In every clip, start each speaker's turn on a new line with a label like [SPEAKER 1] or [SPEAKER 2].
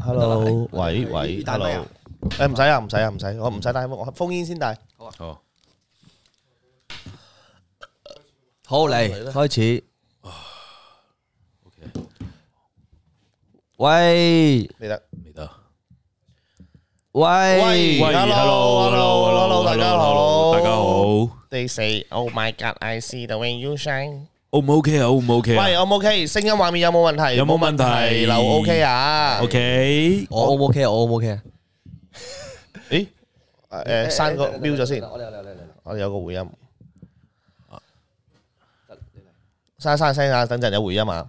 [SPEAKER 1] Hello，喂喂
[SPEAKER 2] 戴咪啊
[SPEAKER 1] ，Hello，誒唔使啊，唔使啊，唔使，我唔使戴，我封煙先戴。
[SPEAKER 2] 哦，
[SPEAKER 3] 好嚟開始。喂
[SPEAKER 1] 你得，
[SPEAKER 2] 未得。
[SPEAKER 1] 喂
[SPEAKER 3] 喂
[SPEAKER 1] ，hello，hello，hello，大家好
[SPEAKER 2] 大家好。
[SPEAKER 1] 第四，Oh my God，I see the way you shine。
[SPEAKER 2] O 唔 OK 啊？O 唔 OK 啊
[SPEAKER 1] 喂，O 唔 OK？聲音畫面有冇問題？
[SPEAKER 2] 有冇問題
[SPEAKER 1] 留 OK à? 啊
[SPEAKER 2] ？OK，
[SPEAKER 3] 我 O 唔 OK 啊？我 O 唔 OK 啊？
[SPEAKER 1] 咦？誒，刪個 mute 咗先，
[SPEAKER 3] 我嚟我嚟我嚟我嚟
[SPEAKER 1] 我哋有個回音。閂閂聲啊，等陣有回音啊。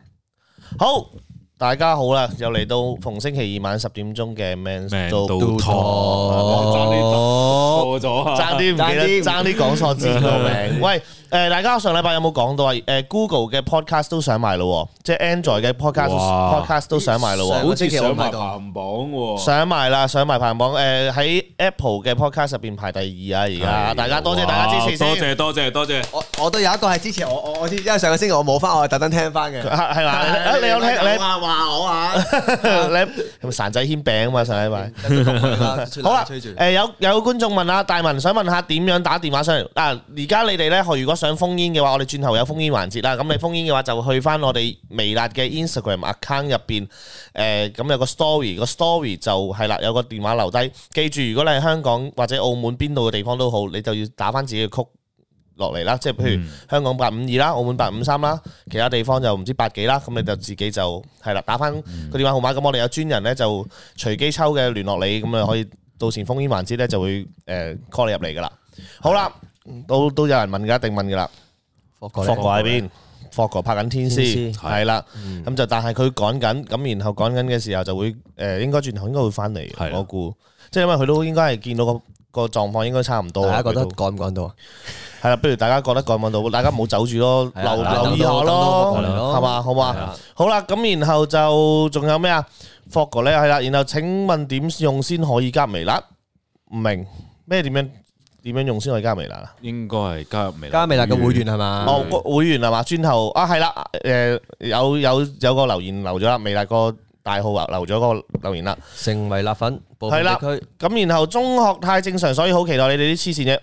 [SPEAKER 1] 好，大家好啦，又嚟到逢星期二晚十點鐘嘅 Man
[SPEAKER 2] 命
[SPEAKER 1] Talk。
[SPEAKER 2] 到堂，
[SPEAKER 3] 哦，
[SPEAKER 2] 錯咗啊！
[SPEAKER 1] 爭啲唔記得，爭啲講錯字個 名。喂，誒、大家上禮拜有冇講到啊？誒、Google 嘅 podcast 都上埋咯喎，即係 Android 嘅 podcast
[SPEAKER 2] 哇
[SPEAKER 1] podcast 都上埋咯喎，
[SPEAKER 2] 好似上埋排行榜喎。
[SPEAKER 1] 上埋啦，上埋排行榜。誒、喺 Apple 嘅 podcast 入邊排第二啊，而家大家多謝大家支持
[SPEAKER 2] 多
[SPEAKER 1] 先。
[SPEAKER 2] 謝多謝多謝。
[SPEAKER 3] 我我都有一個係之前我我我知，因為上個星期我冇翻，我係特登聽翻嘅。
[SPEAKER 1] 係 係嘛？誒你有聽你
[SPEAKER 3] 話話我 啊？
[SPEAKER 1] 你係咪潺仔牽餅啊嘛？上禮拜。好
[SPEAKER 3] 好
[SPEAKER 1] 啦，
[SPEAKER 3] 啦，
[SPEAKER 1] 誒、
[SPEAKER 3] 誒
[SPEAKER 1] 有有觀眾問啊，大文想問下點樣打電話上嚟？嗱、而家你哋咧，如果想封煙嘅話，我哋轉頭有封煙環節啦。咁你封煙嘅話，就去翻我哋微辣嘅 Instagram account 入邊，誒、咁有個 story，個 story 就係啦，有個電話留低。記住，如果你係香港或者澳門邊度嘅地方都好，你就要打翻自己嘅曲。落嚟啦，即係譬如
[SPEAKER 3] 嗯
[SPEAKER 1] 香港八五二啦，澳門八五三啦，其他地方就唔知八幾啦，咁你就自己就係啦，打翻
[SPEAKER 3] 嗯
[SPEAKER 1] 個電話號碼，咁我哋有專人咧就隨機抽嘅聯絡你，咁啊可以到前封煙環節咧就會誒 call 你入嚟噶啦。好啦，都都有人問㗎，一定問㗎啦。
[SPEAKER 3] 霍哥
[SPEAKER 1] 霍哥喺邊？霍哥拍緊天
[SPEAKER 3] 天
[SPEAKER 1] 師，
[SPEAKER 3] 師
[SPEAKER 1] 係啦。咁就但係佢趕緊，咁然後趕緊嘅時候就會誒，應該轉頭應該會翻
[SPEAKER 2] 係
[SPEAKER 1] 嚟，
[SPEAKER 2] 啦
[SPEAKER 1] 我估。即係因為佢都應該係見到個個狀況應該差唔多。
[SPEAKER 3] 大家覺
[SPEAKER 1] 佢
[SPEAKER 3] 得
[SPEAKER 1] 都
[SPEAKER 3] 趕唔趕到啊？
[SPEAKER 1] 係啦，不如大家覺得講唔講到，大家唔好走住咯，
[SPEAKER 3] 係啊
[SPEAKER 1] 留
[SPEAKER 3] 留
[SPEAKER 1] 留意下咯
[SPEAKER 3] 到等到復過嚟，咯
[SPEAKER 1] 係嘛，好
[SPEAKER 3] 係
[SPEAKER 1] 嘛
[SPEAKER 3] 啊，
[SPEAKER 1] 好啦，咁然後就仲有咩啊？霍哥咧係啦，然後請問點用先可以加微辣？唔明咩點樣點樣用先可以加微辣啊？
[SPEAKER 2] 應該係加入微
[SPEAKER 3] 加微辣嘅會員係嘛？
[SPEAKER 1] 哦，個會員係嘛？轉頭啊，係啦，誒有有有個留言留咗啦，微辣個大號啊留咗個留言啦。
[SPEAKER 3] 成為辣粉，部
[SPEAKER 1] 係
[SPEAKER 3] 分
[SPEAKER 1] 啦
[SPEAKER 3] 地區
[SPEAKER 1] 咁然後中學太正常，所以好期待你哋啲黐線嘢。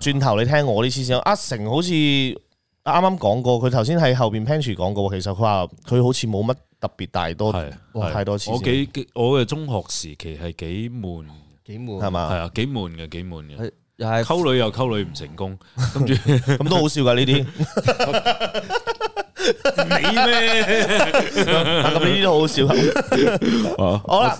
[SPEAKER 1] 轉頭你聽我啲黐線，阿成好似啱啱講過，佢頭先喺後邊 Pantry 講過，其實佢話佢好似冇乜特別大多
[SPEAKER 2] 係
[SPEAKER 1] 哇
[SPEAKER 2] 係
[SPEAKER 1] 太多黐
[SPEAKER 2] 我
[SPEAKER 1] 線，
[SPEAKER 2] 幾幾我嘅中學時期係幾悶，
[SPEAKER 3] 幾悶
[SPEAKER 1] 係
[SPEAKER 2] 係
[SPEAKER 1] 嘛？
[SPEAKER 2] 啊幾悶嘅幾悶嘅，
[SPEAKER 3] 係又係
[SPEAKER 2] 溝女又溝女唔成功，跟住
[SPEAKER 1] 咁都好笑㗎呢啲，
[SPEAKER 2] 你 咩？
[SPEAKER 1] 啊咁呢啲都好笑。好啦。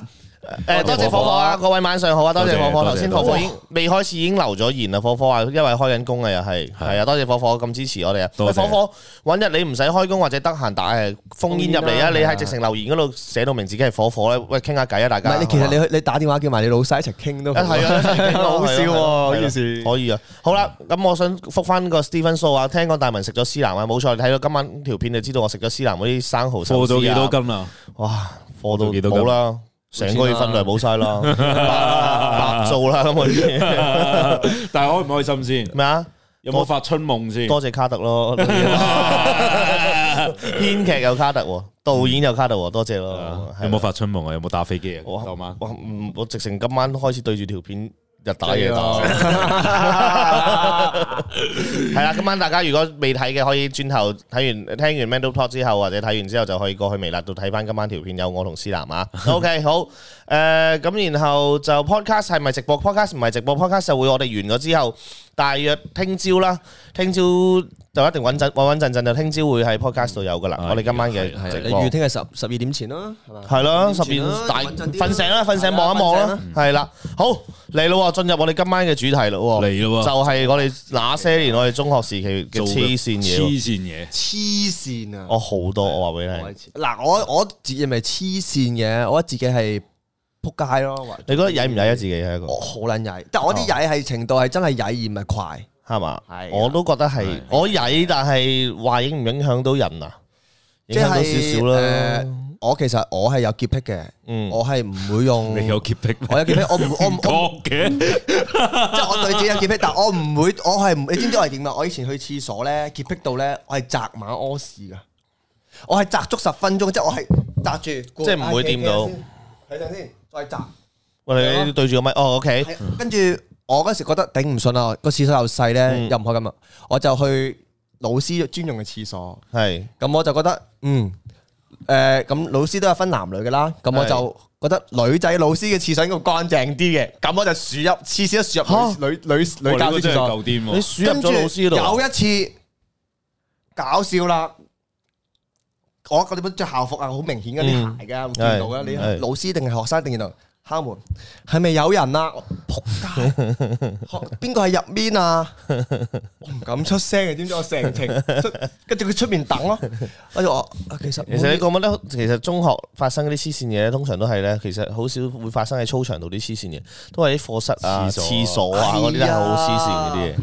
[SPEAKER 1] 誒多
[SPEAKER 3] 多謝
[SPEAKER 1] 謝火火啊！各位晚上好啊！多謝火
[SPEAKER 2] 多
[SPEAKER 1] 火，
[SPEAKER 2] 謝
[SPEAKER 1] 頭先
[SPEAKER 2] 多
[SPEAKER 1] 火
[SPEAKER 2] 謝
[SPEAKER 1] 火已經未開始已經留咗言啦。火火啊，因為開緊工啊，又係係啊！多謝火火咁支持我哋啊！喂，
[SPEAKER 2] 多謝
[SPEAKER 1] 火火揾日你唔使開工或者得閒打誒封煙入嚟啊！
[SPEAKER 3] 封煙啦
[SPEAKER 1] 你
[SPEAKER 3] 係
[SPEAKER 1] 喺
[SPEAKER 3] 啊
[SPEAKER 1] 直情留言嗰度寫到明自己係火火咧，喂傾下偈啊！大
[SPEAKER 3] 唔
[SPEAKER 1] 家
[SPEAKER 3] 係你其實你去你打電話叫埋你老細一齊傾都
[SPEAKER 1] 啊係啊，
[SPEAKER 3] 好笑喎呢件事。
[SPEAKER 1] 可以啊！好啦，咁我想覆翻個 Stephen 數啊，聽講大文食咗思南啊，冇錯，你睇到今晚條片就知道我食咗思南嗰啲生蠔
[SPEAKER 2] 過
[SPEAKER 1] 壽司
[SPEAKER 2] 咗幾
[SPEAKER 1] 啊
[SPEAKER 2] 多斤啦？
[SPEAKER 1] 哇，貨到
[SPEAKER 2] 到幾多斤
[SPEAKER 1] 冇啦，成個月份量冇晒啦， 白白做啦咁嗰啲
[SPEAKER 2] 但係開唔開心先？
[SPEAKER 1] 咩啊？
[SPEAKER 2] 有冇發春夢先？
[SPEAKER 1] 多謝卡特咯， 編劇有卡特喎，導演有卡特喎，多謝
[SPEAKER 3] 哦
[SPEAKER 1] 咯。
[SPEAKER 2] 啊有冇發春夢啊？有冇打飛機啊？
[SPEAKER 1] 哇
[SPEAKER 2] 當晚
[SPEAKER 1] 哇唔我直情今晚開始對住條片日打夜打。啊係啦，今晚大家如果未睇嘅，可以轉頭睇完聽完 Mental Talk 之後，或者睇完之後就可以過去微辣度睇翻今晚條片，有我同思南 啊。OK，好，誒、咁然後就 podcast 係咪直播？podcast 唔係直播，podcast 就會我哋完咗之後，大約聽朝啦，聽朝就一定穩陣穩穩陣陣，就聽朝會喺 podcast 度有噶啦。
[SPEAKER 2] 係
[SPEAKER 1] 我哋今晚嘅
[SPEAKER 2] 係係
[SPEAKER 1] 直
[SPEAKER 3] 你
[SPEAKER 1] 播
[SPEAKER 3] 預。聽係十十二點前啦，係嘛？
[SPEAKER 1] 係咯，十
[SPEAKER 3] 穩
[SPEAKER 1] 點
[SPEAKER 3] 陣啲啦
[SPEAKER 1] 大
[SPEAKER 3] 穩陣啲啦
[SPEAKER 1] 瞓醒啦，瞓醒望一望啦，係啦，好嚟咯喎，進入我哋今晚嘅主題咯喎，
[SPEAKER 2] 嚟咯喎
[SPEAKER 1] 就係我哋那些年我哋中學時期嘅
[SPEAKER 2] 做
[SPEAKER 1] 黐線嘢
[SPEAKER 2] 黐
[SPEAKER 1] 喎，
[SPEAKER 2] 線嘢。
[SPEAKER 3] 黐線啊！
[SPEAKER 1] 我好多，我話俾你聽，
[SPEAKER 3] 嗱，我我自己咪黐線嘅，我覺得自己係撲街咯。
[SPEAKER 1] 你覺得曳唔曳啊？自己係一個
[SPEAKER 3] 我好撚曳，但我
[SPEAKER 1] 哦
[SPEAKER 3] 啲曳係程度係真係曳而唔係快。
[SPEAKER 1] 係嘛
[SPEAKER 3] 係啊？
[SPEAKER 1] 我都覺得係，我曳，但係話影唔影響到人啊？影響到少少啦，
[SPEAKER 3] 誒呃我其實我係有潔癖嘅，
[SPEAKER 1] 嗯
[SPEAKER 3] 我係唔會 用。
[SPEAKER 2] 你有潔癖咩？
[SPEAKER 3] 嗯我有潔癖，我唔我唔我唔
[SPEAKER 2] 講嘅，
[SPEAKER 3] 即係我對自己有潔癖，但我唔會，我係唔你知唔知我係點啊？我以前去廁所咧，潔癖到咧，我係擲馬屙屎噶，我係擲足十分鐘，即係我係擲住，
[SPEAKER 1] 即係唔會掂到
[SPEAKER 3] 哎睇睇先，再摘。
[SPEAKER 1] 喂，你對住個咪，哦，OK，
[SPEAKER 3] 係啊跟住我嗰時覺得頂唔順啊，個廁所又細咧，
[SPEAKER 1] 嗯
[SPEAKER 3] 又唔開咁啊，我就去老師專用嘅廁所。
[SPEAKER 1] 係
[SPEAKER 3] 咁我就覺得，嗯，誒，咁老師都有分男女嘅啦，咁我
[SPEAKER 1] 係
[SPEAKER 3] 就覺得女仔老師嘅廁所應該乾淨啲嘅，咁我就鼠入廁所鼠入女女女
[SPEAKER 2] 哇，
[SPEAKER 3] 女教師廁所。
[SPEAKER 2] 呢個真係夠癲喎。
[SPEAKER 1] 你鼠入
[SPEAKER 3] 跟住
[SPEAKER 1] 咗老師度，
[SPEAKER 3] 有一次搞笑啦，我嗰啲着校服啊，好明顯嘅啲鞋噶，會見到嘅。
[SPEAKER 1] 嗯係
[SPEAKER 3] 你
[SPEAKER 1] 係
[SPEAKER 3] 老師定係學生定見到敲門，係咪有人啊？我仆街， 學邊個喺入面啊？我唔敢出聲嘅，知唔知？我成程出，跟住佢出面等咯。跟住我啊其實
[SPEAKER 1] 其實你覺唔覺得，其實中學發生嗰啲黐線嘢，通常都係咧，其實好少會發生喺操場度啲黐線嘢，都係啲課室啊、
[SPEAKER 2] 廁所啊
[SPEAKER 1] 廁所啊嗰啲都係好黐線嗰啲嘢。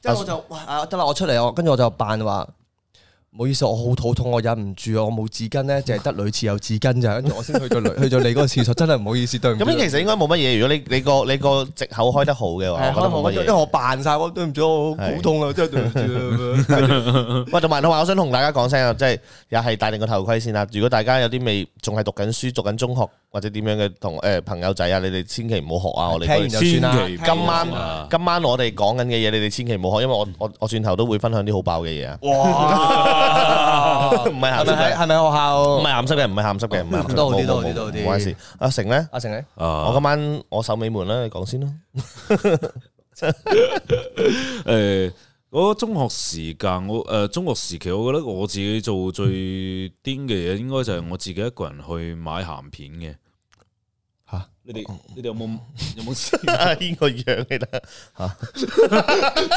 [SPEAKER 3] 即係我就哇啊得啦，我出嚟我跟住我就扮話。唔好意思，我好肚痛，我忍唔住啊！我冇紙 巾咧，淨係得女廁有紙巾咋，跟住我先去咗女 去咗你嗰個廁所，真係唔好意思，對唔住。
[SPEAKER 1] 咁其實應該冇乜嘢，如果你你個你個藉口開得好嘅話，
[SPEAKER 3] 係
[SPEAKER 1] 我覺得冇乜
[SPEAKER 3] 因為
[SPEAKER 1] 嘢。
[SPEAKER 3] 我扮晒，我對唔住，我好
[SPEAKER 1] 係
[SPEAKER 3] 肚痛啊，真係對唔住啊。
[SPEAKER 1] 喂，同埋同埋，我想同大家講聲啊，即係又係戴定個頭盔先啦。如果大家有啲未仲係讀緊書、讀緊中學或者點樣嘅同誒朋友仔啊，你哋千祈唔好學啊！我哋
[SPEAKER 3] 聽完就算啦。
[SPEAKER 2] 千祈
[SPEAKER 1] 今晚
[SPEAKER 2] 啊
[SPEAKER 1] 今晚我哋講緊嘅嘢，你哋千祈唔好學，因為我我我轉頭都會分享啲好爆嘅嘢啊！
[SPEAKER 3] 哇，
[SPEAKER 1] 唔係鹹濕
[SPEAKER 3] 係咪喺
[SPEAKER 1] 嘅，
[SPEAKER 3] 係咪喺學校？
[SPEAKER 1] 唔係鹹濕嘅，唔係鹹濕嘅，唔係鹹濕嘅，
[SPEAKER 3] 都好啲
[SPEAKER 1] 冇
[SPEAKER 3] 都好
[SPEAKER 1] 冇
[SPEAKER 3] 啲都好啲
[SPEAKER 1] 冇關事。阿成咧，
[SPEAKER 3] 阿成咧，
[SPEAKER 2] 啊
[SPEAKER 1] 我今晚我守尾門啦，你講先啦。
[SPEAKER 2] 誒，我中學時間，我誒、中學時期，我覺得我自己做最癲嘅嘢，應該就係我自己一個人去買鹹片嘅。
[SPEAKER 3] 嚇！哦
[SPEAKER 2] 你哋你哋有 冇有冇試
[SPEAKER 1] 呢個樣嚟啦。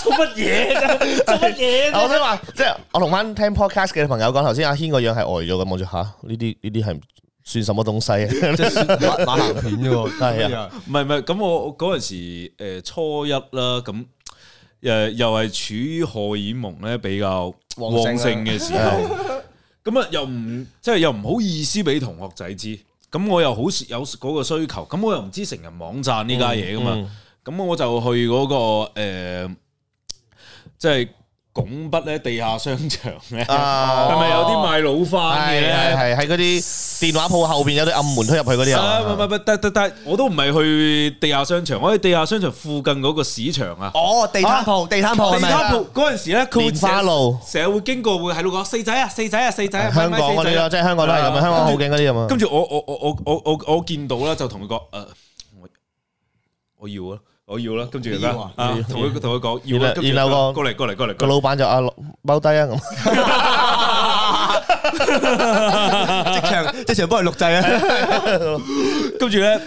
[SPEAKER 2] 做乜 嘢啫？做乜嘢
[SPEAKER 1] 我想話，即係我同翻聽 podcast 嘅朋友講，頭先阿軒個樣係呆咗咁，望住吓呢啲呢啲係算什麼東西啊？
[SPEAKER 3] 即係馬馬行 片啫喎，
[SPEAKER 1] 係
[SPEAKER 3] 啊，
[SPEAKER 2] 唔係唔係，咁我我嗰陣時、誒初一啦，咁誒又係處於荷爾蒙咧比較
[SPEAKER 3] 旺
[SPEAKER 2] 旺
[SPEAKER 3] 盛啊
[SPEAKER 2] 盛嘅時候，咁啊又唔即係又唔好意思俾同學仔知，咁我又好有嗰個需求，咁我又唔知成人網站呢家嘢噶嘛，咁、我就去嗰、個誒即係拱北咧地下商場咧，
[SPEAKER 1] 啊，
[SPEAKER 2] 係咪有啲賣老花
[SPEAKER 1] 係係
[SPEAKER 2] 嘅咧？
[SPEAKER 1] 係喺嗰啲電話鋪後邊有啲暗門推入去嗰啲
[SPEAKER 2] 啊，唔係唔係
[SPEAKER 1] 啊？
[SPEAKER 2] 唔係但但但我都唔係去地下商場，我喺地下商場附近嗰個市場啊。
[SPEAKER 3] 哦，地攤鋪，地攤鋪係
[SPEAKER 2] 地
[SPEAKER 3] 咪，
[SPEAKER 2] 攤鋪嗰陣時咧，佢會
[SPEAKER 1] 啊蓮花路
[SPEAKER 2] 成日會經過，會喺度講四仔啊，四仔啊，四仔啊，
[SPEAKER 1] 香港嗰啲咯，即係香港都係咁樣，香港好勁嗰啲咁啊。
[SPEAKER 2] 跟住我我我我我我我見到啦，就同佢講誒，我我要啊，我要啦，跟住
[SPEAKER 3] 你要啊
[SPEAKER 2] 啊，同佢同佢講要啦，
[SPEAKER 1] 然後
[SPEAKER 2] 跟住
[SPEAKER 1] 然後個
[SPEAKER 2] 過嚟過嚟過嚟
[SPEAKER 1] 個
[SPEAKER 2] 過嚟，
[SPEAKER 1] 老闆就啊落踎低啊咁。
[SPEAKER 3] 即場即場幫佢錄製啊！
[SPEAKER 2] 跟住咧，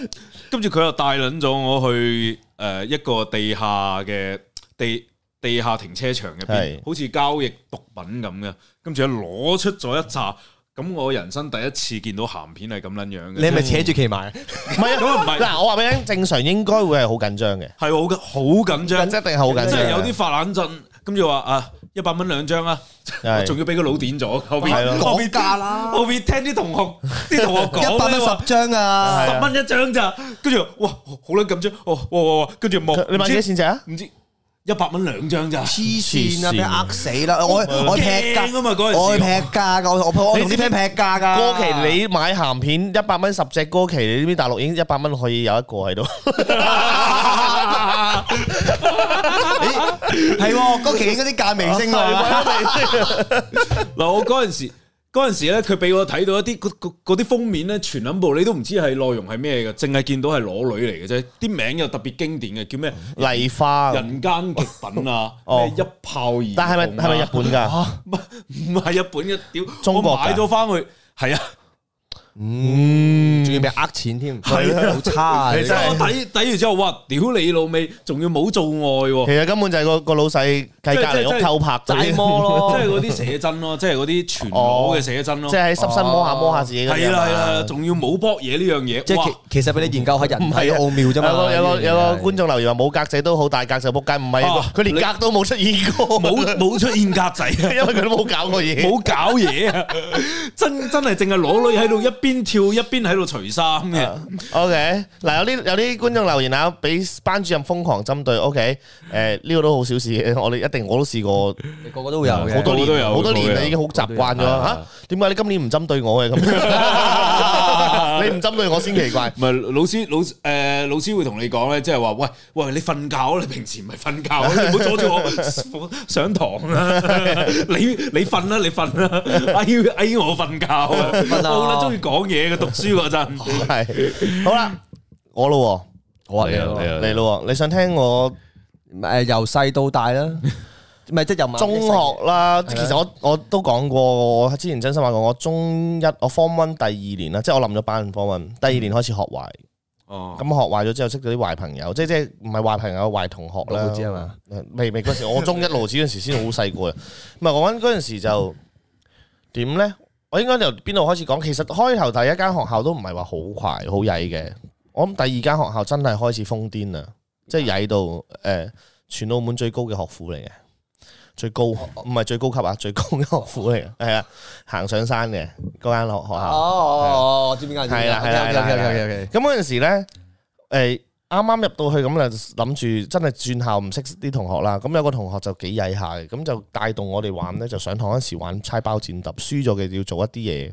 [SPEAKER 2] 跟住佢又帶撚咗我去誒一個地下嘅地。地下停車場入邊，
[SPEAKER 1] 係
[SPEAKER 2] 好似交易毒品咁嘅，跟住攞出咗一扎，咁我人生第一次見到鹹片係咁撚樣嘅。
[SPEAKER 3] 你係咪扯住其埋？
[SPEAKER 1] 唔係啊，
[SPEAKER 2] 咁啊唔係
[SPEAKER 1] 嗱，我話俾你聽，正常應該會係好緊張嘅，
[SPEAKER 2] 系好緊好緊張，
[SPEAKER 1] 一定係好緊張嘅。
[SPEAKER 2] 即係有啲發冷震，跟住話啊一百蚊兩張啊，
[SPEAKER 1] 係
[SPEAKER 2] 仲要俾個老點咗後
[SPEAKER 1] 係咯
[SPEAKER 2] 邊，後
[SPEAKER 3] 講
[SPEAKER 2] 邊
[SPEAKER 3] 價啦，
[SPEAKER 2] 後邊聽啲同學啲同學
[SPEAKER 3] 一百
[SPEAKER 2] 講
[SPEAKER 3] 蚊
[SPEAKER 2] 咧話
[SPEAKER 3] 十張啊！
[SPEAKER 2] 十蚊一張咋，跟住哇好撚緊張，哦哇哇哇，跟住望
[SPEAKER 1] 你買幾多錢隻啊？
[SPEAKER 2] 唔知一百蚊兩張咋，
[SPEAKER 3] 黐線啊！俾人呃死啦！我我劈價
[SPEAKER 2] 驚啊嘛嗰陣時
[SPEAKER 3] 我劈價噶，我我我同啲 friend 劈價噶。
[SPEAKER 1] 歌期你買鹹片一百蚊十隻歌期，你呢邊大陸已經一百蚊可以有一個喺度。
[SPEAKER 3] 係喎，嗰期嗰啲價 明星啊，
[SPEAKER 2] 嗱，我嗰陣時嗰陣時咧，佢俾我睇到一啲嗰嗰嗰啲封面咧，全撚部你都唔知係內容係咩嘅，淨係見到係裸女嚟嘅啫，啲名又特別經典嘅，叫咩
[SPEAKER 1] 麗花，
[SPEAKER 2] 人間極品啊，
[SPEAKER 1] 嗯哦
[SPEAKER 2] 咩一炮而紅啊
[SPEAKER 1] 但係咪係咪日本 㗎？
[SPEAKER 2] 唔係日本嘅，屌！
[SPEAKER 1] 中國㗎
[SPEAKER 2] 我買咗翻去，係啊，
[SPEAKER 1] 嗯，
[SPEAKER 3] 仲要俾人呃錢添，係好差啊！
[SPEAKER 1] 你真係
[SPEAKER 2] 我抵抵完之後，哇！屌你老味，仲要冇做愛
[SPEAKER 1] 其
[SPEAKER 2] 喎，
[SPEAKER 1] 實根本就係個個老細計隔離屋偷拍 嗰
[SPEAKER 2] 齋
[SPEAKER 1] 啲
[SPEAKER 2] 摸咯，即係嗰啲寫真咯，即係嗰啲全裸嘅寫真 咯，
[SPEAKER 1] 即
[SPEAKER 2] 係
[SPEAKER 1] 係喺濕身摸下摸下自己嗰啲
[SPEAKER 2] 啦係
[SPEAKER 1] 啊嘛。
[SPEAKER 2] 啦，仲要冇搏嘢呢樣
[SPEAKER 3] 即
[SPEAKER 2] 嘢，
[SPEAKER 3] 係
[SPEAKER 2] 哇！
[SPEAKER 3] 其其實俾你研究下人體
[SPEAKER 1] 啊
[SPEAKER 3] 奧妙啫嘛。
[SPEAKER 1] 有個有個有
[SPEAKER 3] 呢樣嘢
[SPEAKER 1] 個觀眾留言話冇格仔都好，大格就仆街，唔係
[SPEAKER 2] 啊
[SPEAKER 1] 佢連格都冇出現過，
[SPEAKER 2] 冇冇出現格仔
[SPEAKER 1] 因
[SPEAKER 2] 啊！
[SPEAKER 1] 為佢都冇搞過嘢。
[SPEAKER 2] 冇搞嘢啊！真真係淨係裸女喺度一邊跳一邊喺度除衫嘅，
[SPEAKER 1] O K，嗱有啲有啲觀眾留言啊，俾班主任瘋狂針對。O K，誒呢個都好小事嘅，我哋一定我都試過
[SPEAKER 3] 你個個都會有嘅，
[SPEAKER 1] 好多
[SPEAKER 2] 個個都有
[SPEAKER 1] 年，好多啊
[SPEAKER 2] 個個
[SPEAKER 1] 年
[SPEAKER 2] 都
[SPEAKER 1] 啦，
[SPEAKER 2] 有
[SPEAKER 1] 已經好習慣咗
[SPEAKER 2] 個個都有
[SPEAKER 1] 嚇。點解你今年唔針對我嘅咁？ 你唔針對我先奇怪。
[SPEAKER 2] 唔係老師老誒老師會同你講咧，即係話喂喂，你瞓覺啊，你平時唔係瞓覺啊，你唔好阻住我上堂啦。你你瞓啦，你瞓啦，嗌嗌我瞓覺啊，
[SPEAKER 3] 瞓啊
[SPEAKER 2] 我好啦，中意講嘢嘅讀書嗰陣。
[SPEAKER 1] 係好啦，我咯
[SPEAKER 3] 好
[SPEAKER 2] 嚟
[SPEAKER 3] 啊，
[SPEAKER 2] 啊，
[SPEAKER 3] 你啊。
[SPEAKER 2] 嚟啊。
[SPEAKER 1] 嚟咯喎，你想聽我
[SPEAKER 3] 誒，由細到大啦。咪即係由晚
[SPEAKER 1] 中學啦？其實我我都講過，我之前真心話過，我中一我 form one 第二年啦，即係我冧咗班 form one，第二年開始學壞，
[SPEAKER 2] 哦
[SPEAKER 1] 咁學壞咗之後識咗啲壞朋友，即係即係唔係壞朋友，壞同學啦。
[SPEAKER 3] 六毫子係嘛？
[SPEAKER 1] 未未嗰時，我中一路子嗰時先好細個啊。唔係我緊嗰陣時就點咧？我應該由邊度開始講？其實開頭第一間學校都唔係話好快好曳嘅，我諗第二間學校真係開始瘋癲啦，即係曳到誒、呃全澳門最高嘅學府嚟嘅，最高唔係最高級啊，最高嘅學府嚟嘅，係啊，行上山嘅嗰間學學校。
[SPEAKER 3] 哦，哦，哦，我知邊間，
[SPEAKER 1] 係啦，
[SPEAKER 3] 知邊
[SPEAKER 1] 係
[SPEAKER 3] 間。
[SPEAKER 1] 啦，
[SPEAKER 3] OK，OK，
[SPEAKER 1] 係啦，
[SPEAKER 3] OK，OK，OK。
[SPEAKER 1] 咁嗰陣時咧，誒啱啱入到去咁就諗住真係轉校唔識啲同學啦。咁有個同學就幾曳下嘅，咁就帶動我哋玩咧，就上堂嗰陣時玩猜包剪揼，輸咗嘅要做一啲嘢。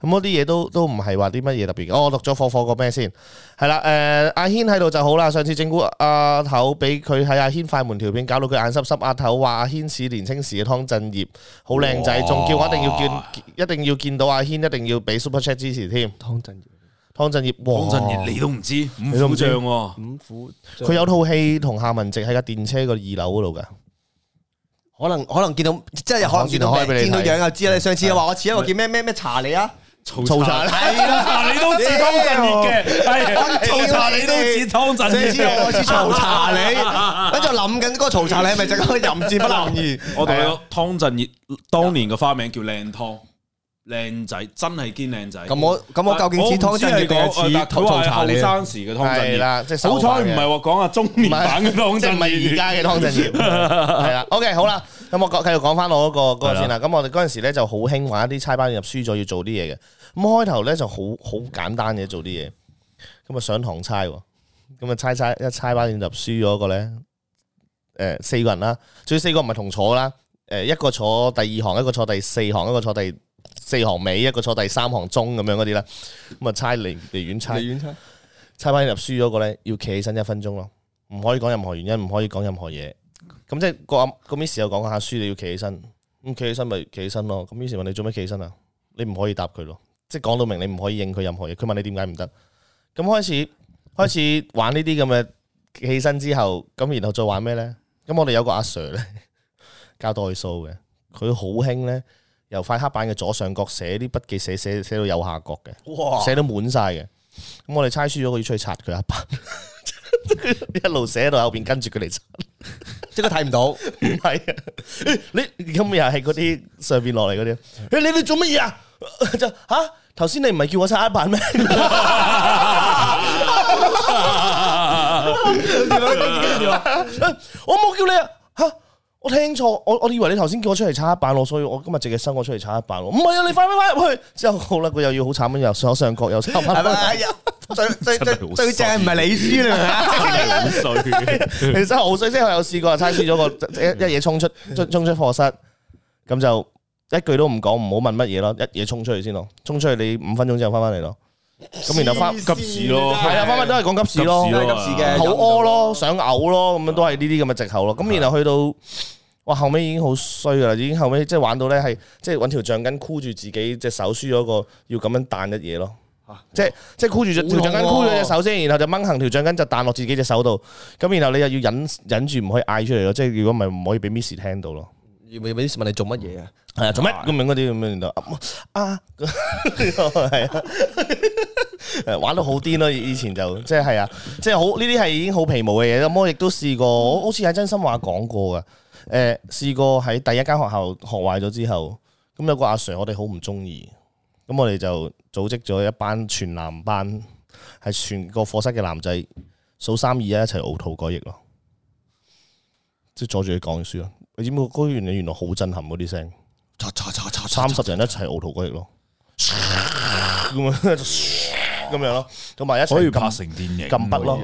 [SPEAKER 1] 咁嗰啲嘢都都唔係話啲乜嘢特別嘅。哦，我讀咗火火個咩先？係啦，誒、阿軒喺度就好啦。上次整蠱阿頭，俾佢喺阿軒快門條片搞到佢眼濕濕。阿頭話阿軒似年青時嘅湯鎮業，好靚仔，
[SPEAKER 2] 哇
[SPEAKER 1] 仲叫我一定要見，一定要見到阿軒，一定要俾 super chat 支持添。湯鎮業，
[SPEAKER 2] 講
[SPEAKER 1] 哇！
[SPEAKER 2] 真嘢，你都唔知
[SPEAKER 1] 你都
[SPEAKER 2] 五
[SPEAKER 1] 唔
[SPEAKER 2] 虎
[SPEAKER 1] 知
[SPEAKER 2] 將喎，
[SPEAKER 3] 五虎將。
[SPEAKER 1] 佢有套戲同夏文汐喺架電車個二樓嗰度㗎，
[SPEAKER 3] 可能-可能見到-即係可能見到
[SPEAKER 1] 可能見到開俾
[SPEAKER 3] 名，
[SPEAKER 1] 你
[SPEAKER 3] 見到
[SPEAKER 1] 睇。
[SPEAKER 3] 樣就知啦。你上次又話我似一個叫咩-咩-咩查理啊？
[SPEAKER 1] 嘈晒啦！
[SPEAKER 2] 係啦，查你都似湯鎮業嘅，係
[SPEAKER 3] 屌
[SPEAKER 2] 嘈查你都似湯鎮業。
[SPEAKER 3] 上次我似嘈查理，跟住我諗緊嗰個嘈查理係咪就係嗰個淫賤不能移？
[SPEAKER 2] 我同你講，湯鎮業當年嘅花名叫靚湯，靚仔真係堅靚仔。
[SPEAKER 3] 咁我-咁我究竟似湯鎮業定係似
[SPEAKER 2] 佢話係
[SPEAKER 3] 嘈查理啊？
[SPEAKER 2] 後生時嘅湯鎮
[SPEAKER 1] 係
[SPEAKER 2] 業。
[SPEAKER 1] 啦，即係手
[SPEAKER 2] 好
[SPEAKER 1] 法
[SPEAKER 2] 彩唔
[SPEAKER 1] 嘅
[SPEAKER 2] 係話講下中年版嘅湯
[SPEAKER 1] 即係
[SPEAKER 2] 鎮
[SPEAKER 1] 唔係而
[SPEAKER 2] 業。
[SPEAKER 1] 家嘅湯鎮 業，係啦。OK，好啦，咁我講繼續講翻我嗰個嗰個先啦。咁我哋嗰陣時咧就好興玩一啲猜包入輸咗要做啲嘢嘅。咁開頭咧就好好簡單嘅做啲嘢，咁啊上堂猜喎，咁啊猜猜一猜包入輸咗個咧，誒四個人啦，最四個唔係同坐啦，誒一個坐第二行，一個坐第四行，一個坐第四行尾，一個坐第三行中咁樣嗰啲啦，咁啊猜離離遠猜。猜翻入輸咗個咧，要企起身一分鐘咯，唔可以講任何原因，唔可以講任何嘢。咁即係個阿個 miss 又講下輸，你要企起身，咁企起身咪企起身咯。咁 miss 問你做咩企起身啊？你唔可以答佢咯，即係講到明你唔可以應佢任何嘢。佢問你點解唔得？咁開始開始玩呢啲咁嘅企起身之後，咁然後再玩咩咧？咁我哋有個阿 Sir 咧 教代數嘅，佢好興咧由塊黑板嘅左上角寫啲筆記寫寫寫到右下角嘅。
[SPEAKER 3] 哦
[SPEAKER 1] 寫到滿晒嘅。咁我哋猜輸咗，我要出去擦佢一巴， 一路寫到後邊跟住佢嚟擦。
[SPEAKER 3] 即係佢睇唔到。
[SPEAKER 1] 唔係 啊，你咁又係嗰啲上邊落嚟嗰啲。誒，你哋做乜嘢啊？ 就吓頭先你唔係叫我擦一板咩？ 我冇叫你啊！吓，我聽錯，我我以為你頭先叫我出嚟擦黑板咯，所以我今日直接生我出嚟擦黑板喎。唔係啊，你快快快入去！之後好啦，佢又要好慘咁，又左上角又三
[SPEAKER 3] 係
[SPEAKER 1] 翻。
[SPEAKER 3] 咪？最最
[SPEAKER 2] 真係
[SPEAKER 3] 最
[SPEAKER 2] 好
[SPEAKER 3] 最正唔係你輸啦，
[SPEAKER 2] 好衰嘅
[SPEAKER 1] 其實真係好衰，即係我有試過猜輸 咗個一一嘢衝出
[SPEAKER 3] 嗯
[SPEAKER 1] 衝衝出課室，咁就一句都唔講，唔好問乜嘢咯，一嘢衝出去先咯，衝出去你五分鐘之後翻翻嚟咯，咁然後翻
[SPEAKER 3] 黐
[SPEAKER 1] 係
[SPEAKER 3] 線
[SPEAKER 2] 急屎咯
[SPEAKER 3] 啊
[SPEAKER 1] 啊，翻翻都係講急事咯
[SPEAKER 2] 急事，咯
[SPEAKER 3] 急事嘅，
[SPEAKER 1] 肚屙咯，想嘔咯，咁樣都係呢啲咁嘅藉口咯。咁然後去到哇後尾已經好衰噶啦，已經後尾即係玩到咧係即係揾條橡筋箍住自己隻手，輸咗個要咁樣彈一嘢咯。即係即係箍住隻條橡筋箍住隻手先，然後就掹行條橡筋就彈落自己隻手度，咁然後你又要忍忍住唔可以嗌出嚟咯，即係如果唔係唔可以俾 Miss 聽到咯。
[SPEAKER 3] 要唔要問你做乜嘢啊？
[SPEAKER 1] 係啊，做乜咁樣嗰啲咁樣然後啊，係啊， 誒玩到好癲咯！以前就即係係啊，即係好呢啲係已經好皮毛嘅嘢。咁我亦都試過，我好似喺真心話講過噶。誒試過喺第一間學校學壞咗之後，咁有個阿 Sir 我哋好唔中意，咁我哋就組織咗一班全男班，係全個課室嘅男仔數三二一一齊嘔吐改譯咯，即係阻住佢講書咯。你知唔知嗰原來原來好震撼嗰啲聲？
[SPEAKER 3] 查查查查
[SPEAKER 1] 三十人一齊嘔吐嗰翼咯， 咁樣咁樣咯，同埋一齊
[SPEAKER 2] 所以拍
[SPEAKER 1] 撳
[SPEAKER 2] 成電影，
[SPEAKER 1] 撳筆咯，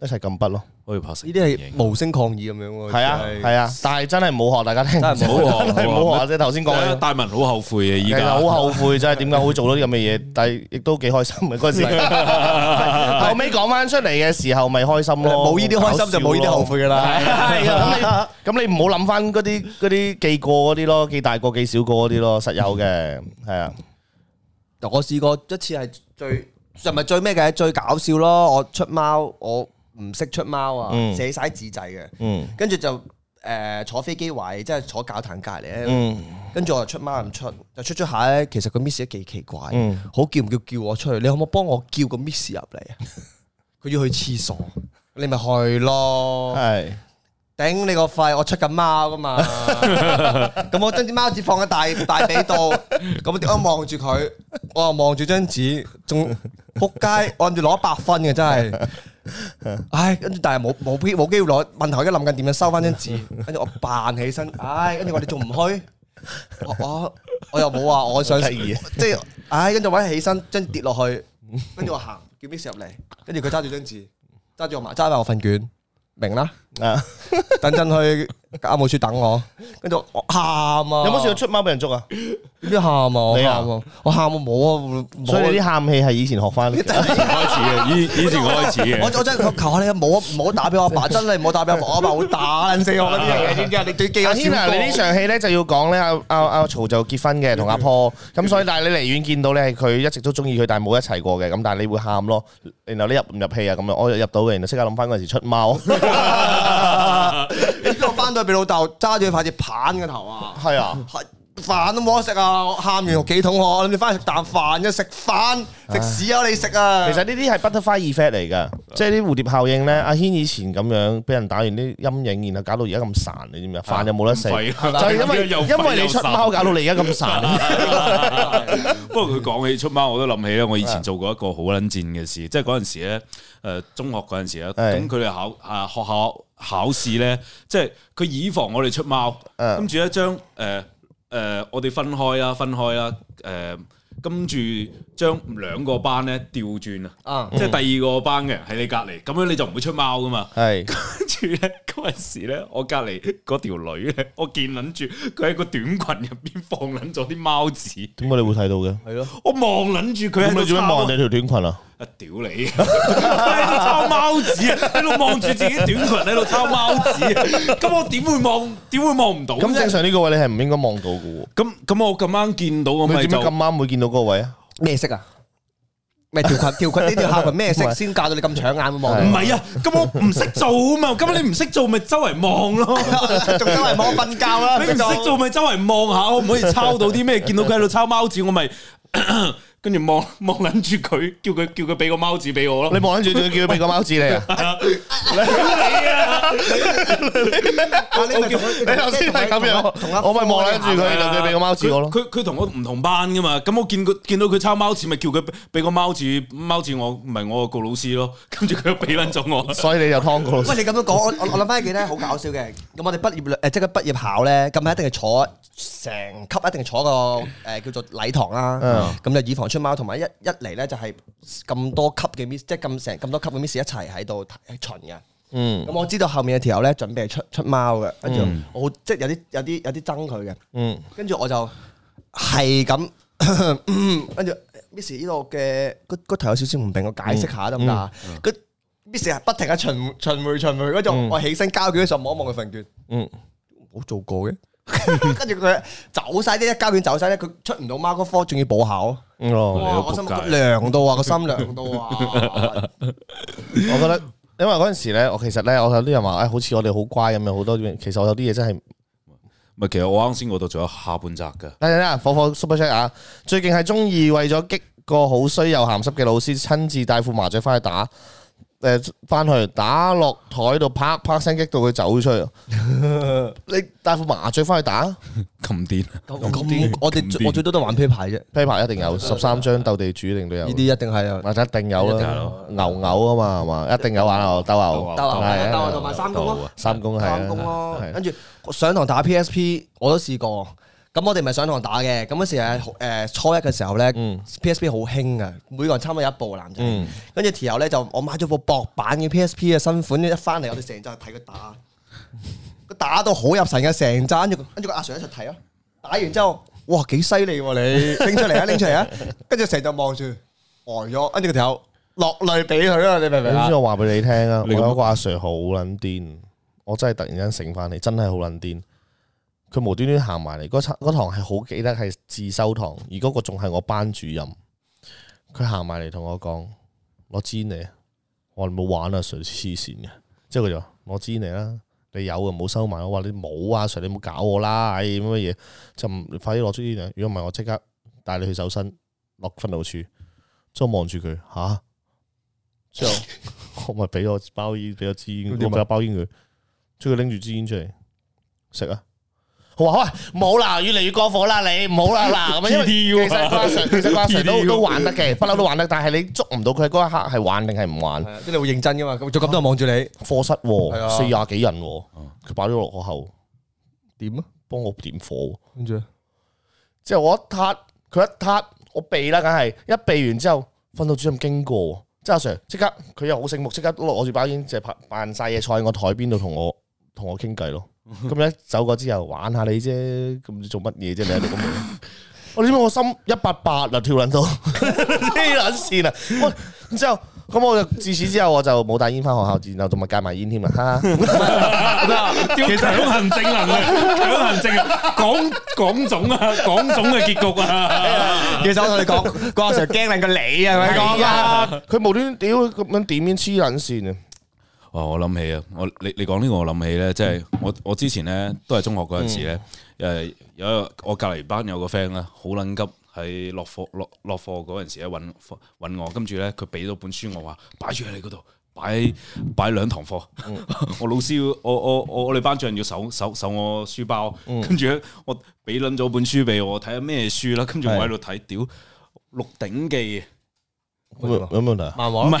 [SPEAKER 1] 一齊撳筆咯。
[SPEAKER 2] 可以拍成
[SPEAKER 3] 呢啲
[SPEAKER 2] 電
[SPEAKER 3] 係
[SPEAKER 2] 影
[SPEAKER 3] 無聲抗議咁樣喎。
[SPEAKER 1] 係啊
[SPEAKER 3] 真係
[SPEAKER 1] 係啊，但係真係冇學大家聽，
[SPEAKER 3] 真係冇
[SPEAKER 2] 學
[SPEAKER 1] 真係冇學啫。頭先講嘅。
[SPEAKER 2] 大文好後悔嘅，依
[SPEAKER 1] 其實
[SPEAKER 2] 家
[SPEAKER 1] 好後悔真係點解會做到啲咁嘅嘢，但係亦都幾開心嘅嗰陣 時。後尾講翻出嚟嘅時候，咪開心咯。
[SPEAKER 3] 冇呢啲開心就冇呢啲後悔㗎啦。
[SPEAKER 1] 係啊，咁你咁你唔好諗翻嗰啲嗰啲記過嗰啲咯，記大過記小過嗰啲咯，實有嘅，係啊。
[SPEAKER 3] 我試過一次係最，就唔係最咩嘅，最搞笑咯。我出貓，我唔識出貓啊，
[SPEAKER 1] 嗯
[SPEAKER 3] 寫晒紙仔嘅，
[SPEAKER 1] 嗯
[SPEAKER 3] 跟住就誒坐飛機位，即係坐教壇隔離咧。
[SPEAKER 1] 嗯
[SPEAKER 3] 跟住我就出貓唔出，就出出下咧。其實個 miss 都幾奇怪，
[SPEAKER 1] 嗯
[SPEAKER 3] 好叫唔叫叫我出去？你可唔可以幫我叫個 miss 入嚟啊？佢要去廁所，你咪去咯。
[SPEAKER 1] 係
[SPEAKER 3] 頂你個肺！我出緊貓 噶嘛，咁我將支貓紙放喺大大髀度，咁我點我望住佢，我又望住張紙， 仲仆街，我諗住攞一百分嘅真係，唉，跟住但係冇冇機冇機會攞，問題我而家諗緊點樣收翻張紙，跟住我扮起身，唉，跟住我哋仲唔去？我我我又冇話我想，
[SPEAKER 1] 得
[SPEAKER 3] 即
[SPEAKER 1] 意啊
[SPEAKER 3] 係唉，跟住我一起身，將跌落去，跟住我行叫 Miss 入嚟，跟住佢揸住張紙，揸住我埋揸埋我份卷，明啦。
[SPEAKER 1] 啊！
[SPEAKER 3] 等陣去教務處等我，跟住我喊啊！
[SPEAKER 1] 有
[SPEAKER 3] 有
[SPEAKER 1] 冇試過出貓俾人捉啊？
[SPEAKER 3] 點知喊啊？我
[SPEAKER 1] 你
[SPEAKER 3] 喊
[SPEAKER 1] 啊
[SPEAKER 3] 啊！我喊我冇啊！冇啊
[SPEAKER 1] 所以你啲喊氣係以前學翻 嚟嘅。
[SPEAKER 2] 開始嘅，以以前開始
[SPEAKER 3] 我
[SPEAKER 2] 嘅，
[SPEAKER 3] 我真係求求下你冇啊！唔好打俾我阿 爸，真係唔好打俾我阿爸，我阿爸會打撚死我嗰啲嘢，知唔知啊？你最記
[SPEAKER 1] 阿
[SPEAKER 3] 我
[SPEAKER 1] 天啊，
[SPEAKER 3] 小哥
[SPEAKER 1] 你呢場戲咧就要講咧，阿阿阿曹就結婚嘅，同阿坡咁，所以但係你離遠見到咧，佢一直都中意佢，但係冇一齊過嘅，咁但係你會喊咯，然後你入唔入戲啊咁樣，我入到嘅，然後即刻諗翻嗰陣時出 貓，
[SPEAKER 3] 你知我翻到去俾老豆揸住塊碟棒嘅頭啊！
[SPEAKER 1] 係啊，
[SPEAKER 3] 係飯都冇得食啊！我喊完幾桶我諗住翻去食啖飯啫，食飯食屎啊！你食啊！
[SPEAKER 1] 其實呢啲係 butterfly effect 嚟㗎，即係啲蝴蝶效應咧，阿軒以前咁樣俾人打完啲陰影，然後搞到而家咁孱，你知唔知啊？飯又冇得食，
[SPEAKER 2] 唔廢
[SPEAKER 1] 就
[SPEAKER 2] 啦
[SPEAKER 1] 係因 為
[SPEAKER 2] 又
[SPEAKER 1] 因為
[SPEAKER 2] 廢
[SPEAKER 1] 你
[SPEAKER 2] 又
[SPEAKER 1] 出
[SPEAKER 2] 孱
[SPEAKER 1] 貓搞到你而家咁 孱，
[SPEAKER 2] 不過佢講起出貓，我都諗起咧。我以前做過一個好撚賤嘅事，即係嗰陣時咧，誒中學嗰陣時咧，
[SPEAKER 1] 係
[SPEAKER 2] 咁佢哋考啊學校考試咧，即係佢以防我哋出貓，
[SPEAKER 1] 嗯
[SPEAKER 2] 跟住咧將誒誒我哋分開啦，分開啦，誒跟住將兩個班咧調轉啊
[SPEAKER 3] 啊，
[SPEAKER 2] 即係第二個班嘅人喺你隔離，咁樣你就唔會出貓噶嘛。
[SPEAKER 1] 係
[SPEAKER 2] 跟住咧嗰陣時咧，我隔離嗰條女咧，我見撚住佢喺個短裙入邊放撚咗啲貓紙。
[SPEAKER 1] 點解你會睇到嘅？
[SPEAKER 3] 係咯，
[SPEAKER 2] 我望捻住佢
[SPEAKER 1] 咁
[SPEAKER 2] 喺度
[SPEAKER 1] 你做咩望
[SPEAKER 2] 抄
[SPEAKER 1] 人哋條短裙啊？
[SPEAKER 2] 啊屌你！佢喺度抄貓紙啊，喺度望住自己短裙喺度抄貓紙啊！咁我點會望？點會望唔到
[SPEAKER 1] 咁正
[SPEAKER 2] 啫？
[SPEAKER 1] 常呢個位你係唔應該望到嘅喎。
[SPEAKER 2] 咁咁我咁啱見到我
[SPEAKER 1] 你
[SPEAKER 2] 咪
[SPEAKER 1] 點解
[SPEAKER 2] 就
[SPEAKER 1] 咁啱會見到嗰個位啊？
[SPEAKER 3] 咩 色啊？咩條裙條裙呢條下裙咩色先教到你咁搶眼會望
[SPEAKER 2] 唔
[SPEAKER 3] 到？
[SPEAKER 2] 係啊！咁我唔識做啊嘛！咁你唔識做咪周圍望咯。
[SPEAKER 3] 仲周圍望瞓覺啊 啦，
[SPEAKER 1] 啊
[SPEAKER 2] 你唔識做咪周圍望下，可唔可以抄到啲咩？見到佢喺度抄貓紙，我咪 跟住望望捻住佢，叫佢叫佢俾個貓紙俾我
[SPEAKER 1] 你。
[SPEAKER 2] 咯
[SPEAKER 1] 望緊住仲要叫佢俾個貓紙你啊？
[SPEAKER 3] 啊你咪同
[SPEAKER 1] 你
[SPEAKER 3] 佢
[SPEAKER 1] 頭先係咁樣
[SPEAKER 3] 同一，
[SPEAKER 1] 我咪望緊住佢，就叫佢俾個貓紙我咯。
[SPEAKER 2] 啊佢佢同我唔同班噶嘛，咁我見佢見到佢抄貓紙，咪叫佢俾個貓紙貓紙我，唔係我個老師咯，跟住佢又俾撚咗我。
[SPEAKER 1] 所以你就劏過
[SPEAKER 3] 喂，你咁樣講，我我我諗翻起咧，好搞笑嘅。咁我哋畢業誒，即係畢業考咧，咁咪一定係坐成級，一定係坐個誒叫做禮堂啦。
[SPEAKER 1] 啊
[SPEAKER 3] 咁就以防出貓，同埋一一嚟咧就係咁多級嘅 miss，即係咁成咁多級嘅 miss 一齊喺度巡嘅。
[SPEAKER 1] 嗯
[SPEAKER 3] 咁我知道後面嘅條友咧準備出出貓嘅，跟住我即係有啲有啲有啲憎佢嘅。
[SPEAKER 1] 嗯，
[SPEAKER 3] 跟住我就係咁，嗯跟住呃 Miss 呢度嘅個個頭有少少唔定，我解釋下得唔得啊？
[SPEAKER 2] 嗯
[SPEAKER 3] 佢 Miss 係不停喺巡巡回巡回，跟住我起身交卷嘅時候望一望佢份卷，
[SPEAKER 1] 嗯，
[SPEAKER 3] 冇做過嘅。 跟住佢走晒啲一交卷走晒咧，佢出唔到貓嗰科，仲要補考。
[SPEAKER 1] 嗯哦，
[SPEAKER 3] 哇！
[SPEAKER 2] 個
[SPEAKER 3] 我心
[SPEAKER 2] 仆街
[SPEAKER 3] 涼到啊，個心涼到 啊！
[SPEAKER 1] 我覺得。因為嗰陣時咧，我其實咧，我有啲人話，誒，好似我哋好乖咁樣，好多嘢。其實我有啲嘢真係，
[SPEAKER 2] 咪其實我啱先嗰度仲有下半集噶，
[SPEAKER 1] 等陣啦，火火 super chat 啊！最近係中意為咗激個好衰又鹹濕嘅老師，親自帶副麻雀翻去打，誒，翻去打落台度啪啪聲，激到佢走出去。你帶副麻雀翻去打？
[SPEAKER 2] 咁癲啊！
[SPEAKER 3] 咁咁，我
[SPEAKER 2] 咁
[SPEAKER 3] 哋
[SPEAKER 2] 癲
[SPEAKER 3] 我最多都玩啤牌啫，呢
[SPEAKER 1] 啤牌一定有十三張鬥地主，一定都有
[SPEAKER 3] 啲。一定係啊。
[SPEAKER 1] 或者一定有
[SPEAKER 2] 一定
[SPEAKER 1] 啦，
[SPEAKER 2] 有
[SPEAKER 1] 牛牛啊嘛，係嘛，一定有玩牛鬥牛，
[SPEAKER 3] 鬥牛
[SPEAKER 1] 係啊
[SPEAKER 3] 鬥牛同埋三公咯
[SPEAKER 2] 鬥牛啊
[SPEAKER 1] 三公係啊，
[SPEAKER 3] 翻工咯，
[SPEAKER 1] 係啊
[SPEAKER 3] 跟住上堂打 PSP 我都試過，咁我哋咪上堂打嘅，咁嗰時係誒初一嘅時候咧，PSP 好興啊，每個人差唔多有一部男仔。跟住條友咧就我買咗部薄版嘅 PSP 嘅新款，一翻嚟我哋成扎睇佢打，佢打到好入神嘅，成扎跟住跟住個阿 Sir 一齊睇咯。打完之後，哇幾犀利喎你，拎出嚟啊拎出嚟啊，跟住成日望住呆咗，跟住個條友落淚俾佢啊，你明唔明
[SPEAKER 1] 你
[SPEAKER 3] 啊
[SPEAKER 1] 知？我話俾你聽啊，我
[SPEAKER 2] 你咁
[SPEAKER 1] 有一個阿 Sir 好撚癲，我真係突然間醒翻嚟，真係好撚癲。佢無端端行埋嚟，嗰餐嗰堂係好記得係自修堂，而嗰個仲係我班主任。佢行埋嚟同我講：攞支煙嚟啊，我話你冇玩啊，Sir 黐線嘅。之後佢就話攞支煙嚟啦，你有啊，唔好收埋。我話你冇啊，Sir 你唔好搞我啦，唉乜嘢就唔快啲攞出煙嚟。啊如果唔係我即刻帶你去搜身，落訓導處。之後望住佢吓。 之後我咪俾咗包煙，俾咗支煙，
[SPEAKER 3] 咁
[SPEAKER 1] 我
[SPEAKER 3] 點啊
[SPEAKER 1] 俾咗包煙佢，之後佢拎住支煙出嚟食啊！我話喂，冇啦，越嚟越過火啦，你唔好啦嗱， 咁啊因為其
[SPEAKER 2] TDU 啊
[SPEAKER 1] 實瓜 Sir 其實瓜 Sir 都
[SPEAKER 2] TDU
[SPEAKER 1] 都玩得嘅，不嬲都玩得，但係你捉唔到佢嗰一刻係玩定係唔玩
[SPEAKER 3] 係？啊，即係你會認真噶嘛，咁做咁多人望住你，
[SPEAKER 1] 課室
[SPEAKER 3] 係啊
[SPEAKER 1] 喎，四廿幾人喎，佢擺咗落我後，
[SPEAKER 3] 點啊？
[SPEAKER 1] 幫我點火喎。
[SPEAKER 3] 跟住
[SPEAKER 1] 之後我一撻，佢一撻，我避啦，梗係一避完之後，訓導主任經過，之後阿 Sir 即刻佢又好醒目，即刻攞住包煙，就扮扮晒嘢坐喺我台邊度同我同我傾偈 咯。咁一走過之後玩下你啫，咁你做乜嘢啫？你喺度咁樣。我你知唔知我心一八八啊跳撚到 黐撚線啊！我然之後咁我就自此之後我就冇帶煙翻學校，然後仲咪戒埋煙添啦，啊哈哈。
[SPEAKER 2] 其實強行正能 量，強啊行正能量講講種啊，講種嘅結局啊，
[SPEAKER 3] 其實我同你講， 個阿 Sir 驚撚過你啊，係咪講啊？
[SPEAKER 1] 佢無端端屌咁樣點煙黐撚線啊！
[SPEAKER 2] 哇！我諗起啊，我你你講呢個我諗起咧，即係我我之前咧都係中學嗰陣時咧，誒有一個我隔離班有個 friend 咧，好撚急喺落課落落課嗰陣時咧揾揾我，跟住咧佢俾咗本書我話擺住喺你嗰度。擺擺兩堂課， 我老師要我我我我哋班主任要搜搜搜我書包，跟住咧我俾撚咗本書俾我睇下咩書啦，跟住我喺度睇，屌《鹿鼎記》啊
[SPEAKER 1] 有冇有冇問題啊？
[SPEAKER 3] 漫
[SPEAKER 2] 唔係
[SPEAKER 3] 畫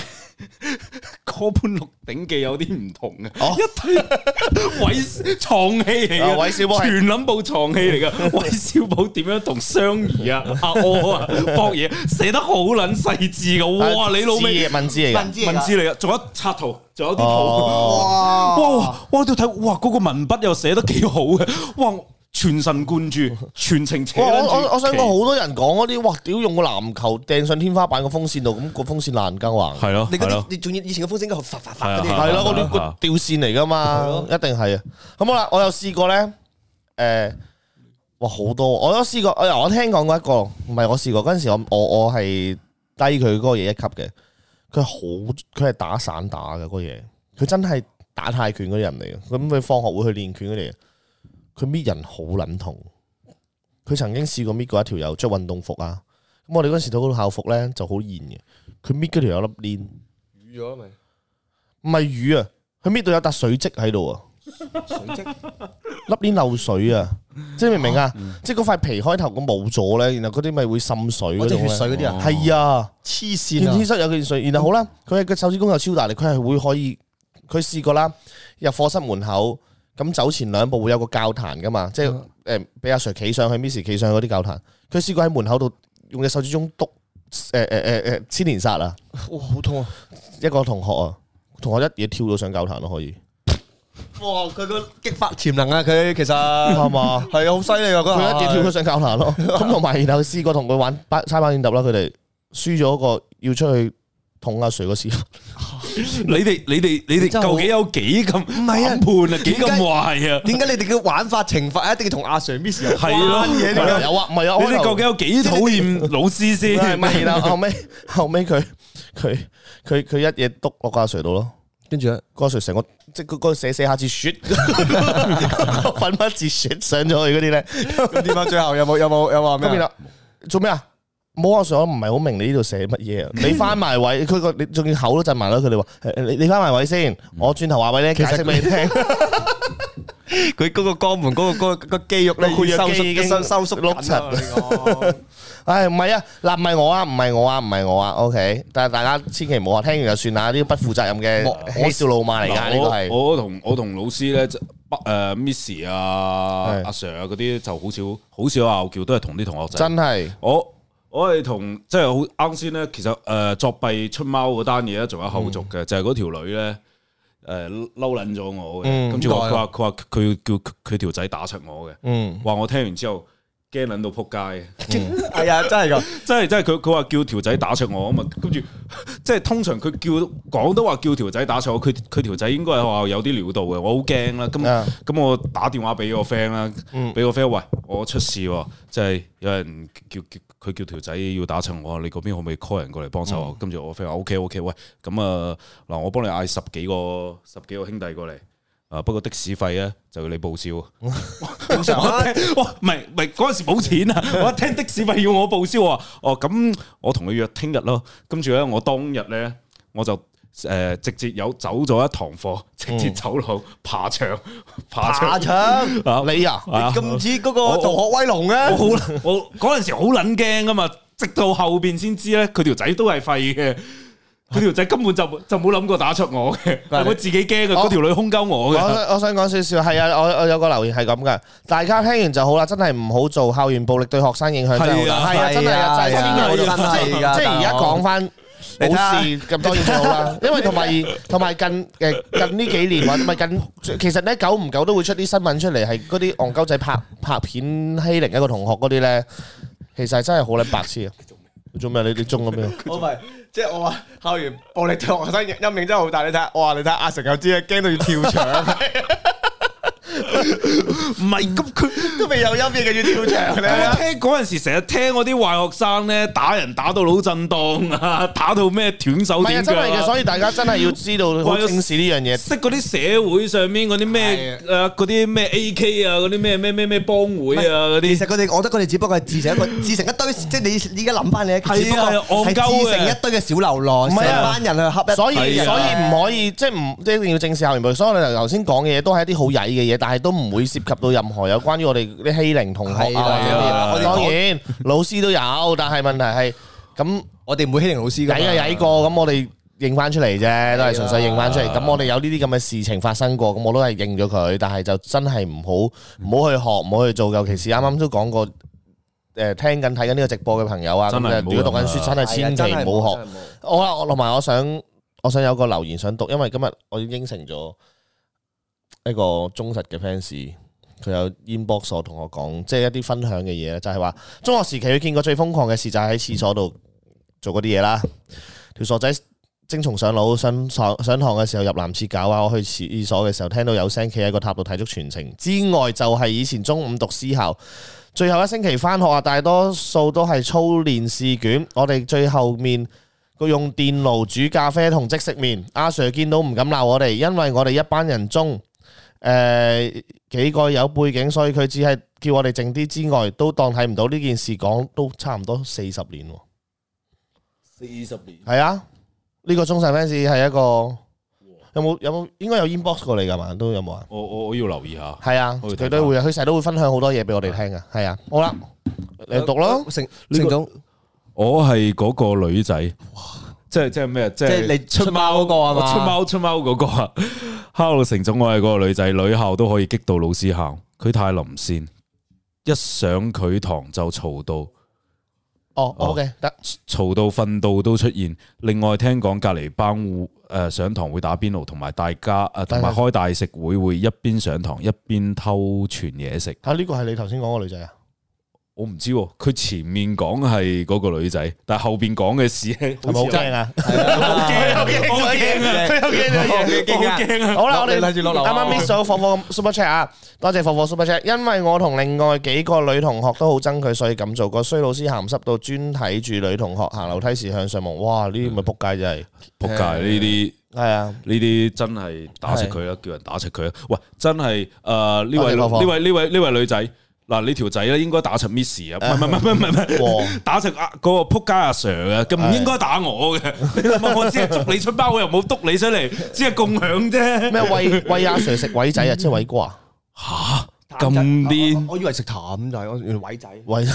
[SPEAKER 2] 嗰本《鹿鼎記》有啲唔同嘅，
[SPEAKER 3] 哦
[SPEAKER 2] 一睇 韋藏戲嚟
[SPEAKER 1] 啊
[SPEAKER 2] 嘅，
[SPEAKER 1] 韋小寶係
[SPEAKER 2] 全諗部藏戲嚟嘅， 韋小寶點樣同雙兒啊、阿柯啊搏嘢，寫得好撚細緻嘅，
[SPEAKER 3] 啊
[SPEAKER 2] 哇！啊你老味
[SPEAKER 1] 字文字嚟㗎
[SPEAKER 3] 文字嚟㗎
[SPEAKER 2] 文字嚟嘅，仲有插圖，仲有啲圖，
[SPEAKER 1] 哦，
[SPEAKER 3] 哇！
[SPEAKER 2] 哇！我喺度睇，哇！嗰個文筆又寫得幾好嘅，哇！全神貫注，全程扯
[SPEAKER 1] 哇！我
[SPEAKER 2] 撚住
[SPEAKER 1] 我我想
[SPEAKER 2] 旗
[SPEAKER 1] 講好多人講嗰啲，哇！屌用個籃球掟上天花板個風扇度，咁個風扇爛啊更橫。
[SPEAKER 2] 係咯，
[SPEAKER 3] 你嗰
[SPEAKER 2] 係
[SPEAKER 3] 啲
[SPEAKER 2] 咯，
[SPEAKER 3] 你仲要以前嘅風聲應該發發發嗰
[SPEAKER 2] 係啊
[SPEAKER 3] 啲，
[SPEAKER 1] 係咯，嗰
[SPEAKER 2] 係
[SPEAKER 1] 啲
[SPEAKER 2] 啊
[SPEAKER 1] 個
[SPEAKER 2] 係啊
[SPEAKER 1] 吊線嚟噶嘛，一定係啊。咁好啦，我有試過咧，誒，哇好多，我都試過，我有我聽講過一個，唔係我試過嗰陣時我，我我係低佢嗰個嘢一級嘅，佢好佢係打散打嘅嗰個嘢，佢真係打泰拳嗰啲人嚟嘅，咁佢放學會去練拳嗰啲嚟嘅，佢搣人好撚痛，佢曾經試過搣過一條友着運動服啊，咁我哋嗰時到嗰套校服咧就好現嘅，佢搣嗰條友粒鏈。
[SPEAKER 3] 淤咗咪
[SPEAKER 1] 唔係魚啊，佢搣到有笪水跡喺度啊，
[SPEAKER 3] 水跡，
[SPEAKER 1] 粒鏈漏水啊，即係明唔
[SPEAKER 3] 哦
[SPEAKER 1] 明啊？
[SPEAKER 3] 嗯
[SPEAKER 1] 即係嗰塊皮開頭咁冇咗咧，然後嗰啲咪會滲水嗰
[SPEAKER 3] 我
[SPEAKER 1] 種
[SPEAKER 3] 啲
[SPEAKER 1] 咧
[SPEAKER 3] 血水嗰啲啊，
[SPEAKER 1] 係啊，
[SPEAKER 3] 黐
[SPEAKER 1] 件
[SPEAKER 3] 線啊
[SPEAKER 1] T！恤有件水，然後好啦，佢係個手指公有超大力，佢係會可以，佢試過啦，入課室門口咁走前兩步會有個教壇噶嘛，即係誒俾阿 Sir 企上去，Miss 企上去嗰啲教壇，佢試過喺門口度用隻手指中篤誒誒誒誒千年殺啊！
[SPEAKER 3] 哇，好痛啊！
[SPEAKER 1] 一個同學啊，同學一嘢跳到上教壇咯，可以
[SPEAKER 3] 哇，佢個激發潛能啊！佢其實係
[SPEAKER 1] 啱嘛？
[SPEAKER 3] 啊，好犀利啊！
[SPEAKER 1] 佢
[SPEAKER 3] 佢
[SPEAKER 1] 一嘢跳咗上教壇咯。咁同埋然後試過同佢玩巴猜板亂揼啦，佢哋輸咗個要出去捅阿 Sir 個屎忽。
[SPEAKER 2] 你哋你哋你哋
[SPEAKER 3] 真係好
[SPEAKER 2] 究竟有幾咁
[SPEAKER 3] 唔係啊
[SPEAKER 2] 反叛啊，幾咁
[SPEAKER 3] 點解
[SPEAKER 2] 壞啊？
[SPEAKER 3] 點解你哋嘅玩法懲罰一定要同阿 Sir Miss 啊 有
[SPEAKER 2] 係咯
[SPEAKER 3] 關嘅？呢個
[SPEAKER 1] 有啊，唔係啊，
[SPEAKER 2] 你哋究竟有幾討厭老師先？
[SPEAKER 1] 係咪？ 然後後尾 後尾佢佢佢佢一嘢篤落個阿 Sir 度咯。
[SPEAKER 3] 跟住咧，
[SPEAKER 1] 個阿 Sir 成個即係嗰個寫寫下字 雪，粉筆字雪上咗去嗰啲咧，
[SPEAKER 3] 咁點啊？最後有冇有冇有冇話
[SPEAKER 1] 咁然
[SPEAKER 3] 咩啊？
[SPEAKER 1] 後做咩啊？冇阿 Sir，我唔係好明你呢度寫乜 嘢啊！你翻埋位，佢個你仲要口都震埋啦。佢哋話：誒你你翻埋位
[SPEAKER 3] 嗯
[SPEAKER 1] 先，我轉頭話俾你解釋俾你聽。
[SPEAKER 3] 佢嗰個肛門嗰個嗰個嗰個肌肉咧，
[SPEAKER 1] 嗰個
[SPEAKER 3] 要收
[SPEAKER 1] 肌已經
[SPEAKER 3] 縮收收縮
[SPEAKER 1] 碌
[SPEAKER 3] 緊啊我哋講
[SPEAKER 1] 唉，唔係啊，嗱，唔係我啊，唔係我啊，唔係我啊，OK，但係大家千祈唔啊好話聽完就算啦，呢啲不負責任
[SPEAKER 3] 我
[SPEAKER 1] 嘅嬉笑怒罵嚟㗎，呢個
[SPEAKER 2] 嗱
[SPEAKER 1] 係
[SPEAKER 2] 我我同我同老師咧，就诶 Miss 啊、
[SPEAKER 1] 係
[SPEAKER 2] 阿 Sir 啊嗰啲就好少好少拗撬，都係同啲同學仔。
[SPEAKER 1] 真係
[SPEAKER 2] 我我係同即係好啱先咧，其實诶、呃作弊出貓嗰單嘢咧，仲有後
[SPEAKER 1] 嗯
[SPEAKER 2] 續嘅，就係嗰條女咧诶嬲撚咗我嘅，
[SPEAKER 1] 嗯
[SPEAKER 2] 跟住話佢
[SPEAKER 3] 點解
[SPEAKER 2] 話佢話佢叫佢佢條仔打柒我嘅，
[SPEAKER 1] 嗯
[SPEAKER 2] 話我聽完之後驚撚到撲街。
[SPEAKER 3] 係啊，真係噶，
[SPEAKER 2] 即係即係佢佢話叫條仔打出我啊嘛，跟住即係通常佢叫講都話叫條仔打出我，佢佢條仔應該係話有啲料到嘅，我好驚啦。
[SPEAKER 1] 啊
[SPEAKER 2] 咁咁我打電話俾個 friend 啦，俾個 friend 喂我出事喎，即係有人叫叫佢叫條仔要打出我，你嗰邊可唔可以 call 人過嚟幫手啊？跟住我 friend 話 OK OK，喂咁啊嗱，我幫你嗌十幾個十幾個兄弟過嚟。啊！不過的士費咧就你報銷，啊
[SPEAKER 3] 正常啊
[SPEAKER 2] 我聽哇，唔係唔係嗰陣時冇錢啊！我一聽的士費要我報銷啊！哦，咁我同佢約聽日咯。跟住咧，我當日咧我就誒、呃直接有走咗一堂課， 直接走路爬牆爬
[SPEAKER 3] 爬
[SPEAKER 2] 牆。
[SPEAKER 3] 牆，
[SPEAKER 2] 啊
[SPEAKER 1] 你啊，
[SPEAKER 2] 啊
[SPEAKER 3] 你咁似嗰
[SPEAKER 2] 我
[SPEAKER 3] 個逃學威龍
[SPEAKER 2] 我
[SPEAKER 3] 嘅，
[SPEAKER 2] 好撚我嗰陣時好撚驚噶嘛，直到後邊先知咧，佢條仔都係廢嘅。佢條仔根本就就冇諗過打出我嘅，
[SPEAKER 3] 怪
[SPEAKER 2] 係
[SPEAKER 3] 你
[SPEAKER 2] 我自己驚嘅。啊嗰條女兇鳩我
[SPEAKER 1] 我
[SPEAKER 2] 嘅。
[SPEAKER 1] 想我想講少少，係啊，我我有個留言係咁嘅，大家聽完就好啦，真係唔好做校園暴力對學生影響真係好大，係啊，真係啊，真係啊
[SPEAKER 3] 真係㗎
[SPEAKER 1] 即係而家講翻。
[SPEAKER 3] 你
[SPEAKER 1] 冇
[SPEAKER 3] 睇下
[SPEAKER 1] 事咁當然最好 啦，因為同埋同埋近誒近呢幾年或者咪近，其實咧久唔久都會出啲新聞出嚟，係嗰啲戇鳩仔拍拍片欺凌一個同學嗰啲咧，其實係真係好撚白痴啊！你做咩？你你中咁樣？
[SPEAKER 3] 我咪即係我話校園暴力對學生陰影真係好大，你睇下，我話你睇下阿成又知啊，驚到要跳牆，
[SPEAKER 2] 唔係咁佢。
[SPEAKER 3] 都未有陰影嘅要跳牆
[SPEAKER 2] 我
[SPEAKER 3] 咧。
[SPEAKER 2] 聽嗰陣時，成日聽嗰啲壞學生咧，打人打到腦震盪啊， 打到咩斷手
[SPEAKER 1] 唔係啊，
[SPEAKER 2] 斷腳
[SPEAKER 1] 真係嘅，
[SPEAKER 2] 啊。
[SPEAKER 1] 所以大家真係要知道好正視呢樣嘢。
[SPEAKER 2] 識嗰啲社會上面嗰啲咩
[SPEAKER 3] 係啊
[SPEAKER 2] 誒嗰啲咩 A.K. 啊，嗰啲咩咩咩咩幫會啊嗰
[SPEAKER 3] 其
[SPEAKER 2] 啲，
[SPEAKER 3] 實佢哋，我覺得佢哋只不過係自 成一個，自成一堆，即係你啊而家諗翻你，只不過
[SPEAKER 2] 戇鳩嘅
[SPEAKER 3] 係自成一堆嘅小流浪，
[SPEAKER 1] 唔
[SPEAKER 3] 成
[SPEAKER 1] 係啊
[SPEAKER 3] 班人去恰一，
[SPEAKER 1] 所以
[SPEAKER 2] 係啊
[SPEAKER 1] 所以唔可以即係唔即係一定要正視校園暴力。所以我哋頭先講嘅嘢都係一啲好曳嘅嘢，但係都唔會涉及到任何有關於我哋啲欺凌同學
[SPEAKER 3] 係
[SPEAKER 1] 啊或
[SPEAKER 3] 啦
[SPEAKER 1] 者啲嘢啦
[SPEAKER 2] 我哋
[SPEAKER 1] 當然老師都有，但係問題係咁
[SPEAKER 3] 我哋唔會欺凌老師㗎嘛。
[SPEAKER 1] 曳啊曳過，咁我哋認翻出嚟啫，都係純粹認翻出嚟。咁我哋有呢啲咁嘅事情發生過，咁我都係認咗佢，但係就真係唔好唔好去學，唔好去做，尤其是啱啱都講過。誒聽緊睇緊呢個直播嘅朋友啊，
[SPEAKER 2] 真
[SPEAKER 1] 咁
[SPEAKER 2] 係唔好
[SPEAKER 1] 如果讀緊書
[SPEAKER 2] 用啊
[SPEAKER 1] 真係千祈唔好學。好啦，我同埋我想，我想有個留言想讀，因為今日我已經應承咗一個忠實嘅 fans，佢有 inbox 我同我講，即係一啲分享嘅嘢咧，就係話中學時期佢見過最瘋狂嘅事就係喺廁所度做嗰啲嘢啦，條傻仔。精蟲上腦，上上上堂嘅時候入男廁搞啊！我去廁所嘅時候聽到有聲，企喺個塔度睇足全程。之外就係以前中午讀私校，最後一星期翻學啊，大多數都係操練試卷。我哋最後面佢用電爐煮咖啡同即食麵。阿 Sir 見到唔敢鬧我哋，因為我哋一班人中，誒、幾個有背景，所以佢只係叫我哋靜啲之外，都當睇唔到呢件事講，都差唔多四十年喎。
[SPEAKER 2] 四十年
[SPEAKER 1] 係啊，呢、個中實 fans 係一個有冇有冇應該有 inbox 過你㗎嘛？都有冇啊？
[SPEAKER 2] 我我我要留意下。
[SPEAKER 1] 係啊，
[SPEAKER 2] 我要睇
[SPEAKER 1] 佢都會，佢成日都會分享好多嘢俾我哋聽㗎。係啊，好啦，你讀咯。
[SPEAKER 3] 成
[SPEAKER 2] 呢個
[SPEAKER 3] 成總，
[SPEAKER 2] 我係嗰個女仔，即係即係咩？啊即
[SPEAKER 3] 即係
[SPEAKER 2] 係
[SPEAKER 3] 你出貓嗰個啊嘛
[SPEAKER 2] 我出貓出貓嗰個啊！Hello，成總，我係嗰個女仔，女校都可以激到老師喊，佢太臨線，一上佢堂就嘈到。
[SPEAKER 1] 哦
[SPEAKER 2] 哦
[SPEAKER 1] ，OK，得。
[SPEAKER 2] 嘈到瞓到都出現。另外聽講隔離班户誒上堂會打邊爐，同埋大家誒同埋開大食會會一邊上堂一邊偷傳嘢食。
[SPEAKER 1] 嚇，呢個係你頭先講個女仔啊？
[SPEAKER 2] 我唔知喎，佢前面講係嗰個女仔，但係後邊講嘅事咧，
[SPEAKER 1] 係咪好驚啊？
[SPEAKER 3] 好
[SPEAKER 2] 好驚好驚啊！
[SPEAKER 1] 佢有
[SPEAKER 3] 驚
[SPEAKER 2] 我好驚啊！
[SPEAKER 1] 好啦，我哋
[SPEAKER 3] 你睇住落嚟啊
[SPEAKER 1] 啱啱 miss 咗火火 super chat 啊，多謝火火 super chat，因為我同另外幾個女同學都好憎佢，所以咁做個衰老師鹹濕到專睇住女同學行樓梯時向上望，哇！呢啲咪仆街真係，
[SPEAKER 2] 仆街呢啲。
[SPEAKER 1] 係啊，
[SPEAKER 2] 呢啲真係打柒佢啦，啊叫人打柒佢啦。喂，真係誒呢位
[SPEAKER 1] 多謝
[SPEAKER 2] 呢
[SPEAKER 1] 婆婆
[SPEAKER 2] 位呢位呢位女仔，嗱你條仔咧應該打柒 Miss 啊，唔係唔係唔係唔係唔
[SPEAKER 1] 哇
[SPEAKER 2] 係，打柒啊嗰個撲街阿 Sir 啊，咁唔應該打我嘅。 你諗下，我只係捉你出包，我又冇督你出嚟，只係共享啫。
[SPEAKER 1] 咩喂喂阿 Sir 食偉仔啊，即係偉哥 啊，
[SPEAKER 2] 嚇咁癲
[SPEAKER 3] 我我以為食淡仔，我原來偉仔，
[SPEAKER 1] 偉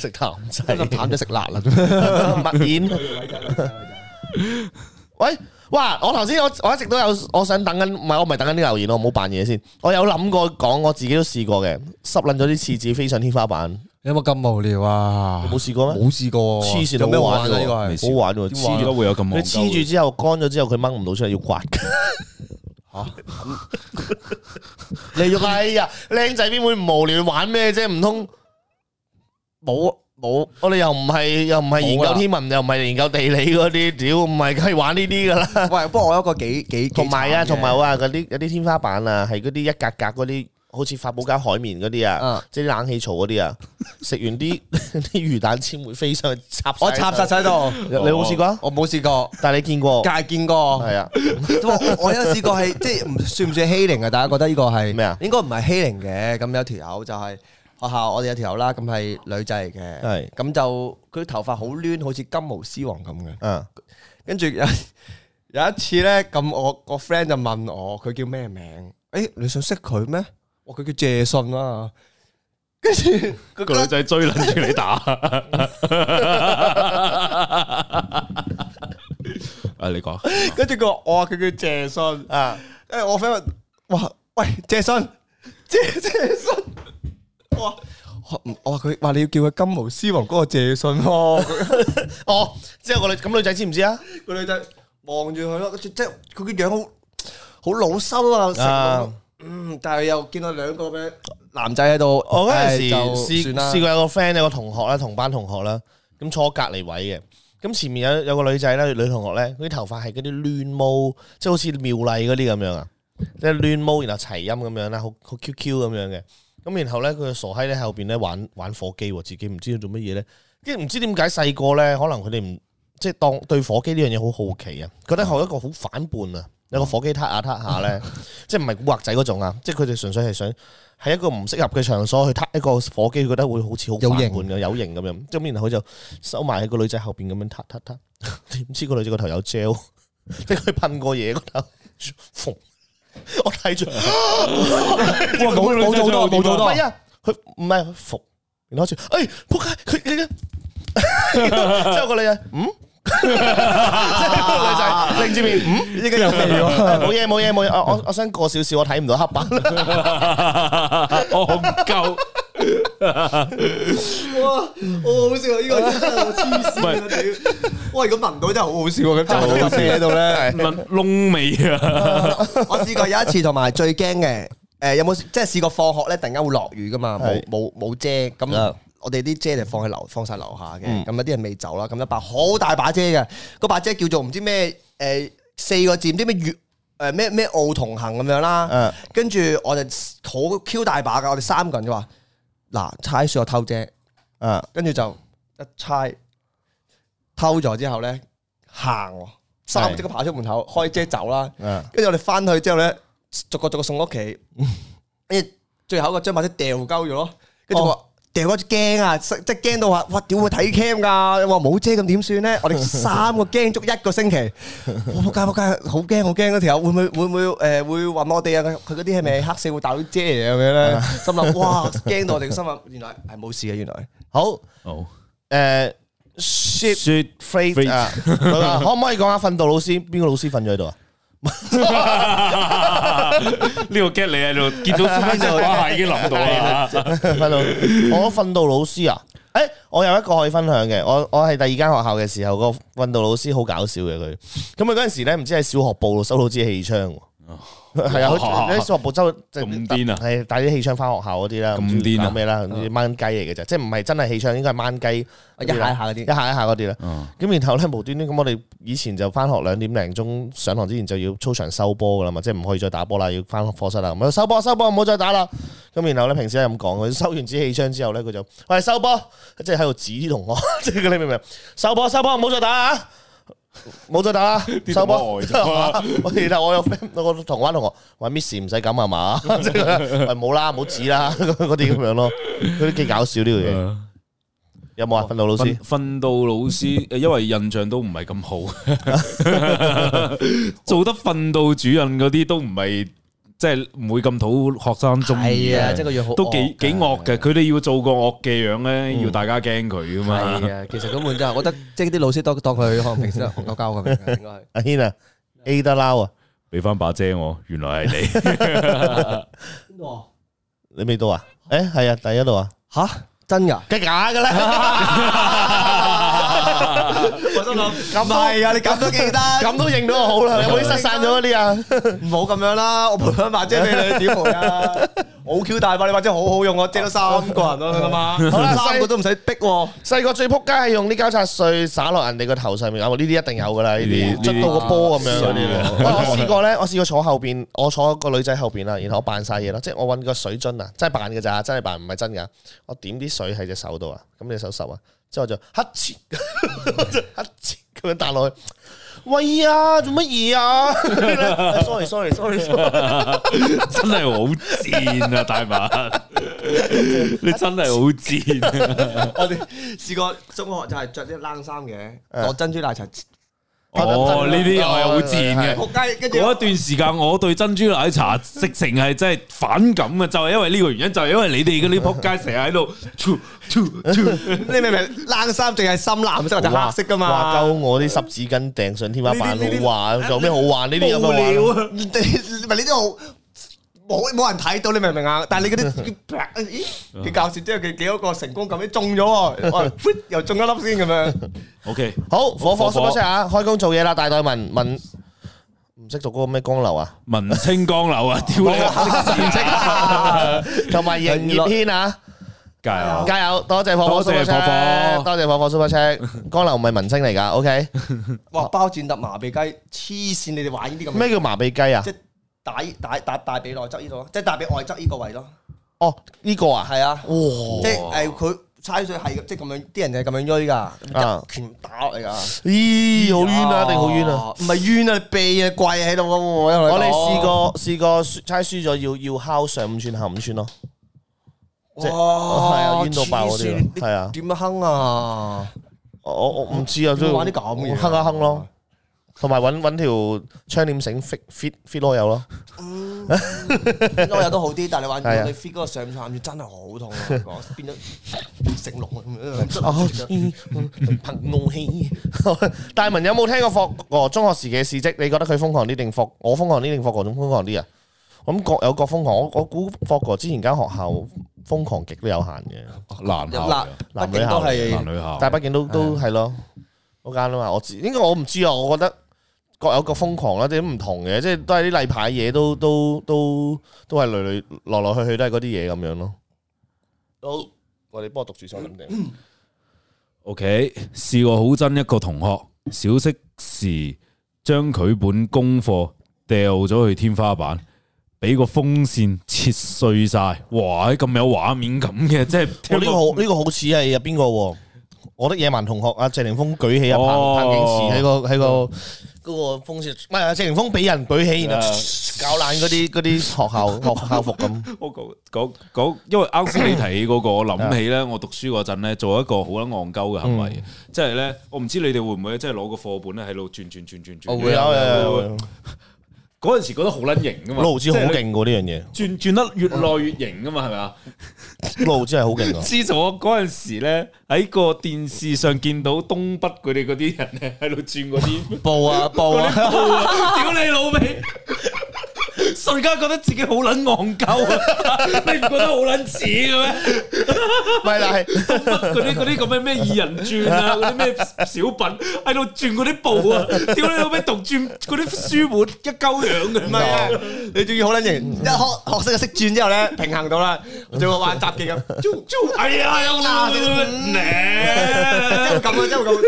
[SPEAKER 1] 食淡仔，
[SPEAKER 3] 淡仔食辣啦。
[SPEAKER 1] 麥燕，喂哇！我頭先我我一直都有，我想等緊，唔係我唔係等緊啲留言，我唔好扮嘢先。我有諗過講，我自己都試過嘅，濕撚咗啲廁紙飛上天花板，
[SPEAKER 3] 有冇咁無聊啊
[SPEAKER 1] 你？冇試過咩？
[SPEAKER 3] 冇試過喎，
[SPEAKER 1] 黐線，
[SPEAKER 3] 有咩
[SPEAKER 1] 好
[SPEAKER 3] 玩啊？
[SPEAKER 1] 玩
[SPEAKER 3] 呢
[SPEAKER 1] 喎
[SPEAKER 3] 個係
[SPEAKER 2] 未試
[SPEAKER 1] 好玩喎，
[SPEAKER 2] 黐
[SPEAKER 1] 黐
[SPEAKER 2] 咗會有咁
[SPEAKER 1] 你黐住之後乾咗之後，佢掹唔到出嚟，要刮。
[SPEAKER 3] 你
[SPEAKER 1] 要
[SPEAKER 3] 喐啊
[SPEAKER 1] 係啊，靚仔邊會唔無聊玩咩啫？唔通冇冇？我哋又唔係又唔係研究
[SPEAKER 3] 冇啦
[SPEAKER 1] 天文，又唔係研究地理嗰啲，屌唔係梗係玩呢啲噶啦。
[SPEAKER 3] 喂，不過我有一個幾幾
[SPEAKER 1] 同埋啊，
[SPEAKER 3] 幾慘嘅
[SPEAKER 1] 同埋哇，嗰啲有啲天花板啊，係嗰啲一格格嗰啲，好似發泡膠海綿嗰啲啊
[SPEAKER 3] 啊，
[SPEAKER 1] 即係啲冷氣槽嗰啲啊，食完啲 啲魚蛋纖會飛上去插。
[SPEAKER 3] 我插實，喺度，
[SPEAKER 1] 你有冇試過啊？
[SPEAKER 3] 我冇試過，
[SPEAKER 1] 但係你見過
[SPEAKER 3] 但係見過。
[SPEAKER 1] 係啊？
[SPEAKER 3] 我我有試過 係即係唔算唔算欺凌啊？大家覺得呢個係
[SPEAKER 1] 咩啊
[SPEAKER 3] 應該唔係欺凌嘅。咁有條友就係學校，我哋有條友啦，咁係女仔嚟嘅，
[SPEAKER 1] 係
[SPEAKER 3] 咁就佢頭髮好攣，好似金毛獅王咁嘅。
[SPEAKER 1] 嗯，
[SPEAKER 3] 跟住有 有一次咧，咁我個 friend 就問我佢叫咩名？誒，你想識佢咩？我佢叫謝信啦。跟住佢
[SPEAKER 2] 個女仔追撚住你 打。啊，你講
[SPEAKER 3] 跟住佢話我話佢叫謝信啊，誒我 friend 話哇喂謝信 謝謝信，我話我我話佢話你要叫佢金毛獅王嗰個謝信咯，
[SPEAKER 1] 哦，之後個女咁女仔知唔知啊？
[SPEAKER 3] 個女仔望住佢咯，即即係佢嘅樣好好老羞啊，成個
[SPEAKER 1] 啊
[SPEAKER 3] 嗯，但係又見到兩個嘅男仔喺度，
[SPEAKER 1] 我嗰陣時
[SPEAKER 3] 誒就
[SPEAKER 1] 試
[SPEAKER 3] 算啦
[SPEAKER 1] 試過有個 friend 有個同學啦，同班同學啦，咁坐我隔離位嘅，咁前面有有個女仔咧，女同學咧，佢啲頭髮係嗰啲亂毛，即係好似妙麗嗰啲咁樣啊，即係亂毛，然後齊音咁樣啦，好好 Q Q 咁樣嘅，咁然後咧佢個傻閪咧喺後邊咧玩玩火機喎，自己唔知道做乜嘢咧，跟住唔知點解細個咧，可能佢哋唔即係當對火機呢樣嘢好好奇啊，覺得係一個好反叛啊，有個火機撻下撻下咧， 即係唔係古惑仔嗰種啊，即係佢哋純粹係想。喺一個唔適合嘅場所去撻一個火機，佢覺得會好似好反叛嘅，有型咁樣。咁然後佢就收埋喺個女仔後邊咁樣撻撻撻，點知個女仔個頭有 gel，即係 佢噴過嘢個頭， 縫我睇住，
[SPEAKER 2] 哇
[SPEAKER 3] 冇冇做多冇
[SPEAKER 1] 唔
[SPEAKER 3] 做 多
[SPEAKER 1] 係啊，佢唔係佢縫，然後好似，哎，仆街，佢佢佢 之後個女仔，嗯，個女仔擰住面，嗯。
[SPEAKER 3] 依家有 味喎，
[SPEAKER 1] 冇嘢冇嘢冇嘢，我我我想過少少，我睇唔到黑板。
[SPEAKER 2] 戇鳩，
[SPEAKER 3] 哇，好好笑啊！呢個 真係我黐
[SPEAKER 2] 線啊
[SPEAKER 3] 屌， 哇！如果聞 到真係好好笑啊，咁就好笑喺度咧。
[SPEAKER 2] 問窿味啊！
[SPEAKER 3] 我試過有一次，同埋最驚嘅，誒有冇即係試過放學咧，突然間會落雨噶嘛，冇
[SPEAKER 1] 係
[SPEAKER 3] 冇冇遮，咁
[SPEAKER 1] 啊
[SPEAKER 3] 我哋啲遮就放喺樓，放晒樓下嘅，
[SPEAKER 1] 嗯
[SPEAKER 3] 咁啊有啲人未走啦，咁一把好大把遮嘅，嗰把遮叫做唔知咩誒四個字，唔知咩月誒咩咩澳同行咁樣啦
[SPEAKER 1] 嗯，
[SPEAKER 3] 跟住我就好 Q 大把噶，我哋三個人就話嗱，猜輸我偷遮。
[SPEAKER 1] 啊，
[SPEAKER 3] 跟住就一猜偷咗之後咧行喎，三個
[SPEAKER 1] 係
[SPEAKER 3] 即刻跑出門口開遮走啦。
[SPEAKER 1] 嗯
[SPEAKER 3] 跟住我哋翻去之後咧，逐個逐個送屋 企，跟住最後一個將把遮掉鳩咗咯。跟住我話掉咗驚啊，即即驚到話哇屌會睇 cam 㗎，我話冇遮咁點算咧？我 哋三個驚足一個星期，我仆街仆街，好驚好驚嗰條友會唔會會唔會誒會揾我哋啊？佢佢嗰啲係咪黑社會大佬遮嚟咁樣咧？心諗哇驚到我哋心諗原來係冇事嘅原來。
[SPEAKER 1] 好。
[SPEAKER 2] 好，
[SPEAKER 1] 诶，shit
[SPEAKER 2] Shit
[SPEAKER 1] freight
[SPEAKER 2] freight
[SPEAKER 1] 啊，佢話可唔可以講下訓導老師邊個老師瞓咗喺度啊？
[SPEAKER 2] 呢個 get 你喺度， 見到翻只瓜下已經諗到啦。
[SPEAKER 1] 訓導我訓導老師啊，诶，我有一個可以分享嘅，我我係第二間學校嘅時候，個訓導老師好搞笑嘅佢，咁佢嗰阵时咧唔知喺小學部收到支氣槍喎。係啊，佢佢喺小學部收
[SPEAKER 2] 哦咁癲啊
[SPEAKER 1] 係帶啲氣槍翻學校嗰啲啦，
[SPEAKER 2] 咁
[SPEAKER 1] 唔知
[SPEAKER 2] 癲啊
[SPEAKER 1] 搞咩啦，唔知掹雞嚟嘅啫，即係唔係真係氣槍，應該係掹雞嗰啲啦
[SPEAKER 3] 哦一下一下嗰啲
[SPEAKER 1] 一下一下嗰啲啦。
[SPEAKER 2] 嗯
[SPEAKER 1] 咁然後咧無端端咁，我哋以前就翻學兩點零鐘上堂之前就要操場收波噶啦嘛，即係唔可以再打波啦，要翻課室啦。咁啊收波收波，唔好再打啦。咁然後咧平時係咁講，佢收完支氣槍之後咧，佢就喂收波，即係喺度指啲同學， 即係你明唔明？收波收波，唔好再打啊！冇再打啦，
[SPEAKER 2] 啲
[SPEAKER 1] 收波。
[SPEAKER 2] 同學呆咗
[SPEAKER 1] 我其實我有 friend，我個同班同學話 Miss 唔使咁啊嘛， 即係佢話冇啦，唔好指啦， 嗰啲咁樣咯，佢都幾搞笑呢樣 嘢。有冇啊？訓導老師
[SPEAKER 2] 嗯訓訓導老師，因為印象都唔係咁好，做得訓導主任嗰啲都唔係，即係唔會咁討學生中意
[SPEAKER 3] 係啊，
[SPEAKER 2] 嘅，
[SPEAKER 3] 即係個樣好
[SPEAKER 2] 都幾幾惡嘅。佢哋要做個惡嘅樣咧，
[SPEAKER 1] 嗯
[SPEAKER 2] 要大家驚佢噶嘛。
[SPEAKER 3] 係啊，其實根本真係，我覺得即係啲老師當當佢可能平時都係戇鳩鳩咁樣嘅，應該係
[SPEAKER 1] 阿軒啊， A 得撈啊！
[SPEAKER 2] 俾翻把遮我，原來係你。
[SPEAKER 3] 邊度啊？
[SPEAKER 1] 你未到啊？诶，系啊，第一度啊，
[SPEAKER 3] 吓真 噶？
[SPEAKER 1] 梗係假嘅啦，
[SPEAKER 3] 我心谂咁係啊！你咁都記得，
[SPEAKER 1] 咁都認到我好啦，有冇啲失散咗嗰啲啊？
[SPEAKER 3] 唔好咁樣啦！我陪翻把遮俾你，小妹啊！我好 Q 大把，你把遮好好用，我遮咗三個人咯，你諗下，
[SPEAKER 1] 好啦
[SPEAKER 3] 三個都唔使逼喎。
[SPEAKER 1] 細個最扑街係用啲交叉碎灑落人哋個頭上面，啊呢啲一定有噶啦，呢
[SPEAKER 2] 呢
[SPEAKER 1] 啲
[SPEAKER 2] 啲
[SPEAKER 1] 捽到個波咁樣嗰啲咧
[SPEAKER 2] 呢。
[SPEAKER 1] 喂我試過咧，我試過坐後邊，我坐個女仔後邊啦，然後我扮晒嘢咯，即係我搵個水樽啊，真係扮嘅咋，真係扮唔係真㗎。我點啲水喺隻手度啊，咁你手濕啊，之後我就黑切， 黑切咁樣彈落去。喂呀，做乜嘢 啊？sorry sorry sorry sorry，
[SPEAKER 2] 真係好賤啊，大文！你真係好賤啊！
[SPEAKER 3] 我哋試過中學就係着啲冷衫嘅，
[SPEAKER 1] 誒
[SPEAKER 3] 攞珍珠奶茶仆
[SPEAKER 2] 哦，呢啲又係好賤嘅。
[SPEAKER 3] 街，跟住
[SPEAKER 2] 嗰一段時間，我對珍珠奶茶直情係真係反感嘅，就係因為呢個原因，就係因為你哋嗰啲仆街成日 喺度，two two two，
[SPEAKER 3] 你明唔明？冷衫淨係深藍色或者黑色
[SPEAKER 1] 話
[SPEAKER 3] 噶嘛？
[SPEAKER 1] 鳩我啲濕紙巾掟上天花板
[SPEAKER 3] 呢啲呢啲
[SPEAKER 1] 好玩，啊有咩好玩？呢啲有咩好玩
[SPEAKER 2] 無
[SPEAKER 1] 啊？
[SPEAKER 2] 聊啊！
[SPEAKER 3] 你你咪呢啲好冇冇人睇到，你明唔明啊？但係你嗰啲咦幾搞笑，之後佢幾多個成功咁樣中咗喎，哇又中一粒先咁樣。
[SPEAKER 2] OK，
[SPEAKER 1] 好，火火
[SPEAKER 2] 火火
[SPEAKER 1] super chat 啊，開工做嘢啦，大代文文唔識讀嗰個咩江流 啊，
[SPEAKER 2] 文青江流啊，屌你啊！
[SPEAKER 1] 唔識啊，同埋營業軒啊，
[SPEAKER 2] 加油！
[SPEAKER 1] 加油！多謝火火
[SPEAKER 2] 多
[SPEAKER 1] super
[SPEAKER 2] 謝
[SPEAKER 1] chat，
[SPEAKER 2] 火火
[SPEAKER 1] 多謝火火 super chat，江流唔係文青嚟㗎 o k
[SPEAKER 3] 哇！包剪揼麻痹雞，黐線！你哋玩呢啲咁嘅
[SPEAKER 1] 咩叫麻痹雞啊
[SPEAKER 3] 即？係打打打大髀內側呢度咯，即係大髀外側呢個位咯，
[SPEAKER 1] 哦，呢個啊，
[SPEAKER 3] 係啊，即
[SPEAKER 1] 哇，
[SPEAKER 3] 係誒佢猜水係即係咁樣，啲人就係咁樣追㗎，一拳打落嚟㗎，
[SPEAKER 1] 咦，
[SPEAKER 3] 哎
[SPEAKER 1] 好冤
[SPEAKER 3] Dạ.
[SPEAKER 1] 啊，一定好冤啊！！
[SPEAKER 3] 唔係冤啊，你避啊，跪喺度啊！
[SPEAKER 1] 我
[SPEAKER 3] 我
[SPEAKER 1] 哋試過試過輸猜輸咗，要要敲上五寸下五寸咯。即係
[SPEAKER 3] 哇，
[SPEAKER 1] 係啊冤到爆嗰啲咯
[SPEAKER 3] 哦黐線
[SPEAKER 1] 係啊
[SPEAKER 3] 你點樣哼啊？
[SPEAKER 1] 我我我唔知啊，都
[SPEAKER 3] 要
[SPEAKER 1] 要
[SPEAKER 3] 玩啲咁嘅嘢，
[SPEAKER 1] 哼一哼咯，。同埋揾揾條窗簾繩 fit fit fit 囉柚 咯。
[SPEAKER 3] 我有都好啲，但係你玩
[SPEAKER 1] 係啊
[SPEAKER 3] 你 fit 嗰個上五上面真係好痛啊！我講變咗成龍 咁
[SPEAKER 1] 啊
[SPEAKER 3] 樣。
[SPEAKER 1] 憑怒氣。大文有冇聽過霍哥中學時嘅事蹟？你覺得佢瘋狂啲定霍我瘋狂啲定霍哥仲瘋狂啲啊？我諗各有各瘋狂，我我估霍哥之前間學校瘋狂極都有限嘅，
[SPEAKER 2] 男校嚟
[SPEAKER 3] 嗱
[SPEAKER 2] 嘅，
[SPEAKER 1] 男
[SPEAKER 3] 畢
[SPEAKER 1] 女
[SPEAKER 3] 竟都
[SPEAKER 1] 校
[SPEAKER 3] 係
[SPEAKER 2] 男女校，
[SPEAKER 1] 但係畢竟都都係咯嗰間啊嘛。我知應該我唔知啊，我覺得。各有各瘋狂啦，啲都唔同嘅，即係都係啲例牌嘢，都都都都係來來來來去去都係嗰啲嘢咁樣咯。好，我哋幫我讀住先，我諗定。
[SPEAKER 2] OK，試過好憎一個同學，小息時將佢本功課掉咗去天花板，俾個風扇切碎晒。哇！咁有畫面咁嘅，即係
[SPEAKER 1] 我哦呢個好呢個好似係入啊邊個喎？我覺得野蠻同學啊，謝霆鋒舉起啊，
[SPEAKER 2] 哦
[SPEAKER 1] 彭彭景時喺個喺個嗰個風扇，唔係啊，謝霆鋒俾人舉起，然後
[SPEAKER 2] 啊
[SPEAKER 1] 搞爛嗰啲嗰啲學校學校服 咁。
[SPEAKER 2] 我講講講，因為啱 先你提起嗰、個，我諗起咧，我讀書嗰陣咧，做一個好撚戇鳩嘅行為，
[SPEAKER 3] 嗯
[SPEAKER 2] 即係咧，我唔知你哋會唔會即係攞個課本咧喺度轉轉轉轉轉，
[SPEAKER 3] 我會
[SPEAKER 1] 有
[SPEAKER 3] 啊
[SPEAKER 1] 有有，
[SPEAKER 2] 嗰陣時覺得好撚型噶嘛，
[SPEAKER 1] 盧子好
[SPEAKER 2] 即係
[SPEAKER 1] 勁喎呢
[SPEAKER 2] 轉轉得越耐越型噶嘛，係咪啊？
[SPEAKER 3] 嗯
[SPEAKER 1] 樣嘢，盧子係好勁啊！
[SPEAKER 2] 自從我嗰陣時咧喺個電視上見到東北佢哋嗰啲人咧喺度轉嗰 啲
[SPEAKER 3] 報 啊報啊！
[SPEAKER 2] 布啊，屌你老味！ 瞬間覺得自己好撚戇鳩啊！ 你唔覺得好撚似嘅咩？
[SPEAKER 1] 唔係，但係
[SPEAKER 2] 東北嗰啲嗰啲咁嘅咩二人轉 啊，嗰啲咩小品喺度轉嗰啲布啊，屌你老味讀轉嗰啲書本一鳩樣嘅
[SPEAKER 3] 唔係啊，你仲要好撚
[SPEAKER 1] 嗯
[SPEAKER 3] 型，一學學識就識轉之後咧，平衡到啦，仲會玩雜技咁，啾啾，
[SPEAKER 2] 係啊，有啦，
[SPEAKER 3] 真係咁啊，真係咁，啾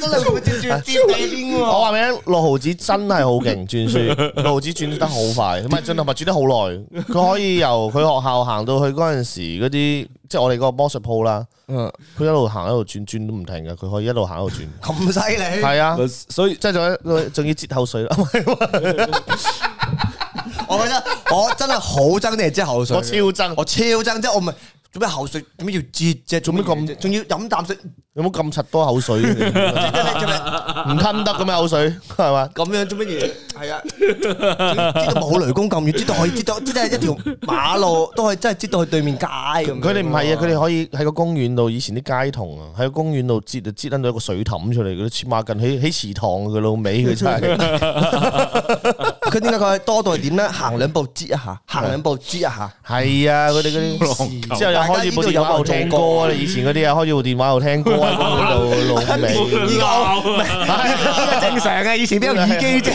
[SPEAKER 3] 真係會轉轉轉地邊
[SPEAKER 1] 我
[SPEAKER 3] 喎。
[SPEAKER 1] 話俾你聽，六毫子真係好勁轉書， 六毫子轉得好快，唔係轉同埋轉得好耐。佢可以由佢學校行到去嗰陣時嗰啲，即係我哋嗰個魔術鋪啦。
[SPEAKER 3] 啊
[SPEAKER 1] 佢一路行一路轉，轉都唔停嘅，佢可以一路行一路 轉。
[SPEAKER 3] 咁犀利，
[SPEAKER 1] 係啊，
[SPEAKER 2] 所以
[SPEAKER 1] 即係仲有仲要節後水 啦。
[SPEAKER 3] 我覺得我真係好憎啲人之後水
[SPEAKER 1] 我
[SPEAKER 3] 嘅，
[SPEAKER 1] 超憎，
[SPEAKER 3] 我超憎，即係我唔係做咩口水做咩要擠啫？做咩
[SPEAKER 1] 做咩咁
[SPEAKER 3] 咁？仲要飲啖 水，
[SPEAKER 1] 有冇咁柒多口水？唔
[SPEAKER 3] 做咩
[SPEAKER 1] 吞得嘅咩口水係嘛？
[SPEAKER 3] 咁樣做乜嘢？係啊，知道冇雷公咁遠，知道可以知道，知道係一條馬路都可以真係知道去對面街咁。
[SPEAKER 1] 佢哋唔係啊，佢哋可以喺個公園度，以前啲街童啊，喺個公園度擠就擠撚到一個水氹出嚟，佢都黐孖筋喺喺池塘佢老尾，佢真 係
[SPEAKER 3] 佢點解佢多到係點咧？行兩步擠一下，行兩步擠一下。
[SPEAKER 1] 係啊，佢哋嗰啲。之後又開始部電話度聽歌啊！以前嗰啲啊，開始部電話度聽歌喺公園度老 尾。
[SPEAKER 2] 啊
[SPEAKER 3] 正常嘅，以前邊有耳機啫？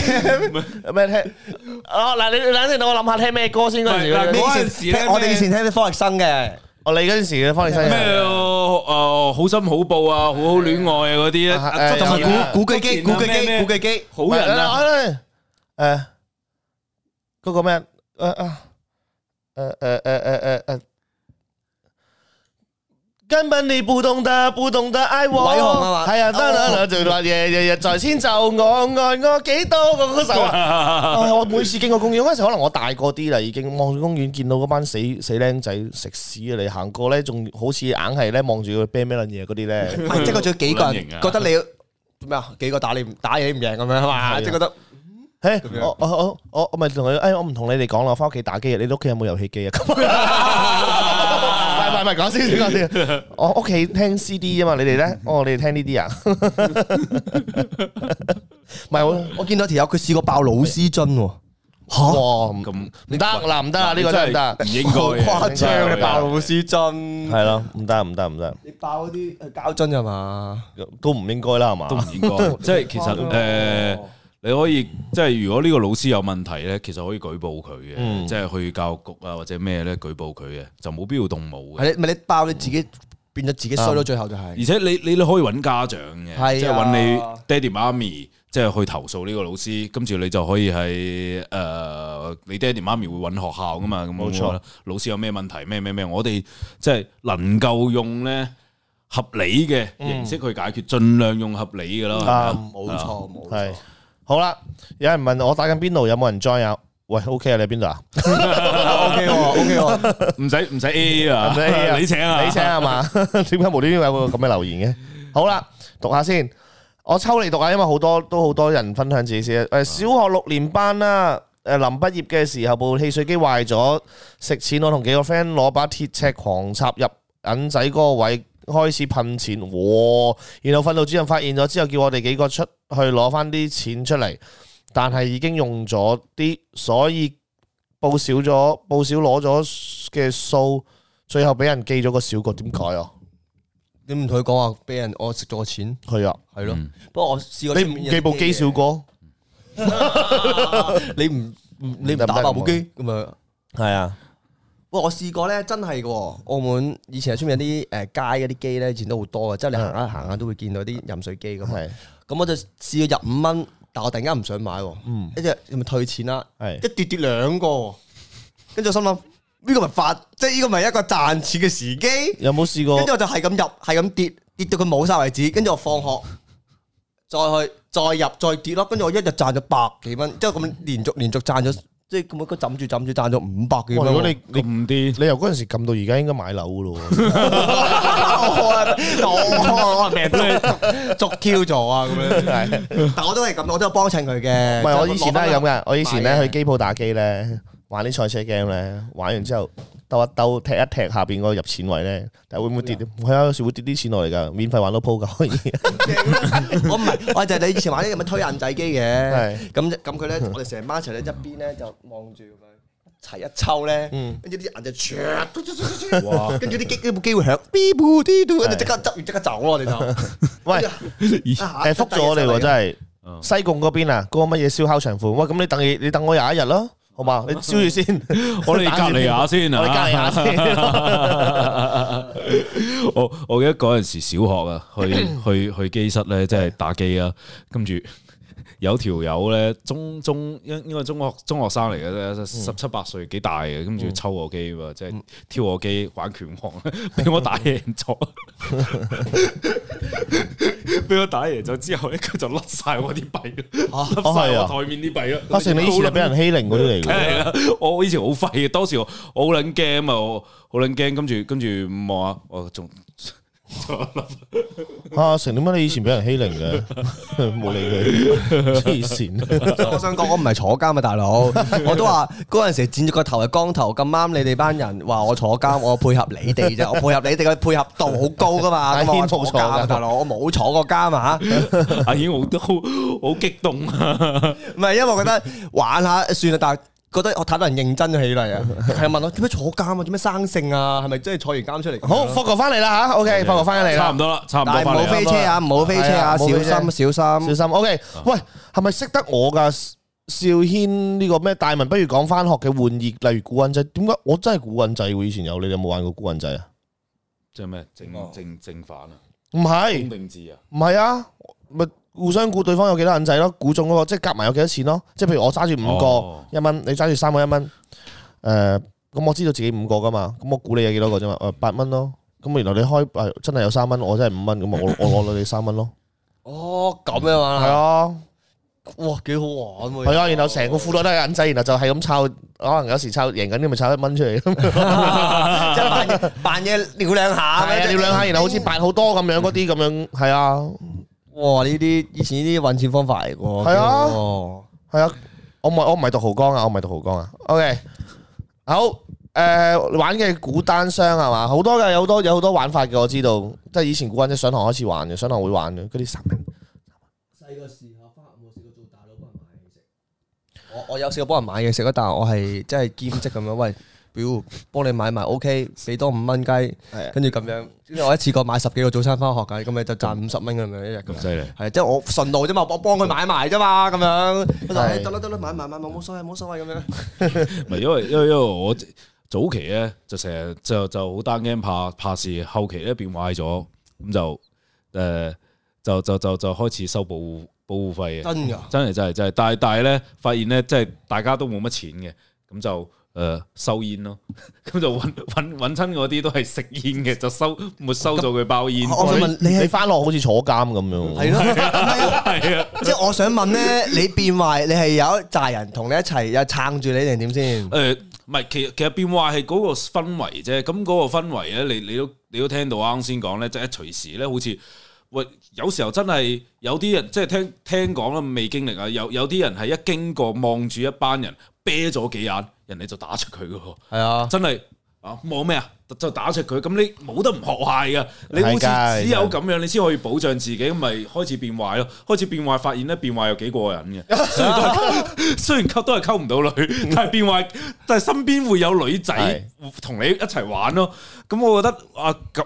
[SPEAKER 1] 有咩聽？哦，嗱，你你等陣，等我諗下聽咩歌先嗰陣時嗰
[SPEAKER 2] 嗱嗰
[SPEAKER 1] 陣。
[SPEAKER 2] 陣時咧
[SPEAKER 3] 我哋以前聽啲科學生嘅，
[SPEAKER 1] 我你嗰陣時嘅方力申
[SPEAKER 2] 咩
[SPEAKER 1] 係
[SPEAKER 2] 哦好心好報啊，好好戀愛啊嗰
[SPEAKER 1] 啊誒
[SPEAKER 2] 啲咧，
[SPEAKER 3] 同埋古古巨基、
[SPEAKER 2] 嗰件
[SPEAKER 3] 古
[SPEAKER 2] 啊
[SPEAKER 3] 巨
[SPEAKER 2] 咩
[SPEAKER 3] 基、
[SPEAKER 2] 咩
[SPEAKER 3] 古巨基。
[SPEAKER 1] 哎
[SPEAKER 2] 好人啊，
[SPEAKER 1] 啊！誒，嗰個咩？誒啊！誒誒誒誒誒誒。哎根本你不懂得，不懂得愛我。
[SPEAKER 3] 偉雄啊嘛
[SPEAKER 1] 係啊，得啦啦，就話日日日在遷就我，愛我幾多嗰首 啊！唉我每次經過公園嗰陣時，可能我大個啲啦，已經望住公園見到嗰班死死僆仔食屎啊！你行過咧，仲好似硬係咧望住佢啤咩撚嘢嗰啲咧。
[SPEAKER 3] 唔係即係佢仲有幾個
[SPEAKER 2] 好撚型啊
[SPEAKER 3] 人覺得你做咩啊？幾個打你唔打你唔贏咁樣係
[SPEAKER 1] 啊
[SPEAKER 3] 嘛？即係覺得
[SPEAKER 1] 嘿，我我我我我咪同佢，哎，我唔同你哋講啦，我翻屋企打機啊！你哋屋企有冇遊戲機啊？咁唔係唔係唔係，講先講先。我屋企聽 CD 啊嘛，你哋咧，哦，你哋聽呢啲 啊？唔係我
[SPEAKER 3] 我見到條友佢試過爆老師樽喎，嚇
[SPEAKER 1] 哇，唔
[SPEAKER 2] 咁
[SPEAKER 1] 唔得啦，唔得啦，呢個真係唔得，
[SPEAKER 2] 唔應該
[SPEAKER 3] 好誇張
[SPEAKER 1] 嘅
[SPEAKER 3] 你爆老師樽，
[SPEAKER 1] 係咯，唔得唔得唔得，
[SPEAKER 3] 你爆嗰啲誒膠樽係嘛？
[SPEAKER 1] 都唔應該啦，係嘛？
[SPEAKER 2] 都唔應該， 即係其
[SPEAKER 3] 哦
[SPEAKER 2] 實誒。你可以即係如果呢個老師有問題咧，其實可以舉報佢嘅，
[SPEAKER 3] 嗯
[SPEAKER 2] 即係去教育局啊或者咩咧舉報佢嘅，就冇必要動武嘅。
[SPEAKER 3] 係你啊咪你爆你自己變咗自己衰到最後就
[SPEAKER 2] 而
[SPEAKER 3] 係
[SPEAKER 2] 且你你你可以揾家長
[SPEAKER 3] 係啊
[SPEAKER 2] 嘅，即係揾你爹哋媽咪，即係去投訴呢個老師，跟住你就可以係誒、呃你爹哋媽咪會揾學校噶嘛，咁冇錯啦。老師有咩問題咩咩咩，我哋即係能夠用咧合理嘅形
[SPEAKER 3] 嗯
[SPEAKER 2] 式去解決，盡量用合理噶啦。
[SPEAKER 1] 啱
[SPEAKER 3] 啊冇錯冇錯
[SPEAKER 1] 啊係。好啦，有人問我打緊邊度，有冇人 join 啊？喂，OK 啊，你喺邊度啊？
[SPEAKER 3] ，OK 喎 OK 喎，
[SPEAKER 2] 唔使唔使 A 啊，
[SPEAKER 1] 唔 使 A 啊
[SPEAKER 2] 你請啊，
[SPEAKER 1] 你請係嘛？ 點解無端端有個咁嘅留言嘅？好啦，讀下先。我抽嚟讀啊下，因為好多都好多人分享自己先。
[SPEAKER 2] 啊
[SPEAKER 1] 誒，小學六年班啦，誒臨畢業嘅時候，部汽水機壞咗，食錢我同幾個 friend 攞把鐵尺狂插入銀仔嗰個位，開始噴錢。哇！然後訓導主任發現咗之後，叫我哋幾個出去攞翻啲錢出嚟，但係已經用咗啲，所以報少咗，報少攞咗嘅數。最後俾人記咗個小角，點解啊？
[SPEAKER 3] 你唔同佢講話俾人我食咗個錢
[SPEAKER 1] 係啊，
[SPEAKER 3] 係咯，不過我試過
[SPEAKER 1] 你
[SPEAKER 3] 出
[SPEAKER 1] 唔
[SPEAKER 3] 面有
[SPEAKER 1] 記
[SPEAKER 3] 啲
[SPEAKER 1] 部機小角，
[SPEAKER 3] 嘢， 你唔唔你唔打爆部機咁啊？
[SPEAKER 1] 係啊，
[SPEAKER 3] 哇！我試過咧，真係嘅喎。澳門以前喺出面有啲誒街嗰啲機咧，以前都好多嘅，即係你行下行下都會見到啲飲水機咁。啊
[SPEAKER 1] 係
[SPEAKER 3] 咁我就試過入五蚊，但我突然間唔想買喎。一隻咪退錢啦，
[SPEAKER 1] 嗯係
[SPEAKER 3] 一跌跌兩個喎，跟住我心諗呢個咪發，即係呢個咪一個賺錢嘅時機。
[SPEAKER 1] 有冇試過
[SPEAKER 3] 跟住我就係咁入，係咁跌，跌到佢冇晒為止。跟住我放學再去再入再跌咯。跟住我一日賺咗百幾蚊，之後咁連續連續賺咗，即係咁樣枕住枕住賺咗五百幾
[SPEAKER 1] 哇
[SPEAKER 3] 蚊喎。
[SPEAKER 1] 如果 你你
[SPEAKER 2] 咁啲。
[SPEAKER 1] 你由嗰陣時撳到而家，應該買樓噶咯喎。
[SPEAKER 3] 我我命 捉 Q 咗啊咁樣，但我都係咁，我都有幫襯佢嘅。
[SPEAKER 1] 唔係我以前都係咁
[SPEAKER 3] 嘅，
[SPEAKER 1] 嘅，我以前
[SPEAKER 3] 買
[SPEAKER 1] 咧
[SPEAKER 3] 嘅
[SPEAKER 1] 去機鋪打機咧，玩啲賽車 game 咧，玩完之後兜一兜踢一踢下邊嗰個入錢位咧，但會唔會跌？係啊，有時會跌啲錢落嚟㗎，免費玩到鋪㗎可以。
[SPEAKER 3] 我唔係，我就係你以前玩啲咁嘅推銀仔機嘅
[SPEAKER 1] 係，
[SPEAKER 3] 咁咁佢咧，我哋成班一齊咧，一邊咧就望住咁樣，一齊一抽咧，
[SPEAKER 1] 嗯
[SPEAKER 3] 跟住啲銀就唰，跟住啲機部機會響，嗶嗶啲嘟，跟住即刻執完 即刻走咯，我哋就
[SPEAKER 1] 喂，
[SPEAKER 3] 啊
[SPEAKER 1] 誒覆咗我哋喎，真係
[SPEAKER 2] 嗯
[SPEAKER 1] 西貢嗰邊啊，嗰個乜嘢燒烤場款。喂，咁你等你你等我廿一日咯，好嘛？你燒住先，
[SPEAKER 2] 我哋隔離下先啊！
[SPEAKER 1] 我哋隔離下先。
[SPEAKER 2] 我 我記得嗰陣時小學啊，去去去機室咧，即係打機啊，跟住 有條友咧，中中應應該中學中學生嚟嘅
[SPEAKER 1] 嗯
[SPEAKER 2] 啫，十七八歲幾大嘅，跟住抽我機喎，即係挑我機玩拳王，啊 俾我打贏咗， 俾我打贏咗之後咧，佢就甩晒我啲幣，甩晒
[SPEAKER 1] 哦係啊
[SPEAKER 2] 我台面啲幣啦。
[SPEAKER 1] 阿成，你以前係俾人欺凌嗰啲嚟嘅。
[SPEAKER 2] 係啊，我以前好廢嘅，當時我好撚驚啊，我好撚驚，跟住跟住望下，我仲
[SPEAKER 1] 啊阿成，點解你以前俾人欺凌嘅？冇理佢，黐 線。
[SPEAKER 3] 我想講，我唔係坐監啊，大佬， 我都話嗰陣時剪咗個頭係光頭，咁啱你哋班人話我坐監，我配合你哋啫，我配合你哋嘅配合度好高 噶嘛，咁我坐監啊，大佬，我冇坐過監啊，
[SPEAKER 2] 阿英我都好好激動啊！
[SPEAKER 3] 唔係因為我覺得玩下算啦，但係。覺得我睇到人認真起嚟啊！ 係問我點解坐監啊？點解生性啊？係咪真係坐完監出嚟？
[SPEAKER 1] 好，霍哥翻嚟啦吓，OK，霍哥翻嚟
[SPEAKER 2] 差唔
[SPEAKER 1] 啦，
[SPEAKER 2] 多啦，差唔多
[SPEAKER 3] 但係
[SPEAKER 2] 翻
[SPEAKER 3] 唔好
[SPEAKER 2] 嚟啦
[SPEAKER 3] 飛車啊！唔好飛車啊！
[SPEAKER 1] 係啊
[SPEAKER 3] 小
[SPEAKER 1] 唔好飛車
[SPEAKER 3] 心小
[SPEAKER 1] 小
[SPEAKER 3] 心！
[SPEAKER 1] 心。OK，喂，係咪識得我噶？邵軒呢個咩大文，不如講翻學嘅玩意，例如古韻仔。點解我真係古韻仔喎？以前有，你哋有冇玩過古韻仔啊？
[SPEAKER 2] 即係咩
[SPEAKER 3] 哦
[SPEAKER 2] 正正正反啊，
[SPEAKER 1] 唔係
[SPEAKER 2] 公。定字啊，
[SPEAKER 1] 唔係啊，咪互相估對方有幾多銀仔咯，估中嗰、個即係夾埋有幾多錢咯。即係譬如我揸住五
[SPEAKER 2] 哦
[SPEAKER 1] 個一蚊，你揸住三個一蚊，誒、咁我知道自己五個噶嘛，咁我估你有幾多個啫嘛，誒、八蚊咯。咁原來你開誒真係有三蚊，我真係五蚊，咁我 我我攞你三蚊咯。
[SPEAKER 3] 哦，咁樣
[SPEAKER 1] 係
[SPEAKER 3] 啊！
[SPEAKER 1] 啊，
[SPEAKER 3] 哇，幾好玩喎！
[SPEAKER 1] 係啊，然後成個褲袋都係銀仔，然後就係咁抄，可能有時抄贏緊啲咪抄一蚊出嚟。
[SPEAKER 3] 即係扮嘢 扮嘢撩兩下咁樣，
[SPEAKER 1] 係啊，你兩下，然後好似扮好多咁樣嗰啲咁樣，係啊，
[SPEAKER 3] 哇！呢啲以前呢啲揾錢方法嚟嘅喎，
[SPEAKER 1] 係啊
[SPEAKER 3] 幾好喎
[SPEAKER 1] 係啊，我唔係我唔係讀豪江啊，我唔係讀豪江啊。OK，好，誒、玩嘅古單箱係嘛，好多嘅，有好多有好多玩法嘅，我知道，即係以前古玩即係上堂開始玩嘅，上堂會玩嘅嗰啲三文
[SPEAKER 3] 細個時候翻學冇試過做大佬幫人買嘢食。我我有試過幫人買嘢食啊，但係我係真係兼職咁樣，喂，表幫你買埋 OK，俾多五蚊雞
[SPEAKER 1] 係啊，
[SPEAKER 3] 跟住咁樣，跟住我一次過買十幾個早餐翻學㗎，咁咪就賺五十蚊咁樣一日咁
[SPEAKER 2] 咁
[SPEAKER 3] 樣。
[SPEAKER 2] 犀利。
[SPEAKER 3] 係，即係我順路啫嘛，我幫佢買埋啫嘛，咁樣。佢就
[SPEAKER 1] 係
[SPEAKER 3] 唉得啦得啦，買埋買埋，冇所謂冇所謂咁樣。
[SPEAKER 2] 唔係因為因為因為我早期咧就成日就就好擔驚怕怕事，後期咧變壞咗，咁就誒、呃就就就就開始收保護保護費啊嘅，
[SPEAKER 3] 真㗎，
[SPEAKER 2] 真係真係真係，但係但係咧發現咧即係大家都冇乜錢嘅，咁就誒、呃收煙咯， 咁就揾揾揾親嗰啲都係食煙嘅，就收沒收咗佢包煙，
[SPEAKER 3] 我想問你
[SPEAKER 1] 你
[SPEAKER 3] 係
[SPEAKER 1] 翻落好似坐監咁樣，
[SPEAKER 3] 係咯，係啊。
[SPEAKER 2] 係啊。
[SPEAKER 3] 即係我想問咧，你變壞，你係有一扎人同你一齊又撐住你定點先？
[SPEAKER 2] 誒，呃唔係，其實其實變壞係嗰個氛圍啫。咁嗰個氛圍咧，你你都你都聽到啱先講咧，即係隨時咧，好似喂，有時候真係有啲人即係聽聽講啦，未經歷啊，有有啲人係一經過望住一班人啤咗幾眼，人哋就打出佢噶喎，
[SPEAKER 3] 係啊，
[SPEAKER 2] 真係啊望咩啊，就打出佢。咁你冇得唔學壞噶，你好
[SPEAKER 1] 係㗎
[SPEAKER 2] 似只有咁樣，你先可以保障自己，咁咪開始變壞咯。開始變壞，發現咧變壞有幾過癮嘅。雖然溝 都係溝唔到女，但係變壞，但係身邊會有女仔同你一齊玩咯。咁我覺得啊，咁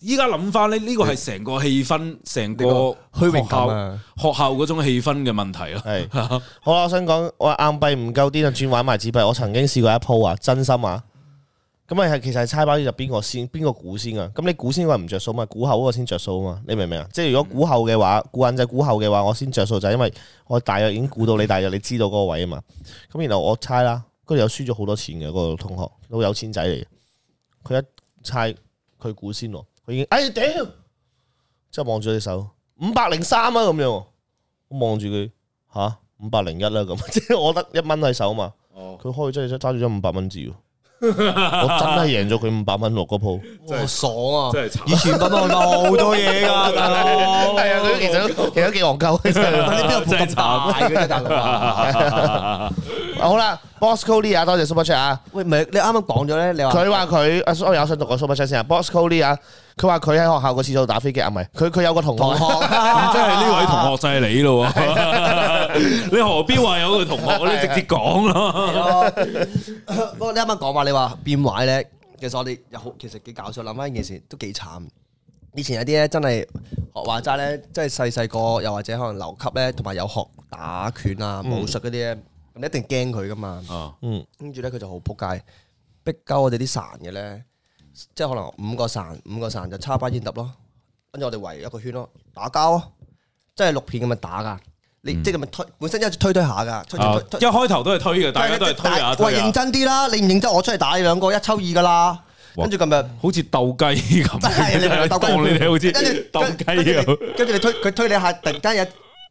[SPEAKER 2] 依家諗翻咧，呢個係成個氣氛，成個
[SPEAKER 3] 虛榮
[SPEAKER 2] 學
[SPEAKER 3] 感
[SPEAKER 2] 校
[SPEAKER 3] 啊
[SPEAKER 2] 學校嗰種氣氛嘅問題咯。
[SPEAKER 1] 係。好啦，我想講，我硬幣唔夠啲就轉玩埋紙幣。我曾經試過一鋪啊，真心啊。咁咪係其實係猜包呢就邊個先，邊個估先啊？咁你估先嗰個唔着數嘛，估後嗰個先着數啊嘛，你明唔明啊？即係如果估後嘅話，估銀仔估後嘅話，我先着數就係因為我大約已經估到你，大約你知道嗰個位啊嘛。咁然後我猜啦，跟住又輸咗好多錢嘅嗰、個同學，老有錢仔嚟嘅，佢一猜佢估先喎，佢已經哎屌，即係望住隻手五百零三啊咁樣喎，我望住佢吓五百零一啦咁， 即係我得一蚊喺手嘛。
[SPEAKER 2] 哦，
[SPEAKER 1] 佢開真係揸住咗五百蚊紙喎，我真係贏咗佢五百蚊落嗰鋪。
[SPEAKER 3] 哇爽啊！
[SPEAKER 2] 真係慘
[SPEAKER 3] 以前咁我好多嘢㗎，大佬。
[SPEAKER 1] 係啊，佢其實都其實都幾戇鳩
[SPEAKER 3] 但係你邊度
[SPEAKER 2] 真係
[SPEAKER 3] 咁大嘅啫，大佬啊！
[SPEAKER 1] 好啦，Bosco Lee 啊，多謝 Super Chat 啊，
[SPEAKER 3] 喂，唔係你啱啱講咗咧，你話
[SPEAKER 1] 佢話佢啊，sorry，我想讀個 Super Chat 先啊，Bosco Lee 啊，佢話佢喺學校個廁所打飛機啊，唔係，佢佢有個同
[SPEAKER 3] 同
[SPEAKER 1] 學
[SPEAKER 3] 學，
[SPEAKER 2] 咁啊即係呢位同學就係你咯喎， 你何必話有個同學？你直接講咯。
[SPEAKER 3] 不過你啱啱講話，你話變壞咧，其實我哋又好，其實幾搞笑。諗翻件事都幾慘。以前有啲咧真係學話齋咧，即係細細個，又或者可能留級咧，同埋有學打拳啊、武術嗰啲咧，咁你一定驚佢噶嘛。
[SPEAKER 2] 啊，
[SPEAKER 3] 跟住咧佢就好撲街，逼鳩我哋啲孱嘅咧，即係可能五個孱，五個孱就叉把煙揼咯，跟住我哋圍一個圈咯，打交咯，即係六片咁樣打噶。你即係咁咪推，本身一直推推下噶，
[SPEAKER 2] 嗯
[SPEAKER 3] 推
[SPEAKER 2] 啊
[SPEAKER 3] 推推
[SPEAKER 2] 一開頭都係推嘅，大家都係推下推啊
[SPEAKER 3] 喂，認
[SPEAKER 2] 下，
[SPEAKER 3] 真啲啦！你唔認真，我出嚟打你兩個一抽二噶啦。
[SPEAKER 2] 哇
[SPEAKER 3] 跟住今日
[SPEAKER 2] 好似鬥雞咁，
[SPEAKER 3] 真係你 明唔明鬥雞
[SPEAKER 2] 當你哋好似
[SPEAKER 3] 跟住
[SPEAKER 2] 鬥雞
[SPEAKER 3] 跟
[SPEAKER 2] 咁。
[SPEAKER 3] 住跟住你推佢推你一下，突然間有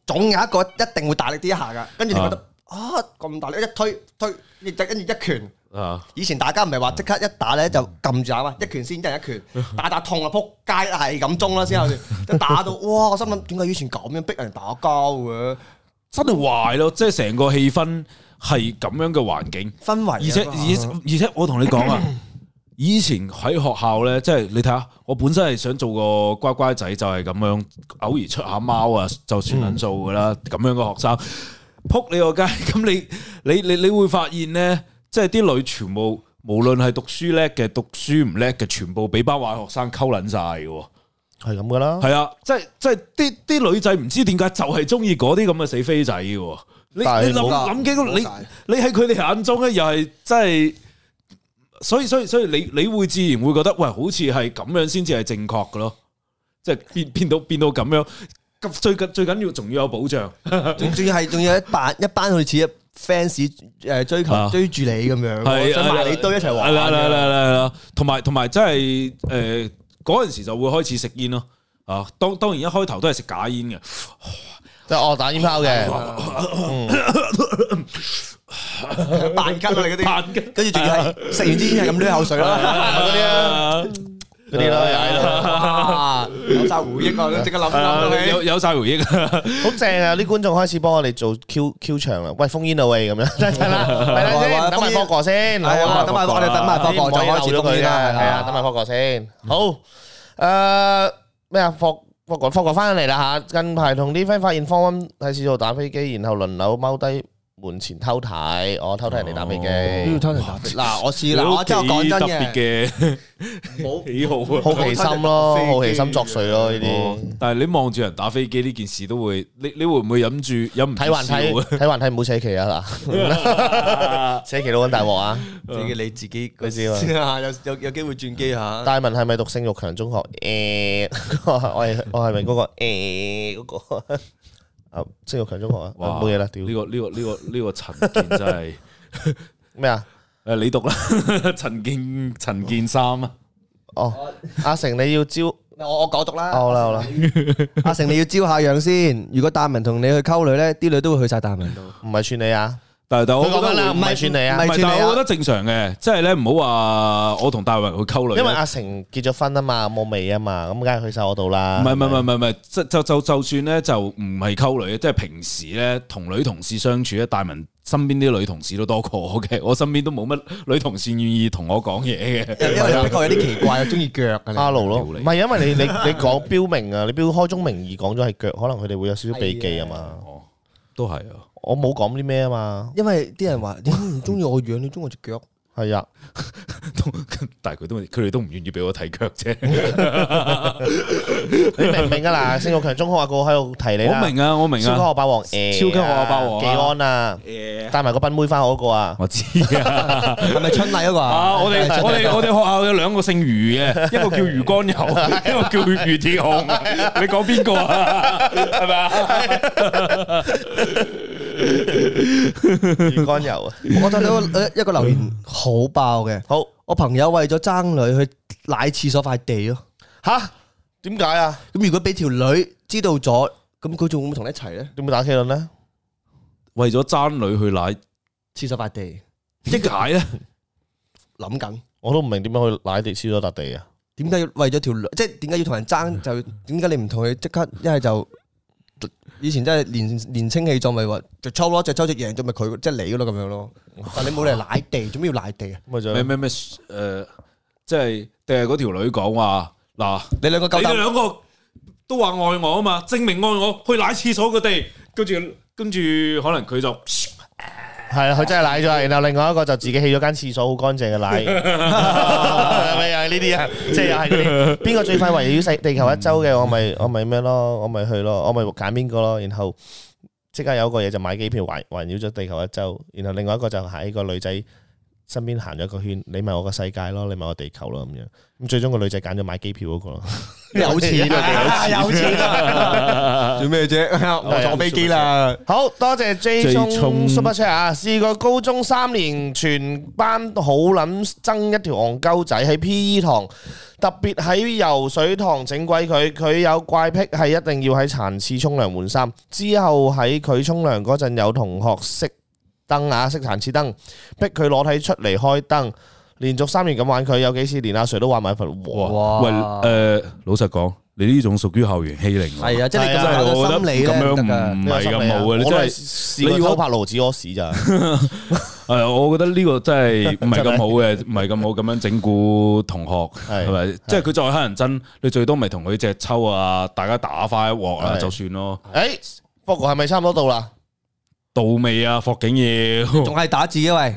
[SPEAKER 3] 總有一個一定會大力啲一下噶。跟住你覺得啊咁大力，一推推，亦就跟住一拳。
[SPEAKER 2] 啊！
[SPEAKER 3] 以前大家唔係話即刻一打咧就撳住打嘛，一拳先，一人一 拳，打打痛啊，撲街係咁中啦，先後一打到哇！我心諗點解以前咁樣逼人打交嘅
[SPEAKER 2] 真係壞咯，即係成個氣氛係咁樣嘅環境，
[SPEAKER 3] 氛圍啊？
[SPEAKER 2] 而且
[SPEAKER 3] 嗰
[SPEAKER 2] 而
[SPEAKER 3] 個
[SPEAKER 2] 且而且我同你講啊，以前喺學校呢，即係你睇下，我本身係想做個乖乖仔，就係咁樣，偶爾出下貓啊，就算撚做噶啦，咁樣嘅學生，撲你個街，咁你你你你會發現呢，即係啲女全部無論係讀書叻嘅、讀書唔叻嘅，全部俾班壞學生溝撚晒嘅喎。
[SPEAKER 1] 系咁噶啦。
[SPEAKER 2] 系啊，即系即系啲啲女仔唔知點解就係中意嗰啲咁嘅死飛仔嘅喎。你
[SPEAKER 1] 但係
[SPEAKER 2] 你
[SPEAKER 1] 冇
[SPEAKER 2] 諗諗幾個
[SPEAKER 3] 冇曬
[SPEAKER 2] 你你喺佢哋眼中咧，又係真係，所以所以所以你你會自然會覺得喂，好似係咁樣先至係正確嘅咯，即係變變到變到咁樣。咁最緊最緊要仲要有保障，
[SPEAKER 3] 仲仲要係仲有一班一班好似 fans 誒追
[SPEAKER 2] 啊
[SPEAKER 3] 求追住你咁樣，想埋你堆一齊
[SPEAKER 2] 係
[SPEAKER 3] 玩
[SPEAKER 2] 啦係啦係
[SPEAKER 3] 嘅。
[SPEAKER 2] 啦係啦，同埋同埋真係誒嗰陣時就會開始食煙咯。啊，當當然一開頭都係食假煙嘅。
[SPEAKER 1] 即系我打烟炮 嘅，
[SPEAKER 3] 扮咳啊！你嗰
[SPEAKER 2] 扮
[SPEAKER 3] 啲
[SPEAKER 2] 咳，
[SPEAKER 3] 跟住仲要係食完支煙係咁濺口水啦，
[SPEAKER 1] 嗰啲啊，嗰啲啊啦，又喺度。
[SPEAKER 3] 哇有晒回憶啊！即刻諗諗到
[SPEAKER 2] 啊有
[SPEAKER 3] 你，
[SPEAKER 2] 有晒回憶啊！
[SPEAKER 1] 好正啊！啲觀眾開始幫我哋做 Q Q 場啦，喂，封煙啦啊喂，咁 樣等陣啦，咪等先，等埋霍哥先，
[SPEAKER 3] 係啊，等埋
[SPEAKER 1] 霍
[SPEAKER 3] 我哋等埋
[SPEAKER 1] 哥
[SPEAKER 3] 放過就開始
[SPEAKER 1] 咗
[SPEAKER 3] 封
[SPEAKER 1] 佢
[SPEAKER 3] 煙啦，
[SPEAKER 1] 係啊，等埋霍哥先。好，誒咩啊？霍霍哥霍哥翻嚟啦嚇，近排同啲 friend 發現方温喺市度打飛機，然後輪流踎低門前偷睇，我偷睇人哋打飛
[SPEAKER 2] Ờ. Ừ,
[SPEAKER 1] 機。
[SPEAKER 3] 偷嗱，我試啦，我真係講真嘅，
[SPEAKER 2] 嘅
[SPEAKER 3] 冇
[SPEAKER 2] 喜好啊！
[SPEAKER 1] 好奇心咯，好奇心作祟咯，呢
[SPEAKER 2] 哦
[SPEAKER 1] 啲
[SPEAKER 2] 但係你望住人打飛機呢件事都會，你你會唔會忍住忍唔住
[SPEAKER 1] 睇還
[SPEAKER 2] 笑
[SPEAKER 1] 睇
[SPEAKER 2] 啊？
[SPEAKER 1] 睇還睇，唔好扯旗啊嗱，扯旗都揾大鑊啊！
[SPEAKER 3] 嗯你你自己
[SPEAKER 1] 你知嘛
[SPEAKER 3] 啊，有有有機會轉機嚇。
[SPEAKER 1] 大文係咪讀性欲強中學？诶、我係我係咪嗰個诶嗰、個啊？性欲強中學啊，
[SPEAKER 2] 哇
[SPEAKER 1] 冇嘢啦，屌
[SPEAKER 2] 呢個呢個呢個呢個陳健真係
[SPEAKER 1] 咩啊？
[SPEAKER 2] 誒，你讀啦， 陳健陳健三啊，
[SPEAKER 1] 哦，阿成你要招，
[SPEAKER 3] 我我講讀啦。
[SPEAKER 1] 好啦好啦，
[SPEAKER 3] 阿成你要招下樣先。如果大文同你去溝女咧，啲女都會去晒大文度。
[SPEAKER 1] 唔係串你啊，
[SPEAKER 2] 但係但係我覺
[SPEAKER 1] 佢講
[SPEAKER 2] 得
[SPEAKER 1] 緊啦，
[SPEAKER 2] 會
[SPEAKER 1] 唔係串你
[SPEAKER 2] 唔
[SPEAKER 1] 啊
[SPEAKER 3] 唔，係
[SPEAKER 2] 係，
[SPEAKER 3] 串你啊
[SPEAKER 2] 但係我覺得正常嘅，即係咧唔好話我同大衛去溝女，
[SPEAKER 1] 因為阿成結咗婚啊嘛，冇尾啊嘛，咁梗係去晒我度啦。
[SPEAKER 2] 唔啊係唔係唔係唔係，即就就就算咧就唔係溝女，即係平時咧同女同事相處咧，大文身邊啲女同事都多過我嘅， 我身邊都冇乜女同事願意同我講嘢嘅。
[SPEAKER 3] 因為的確有啲奇怪，中意腳嘅。
[SPEAKER 1] 阿盧咯，
[SPEAKER 2] 屌
[SPEAKER 1] 唔
[SPEAKER 2] 你
[SPEAKER 1] 係因為你你你講標明啊，你標開宗明義講咗係腳，可能佢哋會有少少避忌啊嘛。
[SPEAKER 2] 哦，都係啊，
[SPEAKER 1] 我冇講啲咩啊嘛，
[SPEAKER 3] 因為啲人話 點解唔中意我樣，你中意我隻腳？
[SPEAKER 1] 係啊，
[SPEAKER 2] 都 但係佢都佢哋都唔願意俾我睇腳啫。
[SPEAKER 1] 你明唔明啊嗱？性欲強中學啊，個個喺度提你啦。
[SPEAKER 2] 我明啊，我明
[SPEAKER 1] 超級
[SPEAKER 2] 啊，
[SPEAKER 1] 學霸王，誒
[SPEAKER 2] 超級學霸王啊
[SPEAKER 1] 技安啊，帶埋個賓妹翻學嗰個啊，
[SPEAKER 2] 我知啊。
[SPEAKER 3] 係咪春麗嗰個
[SPEAKER 2] 啊！我哋我哋我哋學校有兩個姓余嘅， 一個叫余光友， 一個叫余鐵 雄。你講邊個啊？係咪啊？
[SPEAKER 1] 魚肝油啊，
[SPEAKER 3] 我睇到一個留言好爆嘅，
[SPEAKER 1] 好
[SPEAKER 3] 我朋友為咗爭女去奶廁所塊地咯。
[SPEAKER 1] 吓？點解啊？
[SPEAKER 3] 咁如果俾條女知道咗，咁佢仲會唔會同你一齊咧？
[SPEAKER 1] 點會打 K 輪咧？
[SPEAKER 2] 為咗爭女去奶，
[SPEAKER 3] 廁所塊地
[SPEAKER 2] 點解咧？
[SPEAKER 3] 諗緊。
[SPEAKER 1] 我都唔明點樣去奶地黐咗笪地啊！
[SPEAKER 3] 點解要為咗條女？即係點解要同人爭？就點解你唔同佢即刻一係就以前真係年年青氣壯，咪話就抽咯，就抽只贏咗咪佢即係你咯咁樣咯。但你冇嚟奶 地，做咩要奶地啊？
[SPEAKER 1] 咪就
[SPEAKER 2] 咩咩咩诶，即係定係嗰條女講話嗱，
[SPEAKER 3] 你兩個
[SPEAKER 2] 你
[SPEAKER 3] 夠
[SPEAKER 2] 哋
[SPEAKER 3] 膽
[SPEAKER 2] 兩個都話愛我啊嘛，證明愛我，去奶廁所佢哋，跟住跟住可能佢就
[SPEAKER 1] 係啊！佢真係奶咗啊，然後另外一個就自己起咗間廁所，好乾淨嘅奶，咪又係呢啲啊！即係又係嗰啲邊個最快圍繞世地球一周嘅，我咪我咪咩咯，我咪去咯，我咪揀邊個咯，然後。即刻有一個嘢就買機票環環繞咗地球一周，然後另外一個就喺個女仔身邊行咗一個圈，你咪我個世界咯，你咪我地球咯咁樣。咁最終個女仔揀咗買機票嗰個咯，
[SPEAKER 3] 有 錢啊，有錢啊，做咩 啫？我坐飛機啦，
[SPEAKER 1] 好多謝 J
[SPEAKER 2] 聰
[SPEAKER 1] 中 Super Chat 啊！試過高中三年，全班好撚憎一條戇鳩仔喺 P.E. 堂，特別喺游水堂整鬼佢。佢有怪癖係一定要喺殘次沖涼換衫。之後喺佢沖涼嗰陣，有同學熄燈啊，熄殘次燈，逼佢裸體出嚟開燈。連續三年咁玩佢，有幾次連阿 Sir 都玩埋份
[SPEAKER 2] 哇
[SPEAKER 1] 鑊。
[SPEAKER 3] 哇
[SPEAKER 2] 喂，诶，老實講，你呢種屬於校園欺凌啊。
[SPEAKER 3] 係啊，即係你咁樣
[SPEAKER 2] 真係我覺
[SPEAKER 3] 嘅
[SPEAKER 2] 得
[SPEAKER 3] 心理咧
[SPEAKER 2] 咁樣
[SPEAKER 3] 唔得
[SPEAKER 2] 唔
[SPEAKER 3] 㗎。
[SPEAKER 2] 係咁好嘅，你
[SPEAKER 1] 啊我
[SPEAKER 2] 真
[SPEAKER 1] 都係
[SPEAKER 2] 係
[SPEAKER 1] 試過
[SPEAKER 2] 你如果
[SPEAKER 1] 偷拍路子屙屎咋。
[SPEAKER 2] 诶，呃我覺得呢個真係唔係咁好 嘅，唔係咁好咁樣整蠱同學
[SPEAKER 1] 係
[SPEAKER 2] 係咪？即係佢再黑人憎，你最多咪同佢隻抽啊，大家打翻一鑊啊，
[SPEAKER 1] 係
[SPEAKER 2] 就算咯。
[SPEAKER 1] 诶，不哎過係咪差唔多到啦？
[SPEAKER 2] 到尾啊，霍景耀
[SPEAKER 3] 仲係打字嘅喂，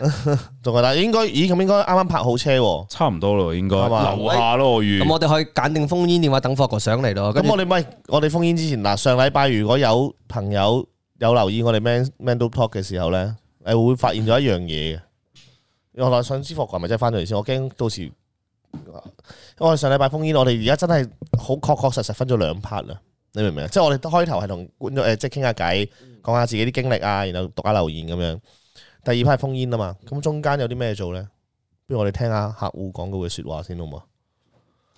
[SPEAKER 1] 仲係啦，應該咦咁應該啱啱拍好車喎。
[SPEAKER 2] 差唔多咯，應該
[SPEAKER 1] 係嘛
[SPEAKER 2] 留下咯，我預
[SPEAKER 3] 咁我哋可以揀定封煙電話等霍哥上嚟咯。
[SPEAKER 1] 咁
[SPEAKER 3] 咁我
[SPEAKER 1] 我哋咪我哋封煙之前嗱，上禮拜如果有朋友有留意我哋 man man do talk 嘅時候咧，诶會發現咗一樣嘢嘅。我話想知霍哥係咪真係翻咗嚟先，我驚到時啊我哋上禮拜封煙，我哋而家真係好確確實實分咗兩 part 啦。你明唔明啊？即係我哋開頭係同觀眾誒，呃即係傾下偈，講下自己啲經歷啊，然後讀下留言咁樣。第二 part 係封煙啊嘛，咁中間有啲咩做咧？不如我哋聽下客户講嗰句説話先好唔好？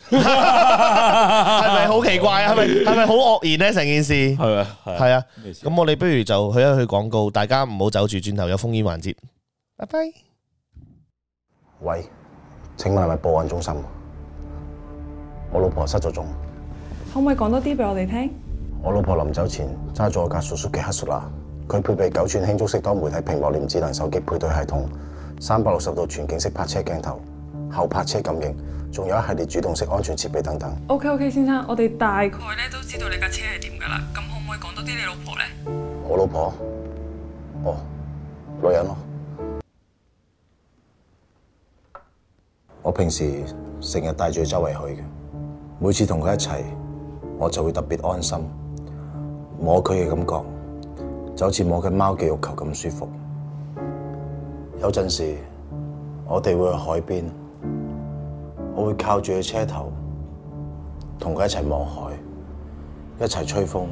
[SPEAKER 1] 係咪好奇怪啊？係咪係咪好愕然咧？成件事
[SPEAKER 2] 係咪？係
[SPEAKER 1] 係啊，
[SPEAKER 2] 咩事
[SPEAKER 1] 咁我哋不如就去一去廣告，大家唔好走住，轉頭有封煙環節。拜拜。
[SPEAKER 4] 喂，請問係咪報案中心？我老婆失咗蹤，
[SPEAKER 5] 可唔可以講多啲俾我哋聽？
[SPEAKER 4] 我老婆臨走前揸咗我架 Suzuki h a s u r a 佢配備九寸輕觸式多媒體屏幕連智能手機配對系統、三百六十度全景式泊車鏡頭、後泊車感應，仲有一系列主動式安全設備等等。
[SPEAKER 5] OK OK，先生，我哋大概咧都知道你架車係點㗎啦。咁可唔可以講多啲你老婆咧？
[SPEAKER 4] 我老婆，哦，女人咯。我平時成日帶住佢周圍去嘅，每次同佢一齊，我就會特別安心，摸佢嘅感覺就好似摸緊貓嘅肉球咁舒服。有陣時，我哋會去海邊，我會靠住佢車頭，同佢一齊望海，一齊吹風。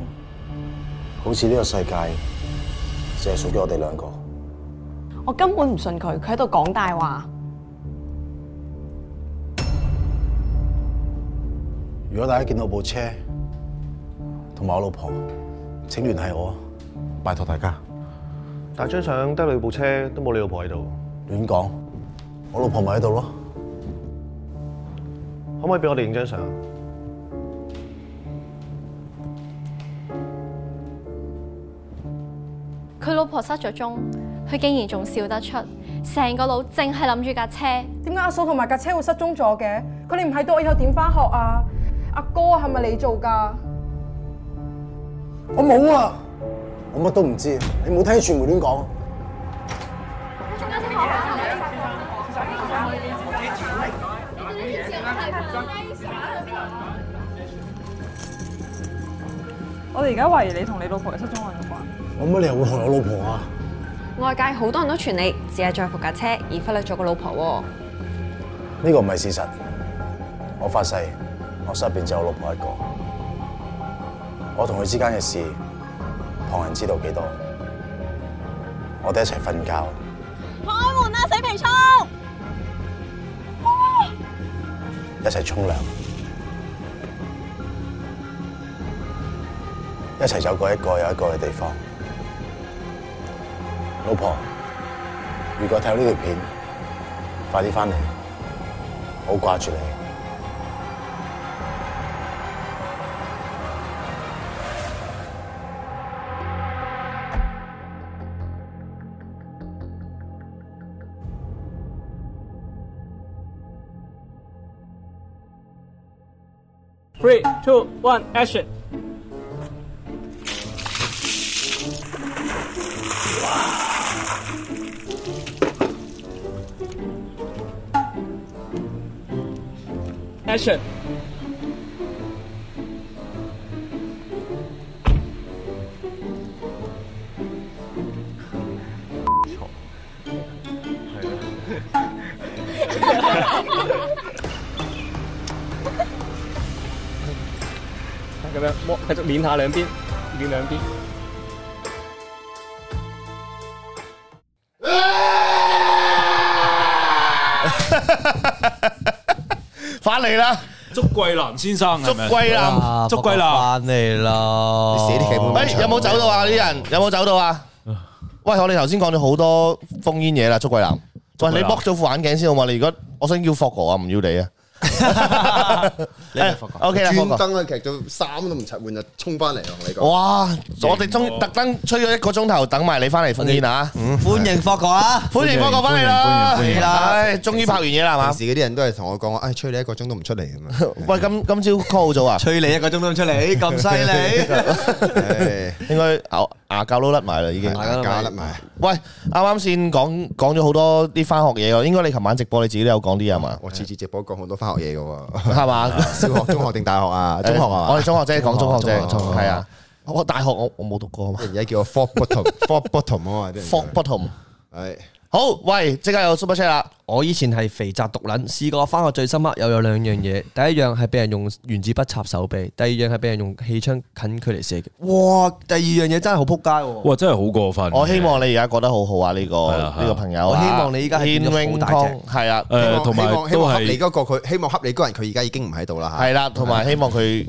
[SPEAKER 4] 好似呢個世界只係屬於我哋兩個。
[SPEAKER 6] 我根本唔信佢，佢喺度講大話。
[SPEAKER 4] 如果大家見到部車同埋我老婆，請聯繫我，拜託大家。
[SPEAKER 7] 但係張相得你部車都冇你老婆喺度，
[SPEAKER 4] 亂講，我老婆咪喺度咯。
[SPEAKER 7] 可唔可以俾我哋影張相？
[SPEAKER 8] 佢老婆失咗蹤，佢竟然仲笑得出，成個腦淨係諗住架車。
[SPEAKER 9] 點解阿嫂同埋架車會失蹤咗嘅？佢哋唔喺度，我以後點翻學啊？阿哥係咪你做㗎？
[SPEAKER 4] 我冇啊，我乜都唔知，你冇聽傳媒亂講。
[SPEAKER 5] 我哋而家懷疑你同你老婆嘅失蹤案有關。
[SPEAKER 4] 我乜理由會害我老婆啊？
[SPEAKER 6] 外界好多人都傳你只係在乎架車，而忽略咗個老婆
[SPEAKER 4] 呢個唔係事實。我發誓，我身邊只有我老婆一個。我同佢之間嘅事，旁人知道幾多？我哋一齊瞓覺，
[SPEAKER 6] 喎。開門啦，啊死皮粗！
[SPEAKER 4] 一齊沖涼，一齊走過一個又一個嘅地方。老婆，如果睇到呢條片，快啲翻嚟，我好掛住你。
[SPEAKER 10] Three, two, one, action！action！咁樣摸，繼續捻下兩邊，捻兩邊。
[SPEAKER 1] 翻嚟啦，
[SPEAKER 2] 祝桂林先生
[SPEAKER 1] 祝
[SPEAKER 2] 係咪
[SPEAKER 1] 桂林。
[SPEAKER 3] 啊，
[SPEAKER 2] 祝啊桂林
[SPEAKER 3] 翻嚟啦！你寫啲劇本
[SPEAKER 1] 喂，有冇走到啊？呢啲人有冇走到啊？喂，我哋頭先講咗好多封煙嘢啦，祝桂林。喂，
[SPEAKER 2] 桂
[SPEAKER 1] 你
[SPEAKER 2] 林
[SPEAKER 1] 剝咗副眼鏡先好嘛？你如果我想要 Fogo 啊，唔要 你啊。
[SPEAKER 3] 咪
[SPEAKER 1] O K 啦
[SPEAKER 11] 專
[SPEAKER 1] Fogo。
[SPEAKER 11] 登啊，劇咗衫都唔擦，換就衝翻嚟，我同你講。
[SPEAKER 1] 哇！我哋中特登吹咗一個鐘頭，等埋你翻嚟封煙啊！
[SPEAKER 3] 歡迎霍哥啊！
[SPEAKER 1] 歡迎 Fogo 翻嚟啦！
[SPEAKER 3] 歡迎歡迎歡迎
[SPEAKER 1] 唉，終於拍完嘢啦，係
[SPEAKER 11] 平
[SPEAKER 1] 嘛？
[SPEAKER 11] 時嗰啲人都係同我 講話，唉，吹你一個鐘都唔出嚟咁啊！
[SPEAKER 1] 喂，今今朝 call 咗啊？
[SPEAKER 3] 吹你一個鐘都唔出嚟，咁犀利！哎
[SPEAKER 11] 唉
[SPEAKER 1] 應該牙牙教都甩埋啦，已經。
[SPEAKER 11] 大家甩埋，
[SPEAKER 1] 喂，啱啱先講講咗好多啲翻學嘢喎，應該你琴晚直播你自己都有講啲嘢係嘛？
[SPEAKER 11] 我次次直播講好多翻學嘢嘅喎，
[SPEAKER 1] 係嘛？
[SPEAKER 11] 小 學、中學定大學啊？
[SPEAKER 3] 哎
[SPEAKER 11] 中學啊？
[SPEAKER 1] 我哋中學啫，講中學啫，
[SPEAKER 11] 中學中學
[SPEAKER 1] 係啊。我大學我我冇讀過啊嘛
[SPEAKER 11] 啲人而家叫我 four bottom four bottom 啊嘛，啲人
[SPEAKER 1] ，Fort Bottom。
[SPEAKER 11] 係
[SPEAKER 1] 好，喂，即刻有 Super Chat 啦，
[SPEAKER 3] 我以前係肥宅毒撚，試過翻學最深刻又有兩樣嘢，第一樣係俾人用原子筆插手臂，第二樣係俾人用氣槍近距離射擊。哇！第二樣嘢真係好撲街喎！
[SPEAKER 2] 哇，真係好過分。
[SPEAKER 1] 我希望你而家過得好好啊，呢個
[SPEAKER 2] 啊
[SPEAKER 1] 呢個朋友啊。
[SPEAKER 3] 我希望你依家係變咗好大隻
[SPEAKER 1] 天永康係啊，
[SPEAKER 2] 誒，同埋
[SPEAKER 11] 希望希
[SPEAKER 2] 都
[SPEAKER 11] 望恰你
[SPEAKER 2] 係
[SPEAKER 11] 嗰個佢，希望恰你嗰個人，佢而家已經唔喺度啦
[SPEAKER 3] 啊
[SPEAKER 11] 嚇。
[SPEAKER 1] 係啦，同埋希望佢誒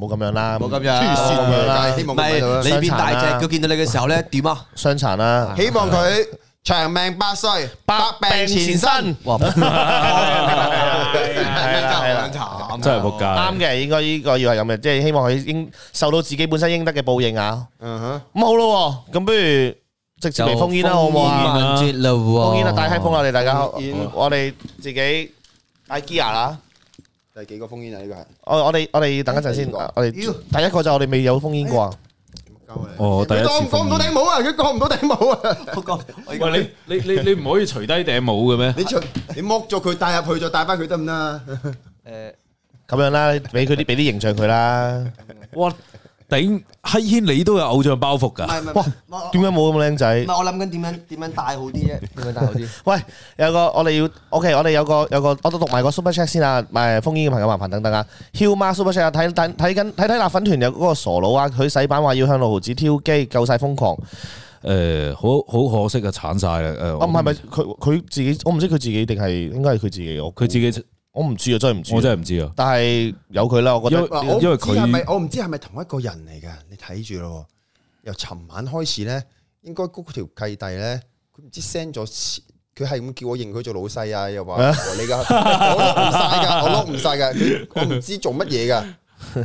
[SPEAKER 1] 唔好咁樣啦，
[SPEAKER 3] 冇咁樣
[SPEAKER 1] 唔好咁樣啦
[SPEAKER 11] 但係，希望
[SPEAKER 3] 唔
[SPEAKER 11] 佢喺度啦
[SPEAKER 3] 係你變
[SPEAKER 1] 傷
[SPEAKER 3] 大
[SPEAKER 1] 殘啊
[SPEAKER 3] 隻，佢見到你嘅時候咧點 啊？
[SPEAKER 1] 傷殘啦，
[SPEAKER 11] 希望佢長命百歲，百病纏 身。
[SPEAKER 3] 哇！
[SPEAKER 1] 係啦係啦
[SPEAKER 11] 真係好撚慘，
[SPEAKER 2] 真係仆街。
[SPEAKER 1] 啱嘅，應該呢個要係咁嘅，即係希望佢應受到自己本身應得嘅報應啊。
[SPEAKER 11] 嗯哼，
[SPEAKER 1] 咁好咯喎，咁不如直接嚟封煙啦，好唔好啊？
[SPEAKER 3] 節啦喎，
[SPEAKER 1] 封煙啊啦，帶 h 風啦，我哋大家，
[SPEAKER 11] 封煙
[SPEAKER 1] 我哋自己帶 gear 啦。
[SPEAKER 11] 第幾個封煙啊？呢
[SPEAKER 1] 我我哋我哋等一陣先，
[SPEAKER 11] 第二個
[SPEAKER 1] 我哋
[SPEAKER 11] 妖
[SPEAKER 1] 第一個就我哋未有封煙過啊。
[SPEAKER 11] 個係
[SPEAKER 2] 哦，第一
[SPEAKER 11] 佢
[SPEAKER 2] 次
[SPEAKER 11] 當
[SPEAKER 2] 封
[SPEAKER 11] 過唔到頂帽啊！佢過唔到頂帽啊！
[SPEAKER 2] 喂，你你你你唔可以除低頂帽嘅咩？
[SPEAKER 11] 你除你剝咗佢帶入去，再帶翻佢得唔得啊？
[SPEAKER 1] 咁樣啦，俾佢啲俾啲形象佢啦。
[SPEAKER 2] 哇，頂黑軒你都有偶像包袱㗎。
[SPEAKER 3] 哇！
[SPEAKER 1] 點解冇咁靚仔
[SPEAKER 3] 唔？係我諗緊點樣點樣帶好啲啫，點樣帶好啲？
[SPEAKER 1] 喂，有個我哋要，OK，我哋有個有個，我都讀埋個 super chat 先啊。誒，封煙嘅朋友麻煩等等啊。Hill 媽 super chat 啊睇睇睇緊睇睇辣粉團有嗰個傻佬啊，佢洗版話要向六毫子挑機，夠晒瘋狂。
[SPEAKER 2] 誒，好好可惜啊，鏟晒啦。誒，
[SPEAKER 1] 啊，唔係咪
[SPEAKER 2] 咪？
[SPEAKER 1] 佢佢自己？我唔知佢自己定係應該係佢自己。我
[SPEAKER 2] 佢自己，
[SPEAKER 1] 我唔知啊，真係唔知。
[SPEAKER 2] 我真係唔知啊。
[SPEAKER 1] 但係有佢啦，我覺
[SPEAKER 2] 因
[SPEAKER 1] 得
[SPEAKER 2] 為
[SPEAKER 11] 嗱，我
[SPEAKER 2] 因為
[SPEAKER 11] 唔知係咪
[SPEAKER 2] 佢，
[SPEAKER 11] 我唔知係咪同一個人嚟㗎？你睇住咯喎，由尋晚開始咧，應該嗰條契弟咧，佢唔知 send 咗錢。佢係咁叫我認佢做老細啊，又話你㗎，我攞唔晒㗎，我攞唔晒㗎，佢我唔知做乜嘢㗎，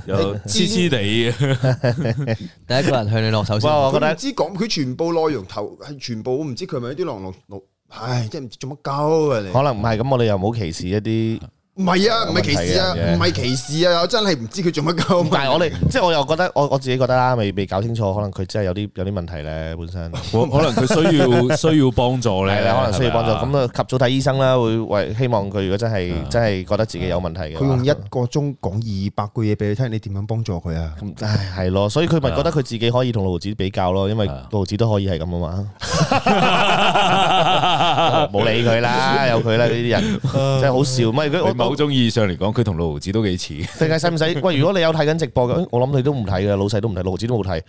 [SPEAKER 2] 又黐黐地嘅。
[SPEAKER 3] 第一個人向你落手先
[SPEAKER 1] 哇，。我覺
[SPEAKER 11] 佢
[SPEAKER 1] 得
[SPEAKER 11] 唔知講佢全部內容頭係全部，我唔知佢係咪啲狼狼狼，唉，真係唔知做乜鳩啊你！
[SPEAKER 1] 可能唔係咁，我哋又冇歧視一啲。
[SPEAKER 11] 唔係啊，唔係歧視啊，
[SPEAKER 1] 有問題嘅人嘅
[SPEAKER 11] 唔係歧視啊，我真係唔知佢做乜鳩。
[SPEAKER 1] 但係我哋 即係我又覺得我我自己覺得啦，未未搞清楚，可能佢真係有啲有啲問題咧，本身係
[SPEAKER 2] 可可能佢 需要需要幫助咧，
[SPEAKER 1] 啦，可能需要幫助，
[SPEAKER 2] 係咪
[SPEAKER 1] 咁
[SPEAKER 2] 啊
[SPEAKER 1] 啊及早睇醫生啦，會為希望佢如果真係真係覺得自己有問題嘅
[SPEAKER 11] 佢
[SPEAKER 1] 話，
[SPEAKER 11] 用一個鐘講二百句嘢俾你聽，你點樣幫助佢啊？
[SPEAKER 1] 咁唉係咯，所以佢咪覺得佢自己可以同老子比較咯，因為
[SPEAKER 2] 啊
[SPEAKER 1] 老子都可以係啊咁啊 嘛， 冇理佢 啦，有佢啦呢啲人真係好笑，咪佢
[SPEAKER 2] 你
[SPEAKER 1] 我
[SPEAKER 2] 某種意義上嚟講，佢同老胡子都幾似，
[SPEAKER 1] 世界使唔使？喂，如果你有睇緊直播嘅，我諗你都唔睇嘅，老細都唔睇，老子都冇睇。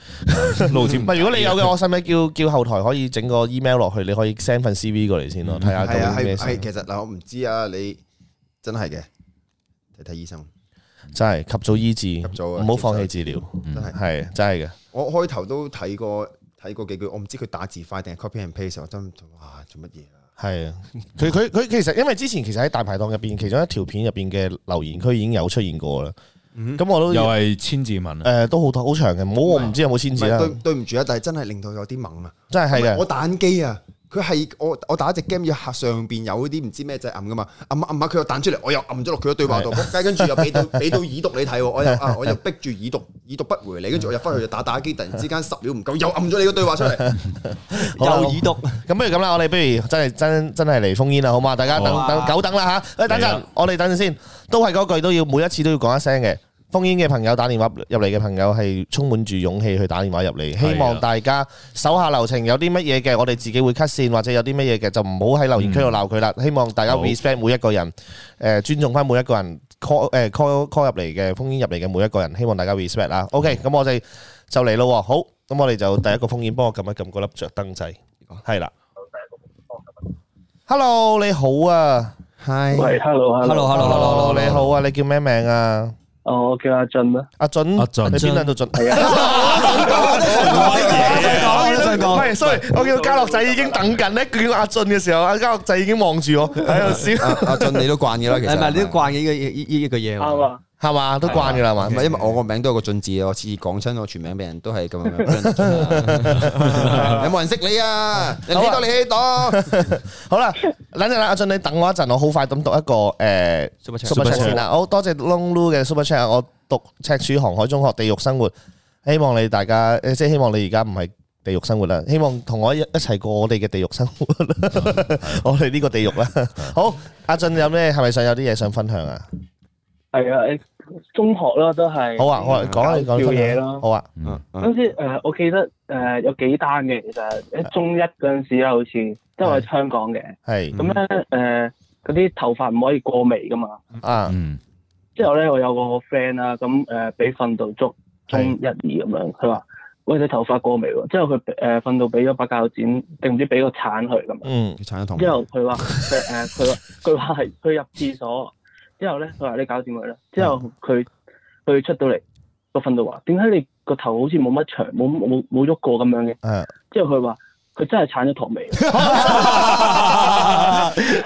[SPEAKER 2] 老胡子唔
[SPEAKER 1] 唔係，如果你有嘅，我使唔使叫叫後台可以整個 email 落去？你可以 send 份 CV 過嚟先
[SPEAKER 2] 嗯
[SPEAKER 1] 咯，睇下
[SPEAKER 11] 係啊，
[SPEAKER 1] 做
[SPEAKER 11] 係
[SPEAKER 1] 咩
[SPEAKER 11] 係，
[SPEAKER 1] 先。
[SPEAKER 11] 其實嗱，我唔知啊，你真係嘅，睇睇醫生，
[SPEAKER 1] 真係及早醫治
[SPEAKER 11] 早，啊
[SPEAKER 1] 唔好放棄治療，
[SPEAKER 2] 嗯
[SPEAKER 11] 真係。
[SPEAKER 1] 係真係嘅。
[SPEAKER 11] 我開頭都睇過睇過幾句，我唔知佢打字快定係 copy and paste，我真哇做乜嘢啊？
[SPEAKER 1] 係啊，佢佢佢其實因為之前其實喺大排檔入邊，其中一條片入邊嘅留言區已經有出現過啦。咁我都
[SPEAKER 2] 嗯又
[SPEAKER 1] 誒、
[SPEAKER 2] 係千字文啊，
[SPEAKER 1] 都好好長嘅，唔好我唔知有冇千
[SPEAKER 11] 唔
[SPEAKER 1] 字
[SPEAKER 11] 係
[SPEAKER 1] 啦，
[SPEAKER 11] 對對唔住啊，但係真係令到有啲懵啊！
[SPEAKER 1] 真係係
[SPEAKER 11] 我
[SPEAKER 1] 嘅。
[SPEAKER 11] 打緊機啊，佢係我我打一隻 game 要下上邊有啲唔知咩掣撳噶嘛，撳下撳下佢又彈出嚟，我又撳咗落佢嘅對話度，仆街跟住又俾 到俾到已讀你睇喎，我又啊我又逼住已讀已讀不回你，跟住我又翻去就打打機，突然之間十秒唔夠又撳咗你個對話出 嚟，
[SPEAKER 1] 好啦
[SPEAKER 3] 又耳毒，
[SPEAKER 1] 咁不如咁啦，我哋不如真係真真係嚟封煙啦，好嘛？大家等
[SPEAKER 3] 好啊啊
[SPEAKER 1] 等久等啦吓，誒等
[SPEAKER 2] 嚟
[SPEAKER 1] 陣
[SPEAKER 2] 啦，
[SPEAKER 1] 我哋等陣先，都係嗰句都要每一次都要講一聲嘅。封煙嘅朋友打電話入嚟嘅朋友係充滿住勇氣去打電話入嚟，希
[SPEAKER 3] 啊
[SPEAKER 1] 望大家手下留情。有啲乜嘢嘅，我哋自己會 cut 線，或者有啲乜嘢嘅就唔好喺留言區度鬧佢啦。希望大家
[SPEAKER 2] 好
[SPEAKER 1] respect 每一個人，誒尊重翻每一個人 call 誒 call call 入嚟嘅烽煙入嚟嘅每一個人，希望大家 respect 啦。OK，咁我哋就嚟咯喎，好，咁我哋就第一個烽煙幫我撳一撳嗰粒着燈掣，係啦。Hello，你好啊，
[SPEAKER 11] 係
[SPEAKER 10] 喂，hello，hello，hello，hello，
[SPEAKER 1] hello，你好啊，你叫咩名啊？
[SPEAKER 10] 哦，我叫阿俊啊。
[SPEAKER 1] 阿俊，阿俊，你邊兩度俊？係啊。唔係，sorry，我見到家樂仔已經等緊咧，見到阿俊嘅時候，阿家樂仔已經望住 我喺度笑。
[SPEAKER 11] 阿阿啊俊你都慣嘅啦，其實
[SPEAKER 12] 係咪你都慣嘅呢個呢呢呢個嘢？
[SPEAKER 10] 啱啊，
[SPEAKER 1] 係嘛，都慣嘅啦係啊嘛。
[SPEAKER 11] 唔係因為我個名都有個俊字，我次次講親我全名俾人都係咁樣。俾人 俊啊有冇人識 你啊？人起多你起多。
[SPEAKER 1] 好啦，等陣啦，啊阿俊，你等我一陣，我好快咁讀一個誒
[SPEAKER 12] Super
[SPEAKER 11] Chat
[SPEAKER 1] Super Chat 先啦。好多謝 Long Lu 嘅 Super Chat，我讀赤柱航海中學地獄生活，希望你大家誒，即係希望你而家唔係地獄生活啦，希望同我一一齊過我哋嘅地獄生活 啦，我哋呢個地獄啦。好，阿俊有咩係咪想有啲嘢想分享啊？
[SPEAKER 10] 係啊，誒中學啦都係。
[SPEAKER 1] 好啊，我講啊，你講
[SPEAKER 10] 搞笑
[SPEAKER 1] 分享
[SPEAKER 10] 嘢啦。
[SPEAKER 1] 好啊，
[SPEAKER 10] 嗰陣時誒，我記得誒有幾單嘅，其實
[SPEAKER 1] 嗯
[SPEAKER 10] 喺中一嗰陣時啦，好似因為我喺香港嘅，
[SPEAKER 1] 係
[SPEAKER 10] 咁咧誒嗰啲頭髮唔可以過眉噶嘛。
[SPEAKER 1] 啊，
[SPEAKER 2] 嗯
[SPEAKER 10] 之後咧，我有個 friend 啦，咁誒俾訓導捉中一二咁樣，佢話：喂，你頭髮過眉喎。之後佢誒訓導俾咗把鉸剪，定唔知俾個鏟佢咁樣。
[SPEAKER 1] 嗯，
[SPEAKER 11] 產咗同
[SPEAKER 10] 之後佢話 佢誒佢話佢話係佢入廁所，之後咧佢話你搞掂佢啦。之後佢佢出到嚟個訓導話：點解你個頭好似冇乜長，冇冇冇喐過咁樣嘅？
[SPEAKER 1] 誒，
[SPEAKER 10] 之後佢話佢真係鏟咗啊堂眉。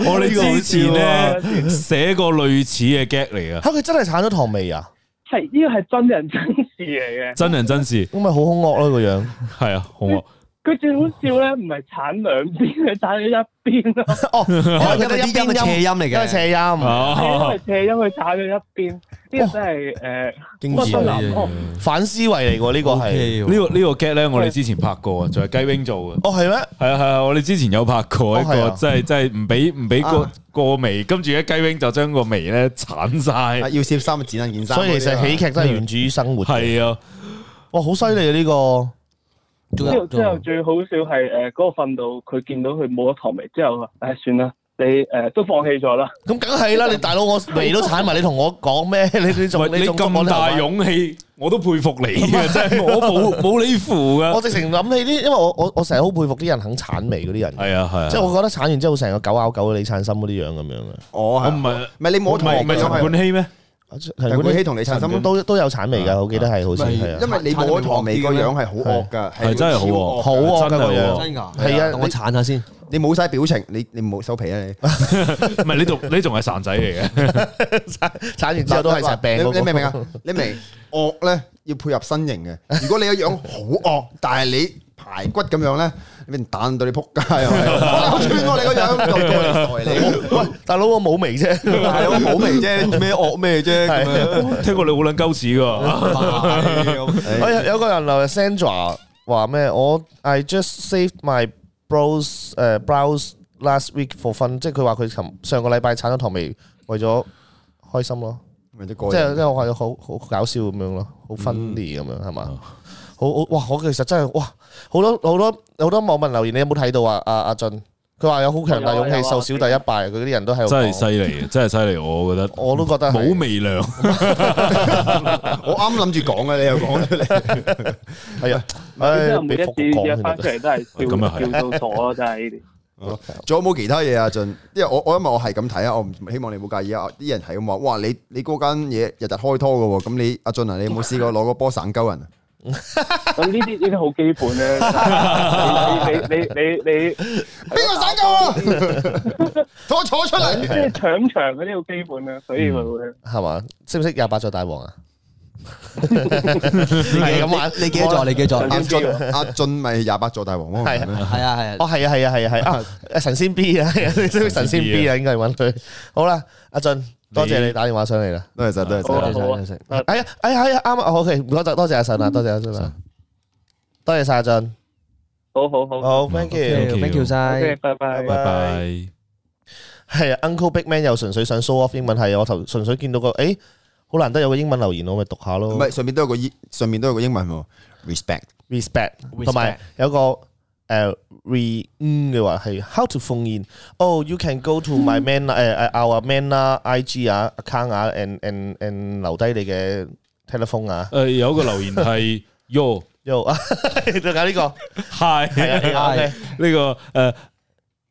[SPEAKER 2] 我哋之前
[SPEAKER 1] 啊
[SPEAKER 2] 咧寫過類似嘅 gag 嚟啊
[SPEAKER 1] 嚇
[SPEAKER 2] 噶，
[SPEAKER 1] 佢真係鏟咗糖味啊！
[SPEAKER 10] 係呢個係真人真事嚟嘅。
[SPEAKER 2] 真人真事，
[SPEAKER 1] 咁咪好兇惡咯個樣，
[SPEAKER 2] 係啊，好惡。
[SPEAKER 10] 佢最好笑咧，唔係鏟兩邊，佢鏟咗一邊咯。
[SPEAKER 1] 哦，
[SPEAKER 12] 因為佢哋呢啲音係斜音嚟嘅啊
[SPEAKER 1] 因為斜音。
[SPEAKER 2] 啊
[SPEAKER 10] 係因為斜音佢鏟咗一邊，呢個真係呃誒
[SPEAKER 1] 經典
[SPEAKER 10] 屈不
[SPEAKER 12] 啊
[SPEAKER 10] 能
[SPEAKER 12] 哦
[SPEAKER 1] 嚟反思維嚟喎呢個係。
[SPEAKER 2] 呢個呢個 gag 咧，我哋之前拍過啊，就係雞 wing 做嘅。
[SPEAKER 1] 哦，係咩？
[SPEAKER 2] 係啊係啊，我哋之前有拍過一
[SPEAKER 1] 哦係
[SPEAKER 2] 個
[SPEAKER 1] 啊，
[SPEAKER 2] 即係即係唔俾唔俾個
[SPEAKER 1] 啊
[SPEAKER 2] 個眉，跟住咧雞 wing 就將個眉咧鏟晒。
[SPEAKER 11] 要攝衫剪緊件衫嗰啲啊。
[SPEAKER 1] 所以其實喜劇真係源自於生活。
[SPEAKER 2] 係啊，
[SPEAKER 1] 哇，好犀利啊呢個！
[SPEAKER 10] 之後之後最好笑係誒嗰個訓導，佢見到佢冇咗糖味之後，誒、算啦，你誒、都放棄咗啦。
[SPEAKER 1] 咁梗係啦，你大佬我眉都鏟埋，你同我講咩？你你仲
[SPEAKER 2] 喂，你
[SPEAKER 1] 仲講我
[SPEAKER 2] 咁
[SPEAKER 1] 頭髮
[SPEAKER 2] 大勇氣，我都佩服你嘅，真係我冇冇你符噶。
[SPEAKER 1] 我直情諗起啲，因為我我我成日好佩服啲人肯鏟眉嗰啲人。
[SPEAKER 2] 係啊係啊
[SPEAKER 1] 即係我覺得鏟完之後成個狗咬狗嘅李燦森嗰啲樣咁樣嘅。
[SPEAKER 11] 我
[SPEAKER 2] 我唔係
[SPEAKER 11] 唔係你冇
[SPEAKER 2] 唔係唔係陳冠希咩？
[SPEAKER 1] 陳
[SPEAKER 11] 陳
[SPEAKER 1] 冠
[SPEAKER 11] 冠
[SPEAKER 1] 希
[SPEAKER 11] 希同李燦森
[SPEAKER 1] 都都有鏟眉㗎，我記得係好似係啊。
[SPEAKER 11] 因為你冇咗唐眉個樣係好惡㗎，
[SPEAKER 2] 係真係好惡
[SPEAKER 1] 好惡㗎個樣，
[SPEAKER 12] 真㗎
[SPEAKER 1] 係啊，
[SPEAKER 12] 等我鏟下先。
[SPEAKER 11] 你冇晒表情，你你冇收皮啊你！
[SPEAKER 2] 唔係你仲你仲係散仔 嚟嘅。
[SPEAKER 1] 鏟完之後都係成病嗰個
[SPEAKER 11] 你你明唔明啊？你 明惡咧要配合身形嘅。如果你個樣好惡，但係你排骨咁樣咧，你俾人彈到你撲街 啊！我穿過你個樣，就過嚟代你。
[SPEAKER 1] 喂，大佬我冇眉啫，
[SPEAKER 11] 係我冇眉啫，咩惡咩啫咁樣。
[SPEAKER 2] 聽過你好撚鳩屎噶，
[SPEAKER 1] 哎呀有個人留 Sandra 話咩？我 I just saved my brows 誒 brows last week for fun，即係佢話佢琴上個禮拜剷咗糖眉，為咗開心咯，
[SPEAKER 11] 咪即
[SPEAKER 1] 即係即係我係好好搞笑咁樣咯，好 funny 咁樣係嘛？好好哇！我其實真係哇，好多好多好多網民留言，你有冇睇到啊？阿阿俊佢話有好強大勇
[SPEAKER 10] 有啊有
[SPEAKER 1] 氣
[SPEAKER 10] 啊
[SPEAKER 1] 受小弟一拜，佢啲人都喺度
[SPEAKER 2] 真係
[SPEAKER 1] 講
[SPEAKER 2] 犀利，真係犀利，我覺得
[SPEAKER 1] 我都覺得係
[SPEAKER 2] 冇微量。
[SPEAKER 11] 我啱諗住講嘅，你 又講出嚟。
[SPEAKER 1] 係啊，
[SPEAKER 10] 之
[SPEAKER 1] 唉
[SPEAKER 10] 後每
[SPEAKER 1] 俾
[SPEAKER 10] 一
[SPEAKER 1] 福
[SPEAKER 10] 次
[SPEAKER 1] 講
[SPEAKER 10] 約
[SPEAKER 1] 先
[SPEAKER 10] 翻
[SPEAKER 1] 得
[SPEAKER 10] 出嚟都係笑
[SPEAKER 2] 咁啊係
[SPEAKER 10] 笑到傻咯，真係呢啲。
[SPEAKER 11] 仲有冇其他嘢啊？俊，因為我我因為我係咁睇啊，我唔希望你冇介意啊。啲人係咁話，哇！你你嗰間嘢日日開拖嘅喎，咁你阿俊啊，你有冇試過攞個波省鳩人啊？
[SPEAKER 10] 咁呢啲呢啲好基本咧。你你你你你
[SPEAKER 11] 邊個省鳩啊？同我 坐出嚟！
[SPEAKER 10] 即係搶場嗰啲好基本啊啦，所
[SPEAKER 13] 嗯
[SPEAKER 10] 以佢會
[SPEAKER 1] 係嘛？識唔識廿八座大王啊？係咁玩，
[SPEAKER 12] 你幾多座？你幾多座？
[SPEAKER 11] 阿俊阿俊咪廿八座大王咯，
[SPEAKER 1] 係
[SPEAKER 11] 係咪
[SPEAKER 12] 係啊係啊
[SPEAKER 1] 哦，。係啊，係啊，係啊，係啊啊！神仙 B 啊，你識唔 識神仙 B 啊？應該係揾佢。好啦，阿俊，多謝你打電話上嚟啦。
[SPEAKER 11] 多謝晒，多謝
[SPEAKER 10] 好啊
[SPEAKER 11] 晒。
[SPEAKER 10] 好啊。
[SPEAKER 1] 哎呀，哎呀，哎呀，啱啊！OK，唔該，多謝阿信啊，多謝阿信啊，多謝晒阿俊。
[SPEAKER 10] 好好好。
[SPEAKER 1] 好，thank you。
[SPEAKER 12] Thank you 晒
[SPEAKER 10] OK，。拜拜。
[SPEAKER 2] 拜拜。
[SPEAKER 1] 係啊，Uncle Big Man 又純粹想 show off 英文，係啊我頭純粹見到個，誒，好難得有個英文留言，我咪讀下咯
[SPEAKER 11] 唔。係上面都有個英，上面都有個英文喎。respect
[SPEAKER 1] respect，同埋有個誒 re 嗯嘅話係 how to phone in。Oh, you can go to my man 誒誒
[SPEAKER 10] Hmm。
[SPEAKER 1] our man 啦，IG 啊 account 啊，and and and 留低你嘅 telephone 啊。
[SPEAKER 2] 誒有個留言係 yo
[SPEAKER 1] yo 啊，就搞呢個
[SPEAKER 2] hi
[SPEAKER 1] 係啊呢個 OK
[SPEAKER 2] 呢個誒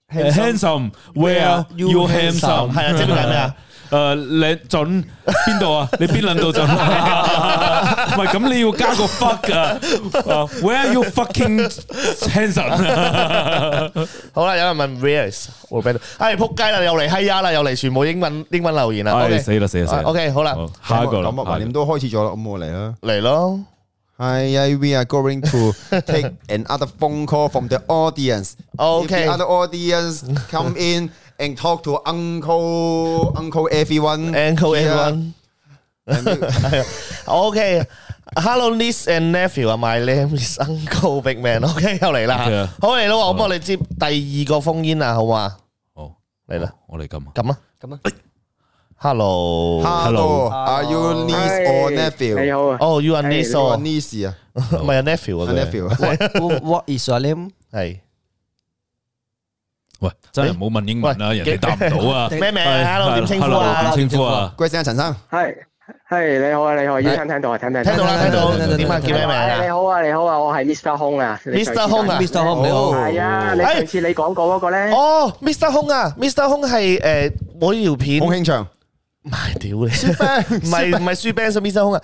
[SPEAKER 2] handsome where you handsome
[SPEAKER 1] 係啊即係點解咩啊？
[SPEAKER 2] 誒你準邊度啊？你邊撚度準？唔係咁你要加個 fuck 啊啊！Where you fucking handsome？
[SPEAKER 1] 好啦，有人問 where is Roberto？唉，仆街啦，又嚟閪呀啦，又嚟全部英文英文留言啦。
[SPEAKER 2] 唉
[SPEAKER 1] OK
[SPEAKER 2] 死啦死啦死啦
[SPEAKER 1] 啊！OK，好啦，
[SPEAKER 2] 下一個啦
[SPEAKER 11] 咁啊，橫掂都開始咗啦，咁我嚟啦。
[SPEAKER 1] 嚟咯。
[SPEAKER 11] Hi, we are going to take another phone call from the audience.
[SPEAKER 1] Okay.
[SPEAKER 11] If the other audience come in and talk to Uncle Uncle everyone.
[SPEAKER 1] Uncle
[SPEAKER 11] here.
[SPEAKER 1] everyone. OK，Hello niece and nephew 啊，my name is Uncle Big Man。OK，又嚟
[SPEAKER 2] 係
[SPEAKER 1] 啦
[SPEAKER 2] 啊，
[SPEAKER 1] 好嚟咯，咁我哋接第二個封煙啦，好嘛？
[SPEAKER 2] 好，
[SPEAKER 1] 嚟啦，
[SPEAKER 2] 我嚟撳啊，
[SPEAKER 1] 撳啊，
[SPEAKER 12] 撳啊
[SPEAKER 1] ，Hello。
[SPEAKER 11] Hello, are you niece or nephew？
[SPEAKER 1] 你好啊。Oh, you are niece or-
[SPEAKER 11] You are niece 啊？
[SPEAKER 1] 唔係啊，nephew 啊，
[SPEAKER 11] 啊
[SPEAKER 1] 佢
[SPEAKER 11] nephew
[SPEAKER 1] 係
[SPEAKER 12] What is your name？
[SPEAKER 1] 係
[SPEAKER 2] 喂，真係唔好問英文啦，人哋答唔到啊。
[SPEAKER 1] 咩名啊
[SPEAKER 2] 係
[SPEAKER 1] ？Hello，點稱呼啊
[SPEAKER 2] ？Hello，點稱呼啊？
[SPEAKER 11] 貴姓啊，陳生？
[SPEAKER 13] 係係你好啊，你好啊，醫生聽到啊，聽到聽
[SPEAKER 1] 到啦，聽到點啊？叫咩名啊？
[SPEAKER 13] 你好啊，你好啊，我係 Mr. 空啊
[SPEAKER 1] Mr. Hong 啊，Mr. Oh。 Hong，你好
[SPEAKER 13] 係啊，你
[SPEAKER 1] 哎
[SPEAKER 13] 上次你講過嗰個咧，
[SPEAKER 1] 哦，Mr. 空啊，Mr. 空係誒我條片，
[SPEAKER 11] 好慶祥，
[SPEAKER 1] 唔係屌你，唔係唔係書 band ，Mr. 空啊，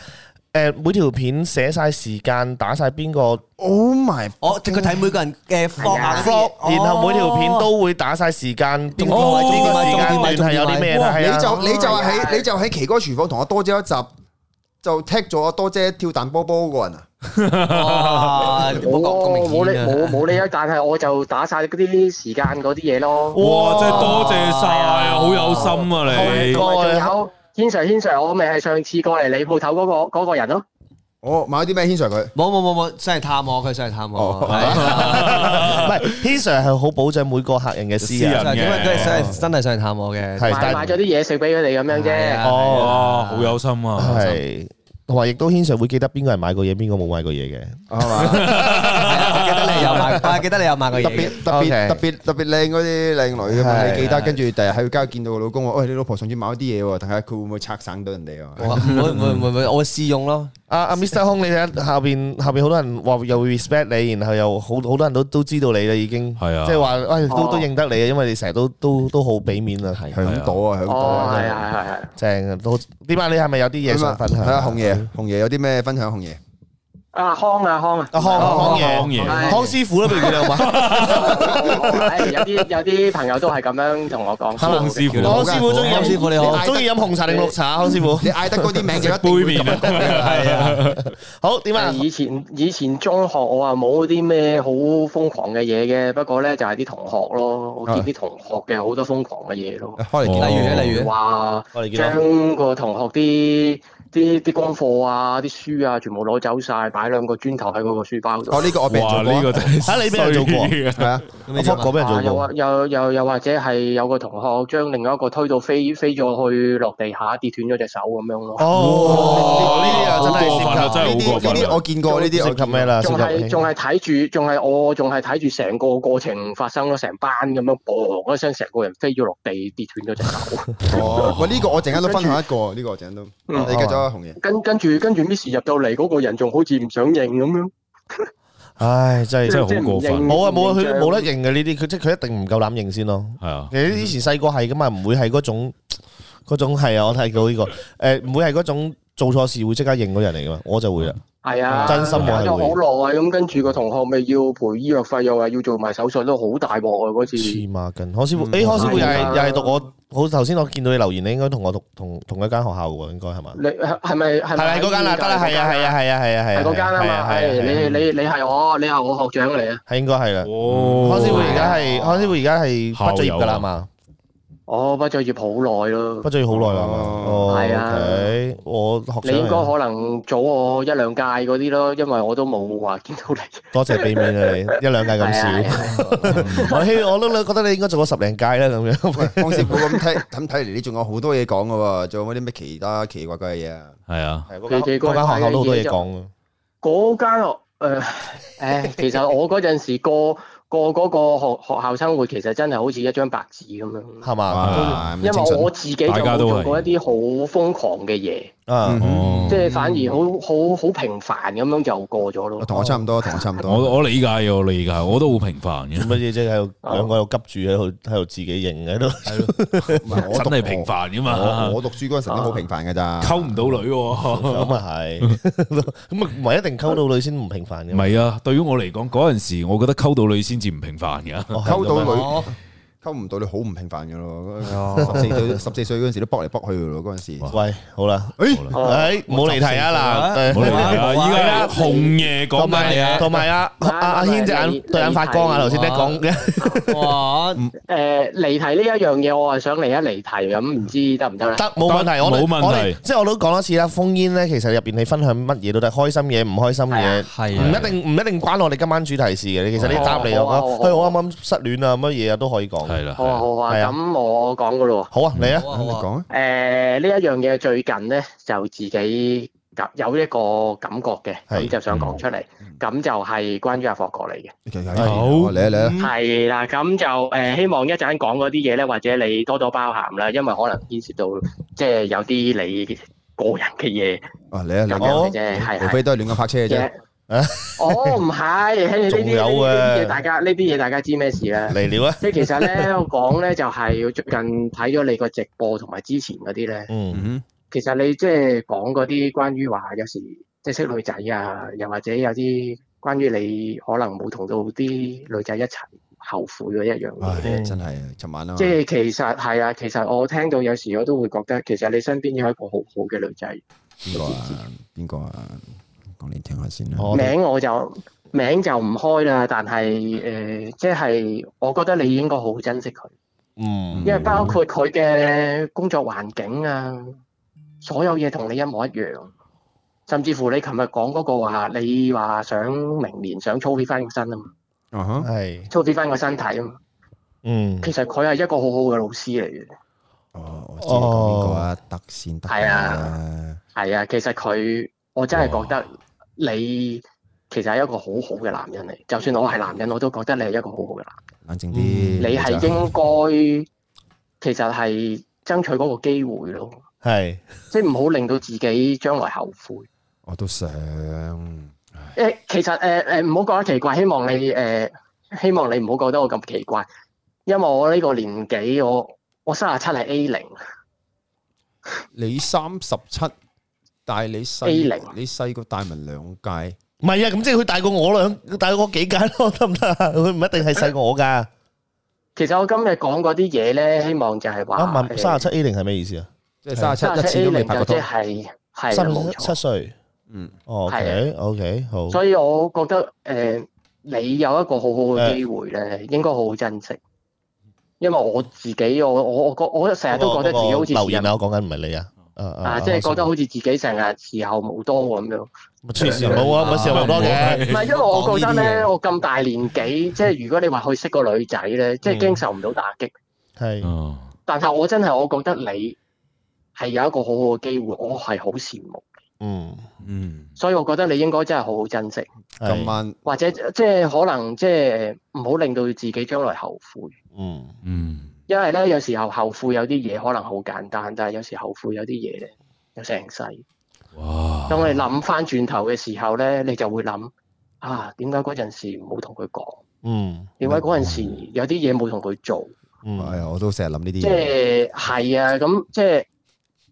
[SPEAKER 1] 誒每條片寫晒時間，打晒邊個
[SPEAKER 11] Oh my！
[SPEAKER 12] 我佢睇每個人嘅 flog 啊
[SPEAKER 1] ，flog，然後每條片都會打晒時間，邊個
[SPEAKER 12] 哦
[SPEAKER 1] 邊個時間段
[SPEAKER 12] 重點
[SPEAKER 1] 係有啲咩
[SPEAKER 11] 哇
[SPEAKER 1] 啦，係啊
[SPEAKER 11] 你就你就喺你就喺奇哥廚房同我多姐一集，就踢咗我多姐跳彈波波嗰個人啊！
[SPEAKER 12] 哦
[SPEAKER 13] 冇冇呢冇冇呢一，但係我就打晒嗰啲時間嗰啲嘢咯。
[SPEAKER 2] 哇！真係多謝晒啊，好有心啊你。
[SPEAKER 13] 同埋仲有軒 Sir 軒 Sir，我咪係上次過嚟你鋪頭嗰個嗰個人咯。
[SPEAKER 11] 我買咗啲咩牽上佢？
[SPEAKER 12] 冇冇冇冇，真係探我，佢真係探我。
[SPEAKER 1] 唔係 He Sir 係好保障每個客人嘅私隱
[SPEAKER 12] 因為佢係真係真係上嚟探我嘅。
[SPEAKER 1] 係但
[SPEAKER 13] 買買咗啲嘢食俾佢哋咁樣啫。
[SPEAKER 1] 哦，
[SPEAKER 2] 好有心啊！
[SPEAKER 1] 係，同埋亦都牽上會記得邊個係買過嘢，邊個冇買過嘢嘅，
[SPEAKER 11] 係嘛？
[SPEAKER 12] 我記得你有買， 我記得你有買過
[SPEAKER 11] 特
[SPEAKER 12] 嘢
[SPEAKER 11] 別。特別
[SPEAKER 1] OK
[SPEAKER 11] 特別特別靚嗰啲靚女啊嘛，
[SPEAKER 1] 係
[SPEAKER 11] 你記得，
[SPEAKER 12] 係
[SPEAKER 11] 跟住第日喺街見到個老公話：，喂，你老婆上次買咗啲嘢喎，睇下佢會唔會拆散到人哋啊？
[SPEAKER 12] 我唔會唔會唔會唔會，我試用咯。
[SPEAKER 1] 阿 阿 Mr. 空，你睇下下邊下邊好多人話又會 respect 你，然後又好好多人都都知道你啦，已經
[SPEAKER 2] 係啊
[SPEAKER 1] 即係話喂都
[SPEAKER 13] 哦
[SPEAKER 1] 都認得你啊，因為你成日都都都好俾面啊，係
[SPEAKER 11] 響到啊，響到
[SPEAKER 13] 哦，
[SPEAKER 11] 啊！
[SPEAKER 13] 係啊，係啊，係啊。
[SPEAKER 1] 正啊，都點解你係咪有啲嘢想分享？
[SPEAKER 11] 係啊，紅爺，紅爺有啲咩分享？紅爺，
[SPEAKER 13] 啊康啊康啊，
[SPEAKER 1] 阿康康爺，
[SPEAKER 13] 係
[SPEAKER 1] 康師傅啦，不如叫你好嘛？
[SPEAKER 13] 唉有啲有啲朋友都係咁樣同我 講。
[SPEAKER 1] 康
[SPEAKER 2] 師傅
[SPEAKER 1] 康師傅中意飲
[SPEAKER 12] 康師傅你好
[SPEAKER 1] 中意飲紅茶定綠茶？康師傅
[SPEAKER 11] 你嗌得嗰啲名就一
[SPEAKER 2] 杯
[SPEAKER 11] 定會
[SPEAKER 2] 麵
[SPEAKER 11] 咁樣講嘅啦
[SPEAKER 1] 係啊，好點啊？
[SPEAKER 13] 以前以前中學我啊冇啲咩好瘋狂嘅嘢嘅，不過咧就係啲同學咯，我見啲同學嘅好多瘋狂嘅嘢咯，
[SPEAKER 11] 開嚟見
[SPEAKER 2] 哦
[SPEAKER 11] 啦
[SPEAKER 12] 例如咧，例如咧，
[SPEAKER 13] 話
[SPEAKER 1] 我哋見到
[SPEAKER 13] 將個同學啲啲啲功課啊、啲書啊，全部攞走晒，擺兩個磚頭喺嗰個書包度。
[SPEAKER 11] 我呢個我俾人
[SPEAKER 2] 哇！
[SPEAKER 11] 做
[SPEAKER 2] 呢
[SPEAKER 11] 過
[SPEAKER 2] 個
[SPEAKER 11] 啊，
[SPEAKER 2] 真係
[SPEAKER 1] 嚇你俾人做 過
[SPEAKER 2] 衰啊
[SPEAKER 11] 係啊，
[SPEAKER 1] 我發覺俾人
[SPEAKER 13] 啊
[SPEAKER 1] 做
[SPEAKER 13] 又
[SPEAKER 1] 過
[SPEAKER 13] 或。又又又或者係有個同學將另外一個推到飛飛咗去落地下，跌斷咗隻手咁樣咯。
[SPEAKER 1] 哦，呢啲啊真係
[SPEAKER 2] 好過分啊真係
[SPEAKER 11] 呢
[SPEAKER 2] 好過
[SPEAKER 11] 啲
[SPEAKER 2] 分啊
[SPEAKER 11] 呢啲我見過，呢啲
[SPEAKER 1] 涉
[SPEAKER 11] 我
[SPEAKER 1] 及
[SPEAKER 11] 見
[SPEAKER 1] 咩啦？涉
[SPEAKER 13] 仲係
[SPEAKER 1] 及
[SPEAKER 13] 仲係睇住，仲係我仲係睇住成個過程發生咯，成班咁樣嘣一聲，成個人飛咗落地，跌斷咗隻手。
[SPEAKER 11] 哦，喂，呢個我陣間都分享一個，呢個我陣間都，
[SPEAKER 13] 嗯
[SPEAKER 11] 你繼續啊，紅爺。
[SPEAKER 13] 跟跟住跟住 Miss 入到嚟嗰個人仲好似唔想認咁樣，
[SPEAKER 1] 唉，真係
[SPEAKER 2] 真係好過分
[SPEAKER 1] 冇啊冇啊，佢冇得認嘅呢啲，佢即係佢一定唔夠膽認先咯。
[SPEAKER 2] 係啊
[SPEAKER 1] 其！實以前細個係噶嘛，唔會係嗰種嗰種係啊，我睇到呢個誒，唔會係嗰種做錯事會即刻認嗰人嚟噶嘛，我就會啦。
[SPEAKER 13] 係啊，
[SPEAKER 1] 真心我係會
[SPEAKER 13] 搞咗好耐咁，跟住個同學咪要賠醫藥費，又話要做埋手術，都好大鑊啊！嗰次
[SPEAKER 1] 黐孖筋，
[SPEAKER 13] 嗯
[SPEAKER 1] 康師傅，誒康師傅又
[SPEAKER 13] 啊
[SPEAKER 1] 係又係讀我，好頭先我見到你留言，你應該同我讀同同一間學校嘅喎，應該係嘛？
[SPEAKER 13] 你係係咪係
[SPEAKER 1] 係咪
[SPEAKER 13] 咪
[SPEAKER 1] 嗰間啦？得啦，係啊，係啊，係啊，係啊，係啊，
[SPEAKER 13] 係嗰間啊
[SPEAKER 1] 係
[SPEAKER 13] 嘛，
[SPEAKER 1] 係
[SPEAKER 13] 係
[SPEAKER 1] 啊
[SPEAKER 13] 你你你係我你係我學長嚟啊！
[SPEAKER 1] 係應該係啦。
[SPEAKER 2] 哦，
[SPEAKER 1] 康師傅而家係康師傅而家係畢咗業㗎啦
[SPEAKER 13] 啊
[SPEAKER 1] 嘛，
[SPEAKER 13] 我畢咗業好耐咯
[SPEAKER 1] 畢。咗業好耐啦嘛。哦，
[SPEAKER 13] 係啊
[SPEAKER 1] OK，我學
[SPEAKER 13] 你
[SPEAKER 1] 長
[SPEAKER 13] 應該
[SPEAKER 1] 嚟
[SPEAKER 13] 可能早我一兩屆嗰啲咯，因為我都冇話見到你。
[SPEAKER 1] 多謝俾面啊你，一兩屆咁
[SPEAKER 13] 係
[SPEAKER 1] 少。
[SPEAKER 13] 啊
[SPEAKER 1] 我希我都覺得你應該做過十零屆啦咁樣。
[SPEAKER 2] 啊
[SPEAKER 11] 康師傅咁睇咁睇嚟，你仲有好多嘢講嘅喎，仲有冇啲咩其他奇怪怪嘅嘢啊？
[SPEAKER 2] 係啊！
[SPEAKER 1] 係
[SPEAKER 13] 間
[SPEAKER 1] 嗰間學校都好多嘢講啊。
[SPEAKER 13] 嗰間學誒誒，其實我嗰陣時過 過嗰個學學校生活，其實真係好似一張白紙咁樣。
[SPEAKER 1] 係
[SPEAKER 2] 啊
[SPEAKER 11] 啊
[SPEAKER 1] 嘛？
[SPEAKER 13] 因為我自己就冇做過一啲好瘋狂嘅嘢，
[SPEAKER 11] 嗯
[SPEAKER 1] 啊，
[SPEAKER 13] 即係反而好好好平凡咁樣就過咗咯。
[SPEAKER 11] 哦同我差唔多，同我差唔多。
[SPEAKER 2] 我我理解嘅，我理解，我都好平凡嘅。
[SPEAKER 1] 乜嘢啫？喺度兩個又急住喺度喺度自己認喺度，
[SPEAKER 11] 我 讀
[SPEAKER 2] 真係平凡噶嘛
[SPEAKER 11] 我我讀書嗰陣時都好平凡㗎咋，
[SPEAKER 2] 溝唔到女
[SPEAKER 1] 咁
[SPEAKER 2] 喎。
[SPEAKER 1] 啊係，咁啊唔係一定溝到女先唔平凡嘅
[SPEAKER 2] 唔。係啊，對於我嚟講，嗰陣時我覺得溝到女先至唔平凡 嘅。
[SPEAKER 11] 溝到女。哦溝唔到你好唔平凡嘅咯，
[SPEAKER 2] 哦
[SPEAKER 11] 十四歲十四歲嗰陣時都搏嚟搏去嘅咯，嗰陣時。
[SPEAKER 1] 喂，好啦，
[SPEAKER 11] 誒
[SPEAKER 1] 誒，冇離題 啊嗱，
[SPEAKER 2] 冇離題啊依家紅爺講
[SPEAKER 1] 同
[SPEAKER 2] 緊你啊
[SPEAKER 1] 埋同埋啊阿阿軒隻眼對眼發光啊！頭先你講嘅，
[SPEAKER 12] 哇！
[SPEAKER 13] 誒呃離題呢一樣嘢，我係想離一離題咁，唔知得唔啊得咧？
[SPEAKER 1] 得冇問題，我哋
[SPEAKER 2] 冇問題
[SPEAKER 1] 我哋即係我都講多次啦。封煙咧，其實入邊你分享乜嘢都得，開心嘢、唔開心嘢，
[SPEAKER 12] 係
[SPEAKER 1] 唔一定唔一定關我哋今晚主題事嘅。你其實你答嚟
[SPEAKER 13] 好啊好
[SPEAKER 1] 我講，
[SPEAKER 13] 啊好啊
[SPEAKER 1] 去我啱啱失戀啊，乜嘢啊都可以講。
[SPEAKER 2] 係啦
[SPEAKER 13] 好啊好啊，
[SPEAKER 1] 係啊
[SPEAKER 13] 咁我講噶咯喎。
[SPEAKER 1] 好啊，你啊，
[SPEAKER 11] 你講啊，
[SPEAKER 13] 誒呢一樣嘢最近咧就自己感有一個感覺嘅，咁就想講出嚟。咁就係關於阿霍哥嚟嘅，
[SPEAKER 11] 其實有啲嚟啊嚟
[SPEAKER 13] 嗯
[SPEAKER 11] 啊，
[SPEAKER 13] 係啦。咁就誒希望一陣講嗰啲嘢咧，或者你多多包涵啦，因為可能牽涉到即係有啲你個人嘅 嘢
[SPEAKER 11] 啊嚟啊
[SPEAKER 13] 咁
[SPEAKER 11] 嚟
[SPEAKER 13] 樣嘅
[SPEAKER 11] 啊，
[SPEAKER 13] 啫，係
[SPEAKER 11] 無非
[SPEAKER 13] 係。
[SPEAKER 11] 都係亂咁泊車嘅啫。
[SPEAKER 13] 我哦唔 係，嘿呢啲
[SPEAKER 1] 仲有
[SPEAKER 13] 呢
[SPEAKER 1] 啊
[SPEAKER 13] 啲嘢大家呢啲嘢大家知咩事 啦。
[SPEAKER 1] 嚟料啊，
[SPEAKER 13] 即係其實咧，我講咧就係最近睇咗你個直播同埋之前嗰啲咧。
[SPEAKER 1] 嗯，
[SPEAKER 11] 嗯
[SPEAKER 13] 其實你即係講嗰啲關於話有時即係識女仔啊，又或者有啲關於你可能冇同到啲女仔一齊後悔嘅一樣
[SPEAKER 11] 哼，唉
[SPEAKER 13] 嘢咧。
[SPEAKER 11] 真係尋晚啊，
[SPEAKER 13] 嗯即係其實係啊，其實我聽到有時我都會覺得，其實你身邊有一個好好嘅女仔，
[SPEAKER 11] 邊個啊？邊個啊？講你聽下先啦。
[SPEAKER 1] 我
[SPEAKER 13] 名我就名就唔開啦，但係誒、呃即係我覺得你應該好好珍惜佢，
[SPEAKER 1] 嗯
[SPEAKER 13] 因為包括佢嘅工作環境啊，所有嘢同你一模一樣，甚至乎你琴日講嗰個話，你話想明年想操 fit 翻個身啊嘛，
[SPEAKER 11] 啊哈，
[SPEAKER 1] 係，
[SPEAKER 13] 操 fit 翻個身體啊嘛，
[SPEAKER 1] 嗯，
[SPEAKER 13] 其實佢係一個好好嘅老師嚟嘅，
[SPEAKER 11] 哦，我知你講邊個啊？得先得
[SPEAKER 13] 係啊
[SPEAKER 11] 啊，
[SPEAKER 13] 係啊，其實佢我真係覺得你其實係一個好好嘅男人嚟，就算我係男人，我都覺得你係一個好好嘅男人。
[SPEAKER 11] 冷靜啲。你
[SPEAKER 13] 你係應該其實係爭取嗰個機會咯，
[SPEAKER 1] 係，
[SPEAKER 13] 即係唔好令到自己將來後悔。
[SPEAKER 11] 我都想。um,
[SPEAKER 13] 誒、其實誒誒唔好覺得奇怪，希望你誒、希望你唔好覺得我咁奇怪，因為我呢個年紀，我我三十七係 A 零，
[SPEAKER 11] 你三十七，但係你
[SPEAKER 13] A
[SPEAKER 11] 細
[SPEAKER 13] 零，
[SPEAKER 11] 你細個大文兩屆。
[SPEAKER 1] 唔係啊，咁即係佢大過我兩，大過我幾間咯，得唔得啊？佢唔一定係細過我㗎。
[SPEAKER 13] 其實我今日講嗰啲嘢咧，希望就係
[SPEAKER 1] 啊，
[SPEAKER 13] 話
[SPEAKER 1] 問三十七 A 零係咩意思啊？
[SPEAKER 11] 即係三十
[SPEAKER 13] 三
[SPEAKER 11] 七
[SPEAKER 13] 十
[SPEAKER 11] 一
[SPEAKER 13] 七
[SPEAKER 11] 次
[SPEAKER 13] A
[SPEAKER 11] 都未
[SPEAKER 13] 零
[SPEAKER 11] 拍
[SPEAKER 13] 就
[SPEAKER 11] 過
[SPEAKER 13] 即
[SPEAKER 11] 拖。
[SPEAKER 13] 係係啦
[SPEAKER 1] 三
[SPEAKER 13] 冇
[SPEAKER 1] 十七
[SPEAKER 13] 錯，
[SPEAKER 1] 歲，
[SPEAKER 11] 嗯，
[SPEAKER 1] 哦，OK OK，好，
[SPEAKER 13] 所以我覺得誒、呃你有一個好好嘅
[SPEAKER 1] 誒
[SPEAKER 13] 機會咧，應該好好珍惜。因為我自己，我我我覺我成日都覺得自己好似
[SPEAKER 1] 留
[SPEAKER 13] 時
[SPEAKER 1] 言
[SPEAKER 13] 日
[SPEAKER 1] 啊，我講緊唔係你啊，啊
[SPEAKER 13] 啊，即係覺得好似自己成日時候無多咁樣。
[SPEAKER 1] 黐線冇啊，冇事好多嘅，
[SPEAKER 13] 唔係，因為我覺得
[SPEAKER 11] 講呢啲
[SPEAKER 13] 咧，
[SPEAKER 11] 嘢
[SPEAKER 13] 我咁大年紀，即係如果你話去識個女仔咧，即係經受唔到打擊。
[SPEAKER 1] 係
[SPEAKER 2] 哦
[SPEAKER 13] 但係我真係我覺得你係有一個好好嘅機會，我係好羨慕，
[SPEAKER 1] 嗯，
[SPEAKER 2] 嗯，
[SPEAKER 13] 所以我覺得你應該真係好好珍惜，
[SPEAKER 1] 係
[SPEAKER 11] 今晚
[SPEAKER 13] 或者即係可能即係唔好令到自己將來後悔。
[SPEAKER 1] 嗯
[SPEAKER 2] 嗯，
[SPEAKER 13] 因為咧，有時候後悔有啲嘢可能好簡單，但係有時後悔有啲嘢咧，有成世。
[SPEAKER 2] 哇！
[SPEAKER 13] 當
[SPEAKER 1] 啊
[SPEAKER 13] 你諗翻轉頭嘅時候咧，你就會諗啊，點解嗰陣時唔好同佢講？
[SPEAKER 1] 嗯
[SPEAKER 13] 點解嗰陣時有啲嘢冇同佢做？
[SPEAKER 11] 哎
[SPEAKER 1] 嗯，
[SPEAKER 11] 呀，我都成日諗呢啲
[SPEAKER 13] 即係
[SPEAKER 11] 嘢。
[SPEAKER 13] 係啊，咁即係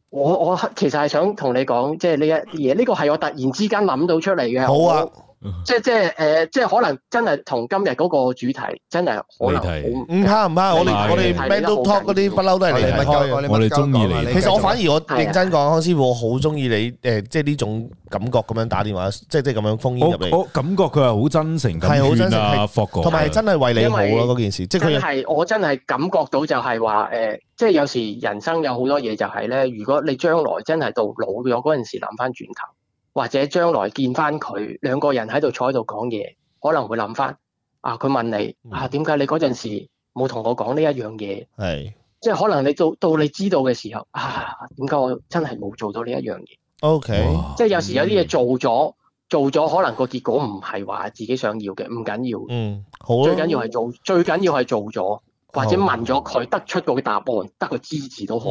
[SPEAKER 13] 我我其實係想同你講，即係呢一啲嘢，呢個係我突然之間諗到出嚟嘅。
[SPEAKER 1] 好啊
[SPEAKER 13] 我，即係即係誒，呃即係可能真係同今日嗰個主題真係可能
[SPEAKER 2] 離題
[SPEAKER 13] 好
[SPEAKER 1] 唔怕唔怕，我哋我哋 Battle Talk 嗰啲不嬲都
[SPEAKER 11] Ờ,
[SPEAKER 1] 係離題開。
[SPEAKER 2] 我哋中意你
[SPEAKER 1] 其實我反
[SPEAKER 11] 而
[SPEAKER 1] 而我認真講，康師傅，我好中意你誒，即係呢種感覺咁樣打電話，即係即係咁樣封煙
[SPEAKER 2] 我
[SPEAKER 1] 入嚟，
[SPEAKER 2] 我感覺佢係好真誠
[SPEAKER 1] 係好
[SPEAKER 2] 咁
[SPEAKER 1] 真
[SPEAKER 2] 勸
[SPEAKER 1] 誠
[SPEAKER 2] 啊
[SPEAKER 1] 係
[SPEAKER 2] 霍哥，
[SPEAKER 1] 同埋真係為你好咯嗰件事，即係佢
[SPEAKER 13] 真係我真係感覺到就係話誒，即係有時人生有好多嘢就係咧，如果你將來真係到老咗嗰陣時諗翻轉頭，或者將來見翻佢兩個人喺度坐喺度講嘢，可能會諗翻啊，佢問你
[SPEAKER 1] 嗯
[SPEAKER 13] 啊，點解你嗰陣時冇同我講呢一樣嘢？
[SPEAKER 1] 係
[SPEAKER 13] 即係可能你到到你知道嘅時候啊，點解我真係冇做到呢一樣嘢？
[SPEAKER 1] OK，嗯
[SPEAKER 13] 即係有時有啲嘢做咗，做咗可能個結果唔係話自己想要嘅，唔緊要。
[SPEAKER 1] 嗯，好啊
[SPEAKER 13] 最緊要係做，最緊要係做咗，或者
[SPEAKER 1] 好哦
[SPEAKER 13] 問咗佢得出個答案，得個支持都好。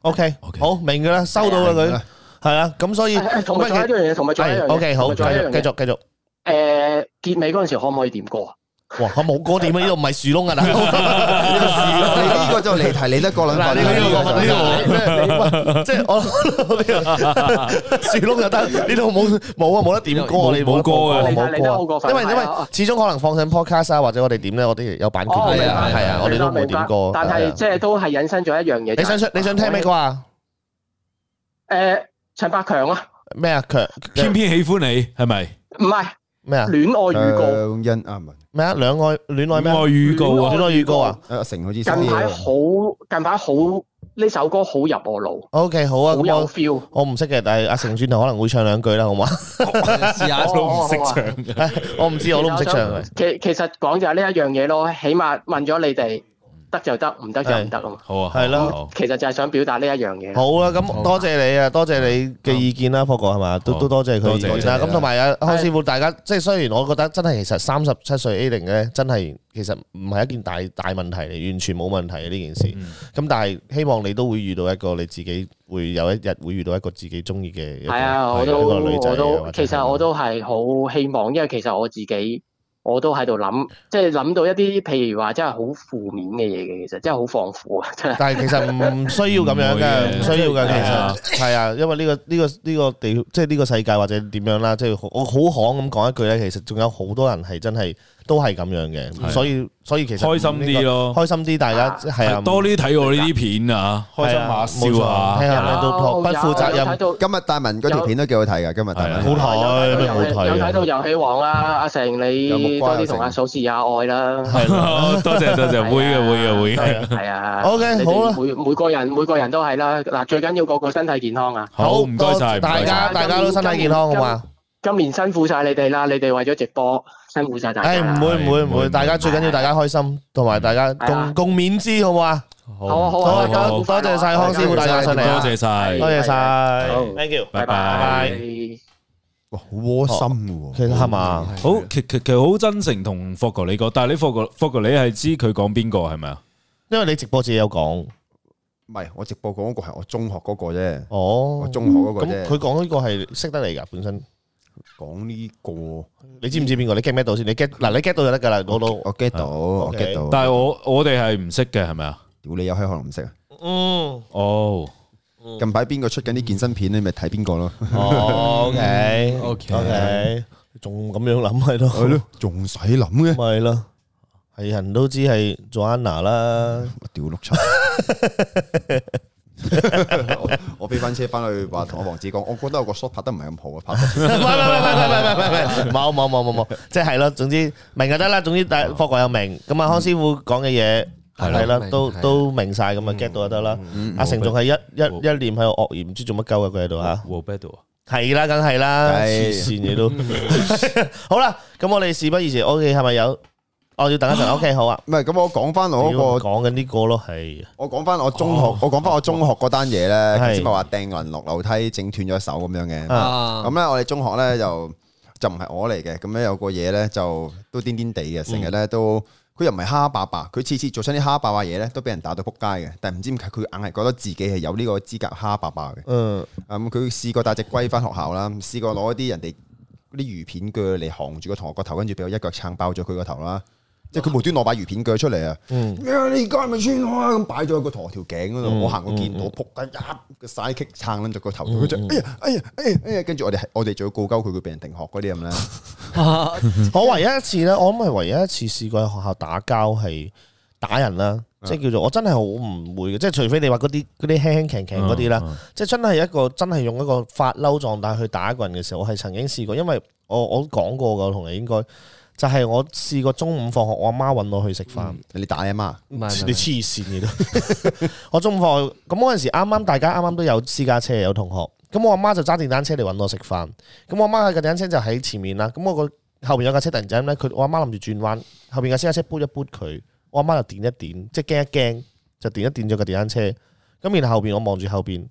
[SPEAKER 1] OK，好明噶啦，收到啦佢，系啦，咁所以
[SPEAKER 13] 誒誒同埋仲有一樣嘢同埋仲有一樣嘢
[SPEAKER 1] O K，好，
[SPEAKER 13] 同
[SPEAKER 1] 繼
[SPEAKER 13] 埋仲
[SPEAKER 1] 續
[SPEAKER 13] 有一樣嘢
[SPEAKER 1] 繼續繼續，
[SPEAKER 13] 誒結尾嗰陣時可唔可以點歌啊？
[SPEAKER 1] 哇，我冇歌點啊，呢度唔係樹窿啊，大佬你
[SPEAKER 11] 呢個就離題離得過兩
[SPEAKER 1] 嗱，
[SPEAKER 11] 份
[SPEAKER 1] 呢
[SPEAKER 11] 啦
[SPEAKER 1] 個呢個過分呢度，即係我 樹窿就得，呢度冇冇啊，冇得點歌啊，
[SPEAKER 2] 冇
[SPEAKER 1] 你冇得
[SPEAKER 2] 冇歌
[SPEAKER 1] 播
[SPEAKER 2] 啊
[SPEAKER 1] 啊
[SPEAKER 2] 你
[SPEAKER 13] 睇你睇
[SPEAKER 1] 冇歌
[SPEAKER 13] 我過
[SPEAKER 1] 啊，
[SPEAKER 13] 分
[SPEAKER 1] 因為因為
[SPEAKER 13] 係啊
[SPEAKER 1] 始終可能放上 podcast 啊，或者我哋點咧，我哋有版權
[SPEAKER 13] 哦，明
[SPEAKER 1] 係
[SPEAKER 13] 白
[SPEAKER 1] 啊，係啊，我哋都冇點歌啊
[SPEAKER 13] 明白，但係即係都係引申咗一樣嘢。
[SPEAKER 1] 你想你想聽咩歌啊？
[SPEAKER 13] 誒，陳百強啊，
[SPEAKER 1] 咩啊？強
[SPEAKER 2] 偏偏喜歡你係咪？
[SPEAKER 13] 唔係
[SPEAKER 1] 咩啊？
[SPEAKER 13] 戀愛預告。
[SPEAKER 11] 兩恩啊，唔係
[SPEAKER 1] 咩啊？兩愛戀愛咩啊？
[SPEAKER 2] 戀愛預告啊
[SPEAKER 1] 戀愛預告啊！
[SPEAKER 11] 阿成好似識
[SPEAKER 13] 近
[SPEAKER 11] 啲
[SPEAKER 13] 排
[SPEAKER 11] 嘢
[SPEAKER 13] 好，近排好呢首歌好入我腦，
[SPEAKER 1] O、k 好啊，
[SPEAKER 13] 好有
[SPEAKER 1] 咁
[SPEAKER 13] feel。
[SPEAKER 1] 我我唔識嘅，但係阿成轉頭可能會唱兩句啦，好嘛？
[SPEAKER 12] 試下
[SPEAKER 13] 都唔識唱
[SPEAKER 1] 我唔知，我都唔識唱嘅。
[SPEAKER 13] 啊其其實講就係呢一樣嘢咯，起碼問咗你哋得就得，唔得就唔得啊嘛。
[SPEAKER 2] 好啊，
[SPEAKER 1] 係咯
[SPEAKER 2] 好
[SPEAKER 13] 其實就係想表達呢一樣嘢。
[SPEAKER 1] 好啦，咁多謝你啊，多謝你嘅意見啦，科哥係嘛？都都多謝佢意
[SPEAKER 2] 多
[SPEAKER 1] 見
[SPEAKER 2] 謝
[SPEAKER 1] 啦。
[SPEAKER 2] 你啊
[SPEAKER 1] 咁同埋啊，康師傅，大家即係雖然我覺得真係其實三十七歲 A 零咧，真係其實唔係一件大大問題嚟，完全冇問題嘅呢件
[SPEAKER 2] 嗯
[SPEAKER 1] 事。咁但係希望你都會遇到一個你自己會有一日會遇到一個自己中意嘅一個
[SPEAKER 13] 係啊，我都
[SPEAKER 1] 一個女仔
[SPEAKER 13] 我
[SPEAKER 1] 啊
[SPEAKER 13] 都
[SPEAKER 1] 或者
[SPEAKER 13] 其實我都係好希望，因為其實我自己我都喺度諗，即係諗到一啲譬如話真係好負面嘅嘢嘅，其實真係好放苦啊，真係。
[SPEAKER 1] 但係其實唔需要咁樣嘅，唔需要嘅其實係啊，因為呢個呢個呢個地即係呢個世界或者點樣啦，即係我好行咁講一句咧，其實仲有好多人係真係都係咁樣
[SPEAKER 2] 啊
[SPEAKER 1] 嘅，所以所以其實
[SPEAKER 2] 開心啲咯
[SPEAKER 1] 呢個開心啲，大家係啊，
[SPEAKER 2] 多啲睇我呢啲片啊，開
[SPEAKER 1] 係
[SPEAKER 2] 心
[SPEAKER 1] 啊
[SPEAKER 2] 下
[SPEAKER 1] 冇
[SPEAKER 2] 笑
[SPEAKER 1] 錯聽
[SPEAKER 2] 下。
[SPEAKER 1] 下咩都
[SPEAKER 13] 有
[SPEAKER 1] 不負責任
[SPEAKER 13] 有睇到
[SPEAKER 11] 今日大文嗰條片都幾好睇㗎，今日大文
[SPEAKER 1] 好睇咩
[SPEAKER 13] 有
[SPEAKER 1] 好
[SPEAKER 13] 有睇
[SPEAKER 1] 睇啊？
[SPEAKER 13] 到遊戲王啦，阿成
[SPEAKER 11] 有木
[SPEAKER 13] 你多
[SPEAKER 11] 瓜啊
[SPEAKER 13] 啲同阿嫂示下愛啦。
[SPEAKER 1] 係咯
[SPEAKER 2] 好 多謝多謝，會嘅會嘅會嘅。
[SPEAKER 13] 係啊
[SPEAKER 1] OK，
[SPEAKER 13] 你哋
[SPEAKER 1] 好啦
[SPEAKER 13] 每每個人每個人都係啦。嗱，最緊要個個身體健康啊！
[SPEAKER 2] 好，唔該晒，
[SPEAKER 1] 多大
[SPEAKER 2] 唔該晒
[SPEAKER 1] 家大家都身體健康好嘛？
[SPEAKER 13] 今年辛苦晒你哋啦，你哋為咗直播辛苦晒大家
[SPEAKER 1] 誒
[SPEAKER 13] 啦。
[SPEAKER 1] 唔會唔會唔會，大家最緊要大家開心，同埋大家共共勉之好嘛？
[SPEAKER 13] 好啊好
[SPEAKER 1] 好啊，
[SPEAKER 13] 啊，
[SPEAKER 1] 多多謝晒康師傅大家上嚟啊，
[SPEAKER 2] 多謝晒
[SPEAKER 1] 多謝晒
[SPEAKER 13] 好
[SPEAKER 1] ，thank you，
[SPEAKER 2] 拜
[SPEAKER 1] 拜
[SPEAKER 2] 拜
[SPEAKER 1] 拜。
[SPEAKER 13] 拜。
[SPEAKER 11] 哇，好窩心嘅喎。
[SPEAKER 1] 其實係嘛？
[SPEAKER 2] 好，其其其實好真誠同霍哥你講，但係你霍哥霍哥你係知佢講邊個係咪啊？
[SPEAKER 1] 因為你直播自己有講，
[SPEAKER 11] 唔係，我直播講嗰個係我中學嗰個啫，我
[SPEAKER 1] 哦，
[SPEAKER 11] 中學嗰個
[SPEAKER 1] 咁
[SPEAKER 11] 啫。
[SPEAKER 1] 佢講呢個係識得你㗎本身，
[SPEAKER 11] 講呢個，我
[SPEAKER 1] 你知唔知邊個？你 get 咩到先？你 get 嗱，你 get 到就得㗎啦，攞到，
[SPEAKER 11] get 到，我
[SPEAKER 1] 啊 OK
[SPEAKER 11] get 到。
[SPEAKER 2] 但係我我哋係唔識嘅係咪啊？
[SPEAKER 11] 屌你有閪可能唔識啊！
[SPEAKER 1] 嗯，
[SPEAKER 2] 哦，
[SPEAKER 11] 近排邊個出緊啲健身片，你咪睇邊個咯。
[SPEAKER 1] 哦，OK
[SPEAKER 12] OK
[SPEAKER 1] OK，仲咁樣諗喺度，
[SPEAKER 11] 係咯，仲使諗嘅？
[SPEAKER 1] 咪咯，係人都知係 Joanna 啦。
[SPEAKER 11] 我屌碌 柒！我我飛翻車翻去話同我王子講，我覺得我個 shot 拍得唔係咁好啊， 拍
[SPEAKER 1] 唔係唔係唔係唔係唔係唔係
[SPEAKER 11] 得
[SPEAKER 1] 唔係冇冇冇冇冇，即係咯，總之明就得啦。總之大霍國有明，咁啊康師傅講嘅嘢係啦，都都明晒，咁啊 get 到就得啦。阿成仲係一一一念喺度惡言，唔知做乜鳩嘅佢喺度吓。
[SPEAKER 2] w a b e d o
[SPEAKER 1] 係啦，梗係啦，
[SPEAKER 11] 係
[SPEAKER 1] 黐線嘢都好啦。咁我哋事不宜遲，O K 係咪有？我要等一陣，O K 好啊。
[SPEAKER 11] 唔係咁，我講翻我
[SPEAKER 1] 屌
[SPEAKER 11] 嗰個
[SPEAKER 1] 講緊呢個咯，係
[SPEAKER 11] 我講翻我中學，我講翻我中學嗰單嘢咧，
[SPEAKER 1] 係
[SPEAKER 11] 頭先咪話掟人落樓梯，整斷咗手咁樣嘅。
[SPEAKER 1] 啊
[SPEAKER 11] 咁咧，我哋中學咧就就唔係我嚟嘅，咁咧有個嘢咧就都癲癲地嘅，成日咧都佢又唔係蝦霸霸，佢次次做親啲蝦霸霸嘢咧都俾人打到撲街嘅，但係唔知點解佢硬係覺得自己係有呢個資格蝦霸霸嘅。
[SPEAKER 1] 嗯
[SPEAKER 11] 啊咁佢試過帶只龜翻學校啦，試過攞啲人哋嗰啲魚片鋸嚟行住個同學個頭，跟住俾我一腳撐爆咗佢個頭啦。即係佢無端攞把魚片鋸出嚟啊！
[SPEAKER 1] 嗯
[SPEAKER 11] 咩啊你而家係咪穿我啊？咁擺咗喺個同學條頸嗰
[SPEAKER 1] 嗯嗯
[SPEAKER 11] 度，我行過見到，仆街一個曬棘撐撚咗個頭，佢就哎呀哎呀哎呀哎呀，跟住我哋係我哋仲要告鳩佢，佢俾人停學嗰啲咁咧。
[SPEAKER 1] 我唯一一次咧，我諗係唯一一次試過喺學校打交係打人啦，即係叫做我真係好唔會嘅，即係除非你話嗰啲嗰啲輕輕強強嗰啲
[SPEAKER 2] 啊嗯
[SPEAKER 1] 啦，即係真係一個真係用一個發嬲狀態去打一個人嘅時候，我係曾經試過，因為我我講過噶，我同你應該就係我試過中午放學，我阿媽揾我去食飯。
[SPEAKER 11] 你打阿媽，
[SPEAKER 12] 唔係唔
[SPEAKER 1] 你
[SPEAKER 12] 係
[SPEAKER 1] 黐線嘅都。 我中午放學咁嗰陣時，啱啱大家啱啱都有私家車有同學，咁我阿媽就揸電單車嚟揾我食飯。咁我阿媽嘅電單車就喺前面啦，咁我個後面有架車突然之間咧，佢我阿媽諗住轉彎，後面架私家車撥一撥佢，我阿媽就電一電，即係驚一驚，就電一電咗個電單車。咁然後後邊我望住後邊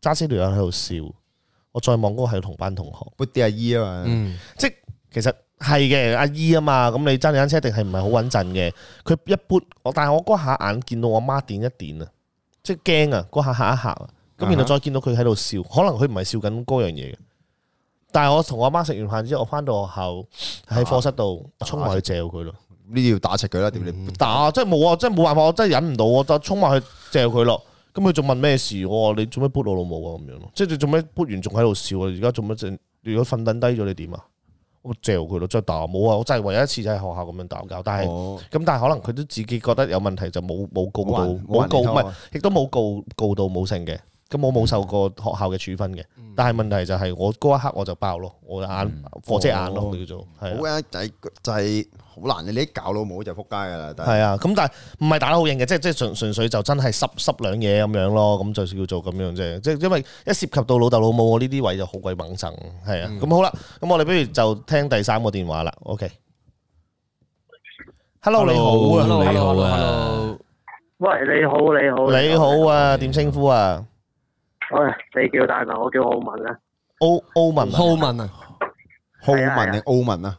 [SPEAKER 1] 揸車條友喺度笑，我我再望嗰個係同班同學，
[SPEAKER 11] 撥啲阿姨啊嘛，
[SPEAKER 1] 嗯，即係其實係嘅阿姨啊嘛，咁你揸你單車一定係唔係好穩陣嘅？佢一撥我，但係我嗰下眼見到我媽點一點啊，即係驚啊，嗰下嚇一嚇啊，咁然後再見到佢喺度笑，可能佢唔係笑緊嗰樣嘢嘅。但係我同我媽食完飯之後，我翻到學校喺課室度衝埋去嚼佢咯。
[SPEAKER 11] 呢啲要打柒佢啦，點你
[SPEAKER 1] 打真係冇啊，真係冇辦法，我真係忍唔到，我就衝埋去嚼佢咯。咁佢仲問咩事？我話你做咩撥我老母啊？咁樣咯，即係你做咩撥完仲喺度笑啊？而家做乜正？如果瞓凳低咗你點啊？我嚼佢咯，再打冇啊！我真係唯一一次就喺學校咁樣打交，但係咁、
[SPEAKER 11] 哦
[SPEAKER 1] 但係可能佢都自己覺得有問題，就冇冇告到
[SPEAKER 11] 還
[SPEAKER 1] 冇告，唔
[SPEAKER 11] 還你偷
[SPEAKER 1] 係
[SPEAKER 11] 啊
[SPEAKER 1] 亦都冇告告到冇成嘅。咁我冇受過學校嘅處分嘅，
[SPEAKER 11] 嗯
[SPEAKER 1] 但係問題就係我嗰一刻我就爆咯，我眼火遮眼
[SPEAKER 11] 哦
[SPEAKER 1] 咯，佢叫做係啊
[SPEAKER 11] 好啊，就係就係好難嘅，你一搞老母就撲街噶啦，但
[SPEAKER 1] 係啊，咁但係唔係打得好型嘅，即係即係純純粹就真係濕濕兩嘢咁樣咯，咁就叫做咁樣啫。即係因為一涉及到老豆老母，我呢啲位就好鬼猛憎，係啊。咁、好啦，咁我哋不如就聽第三個電話啦。OK。Hello，你好啊
[SPEAKER 2] Hello，你好啊
[SPEAKER 14] 喂，你好，你好，
[SPEAKER 1] 你好啊，點稱呼啊？
[SPEAKER 14] 喂，你叫大文，我叫浩文啊，
[SPEAKER 1] 澳澳文，
[SPEAKER 12] 浩文啊，
[SPEAKER 11] 浩文定澳文啊？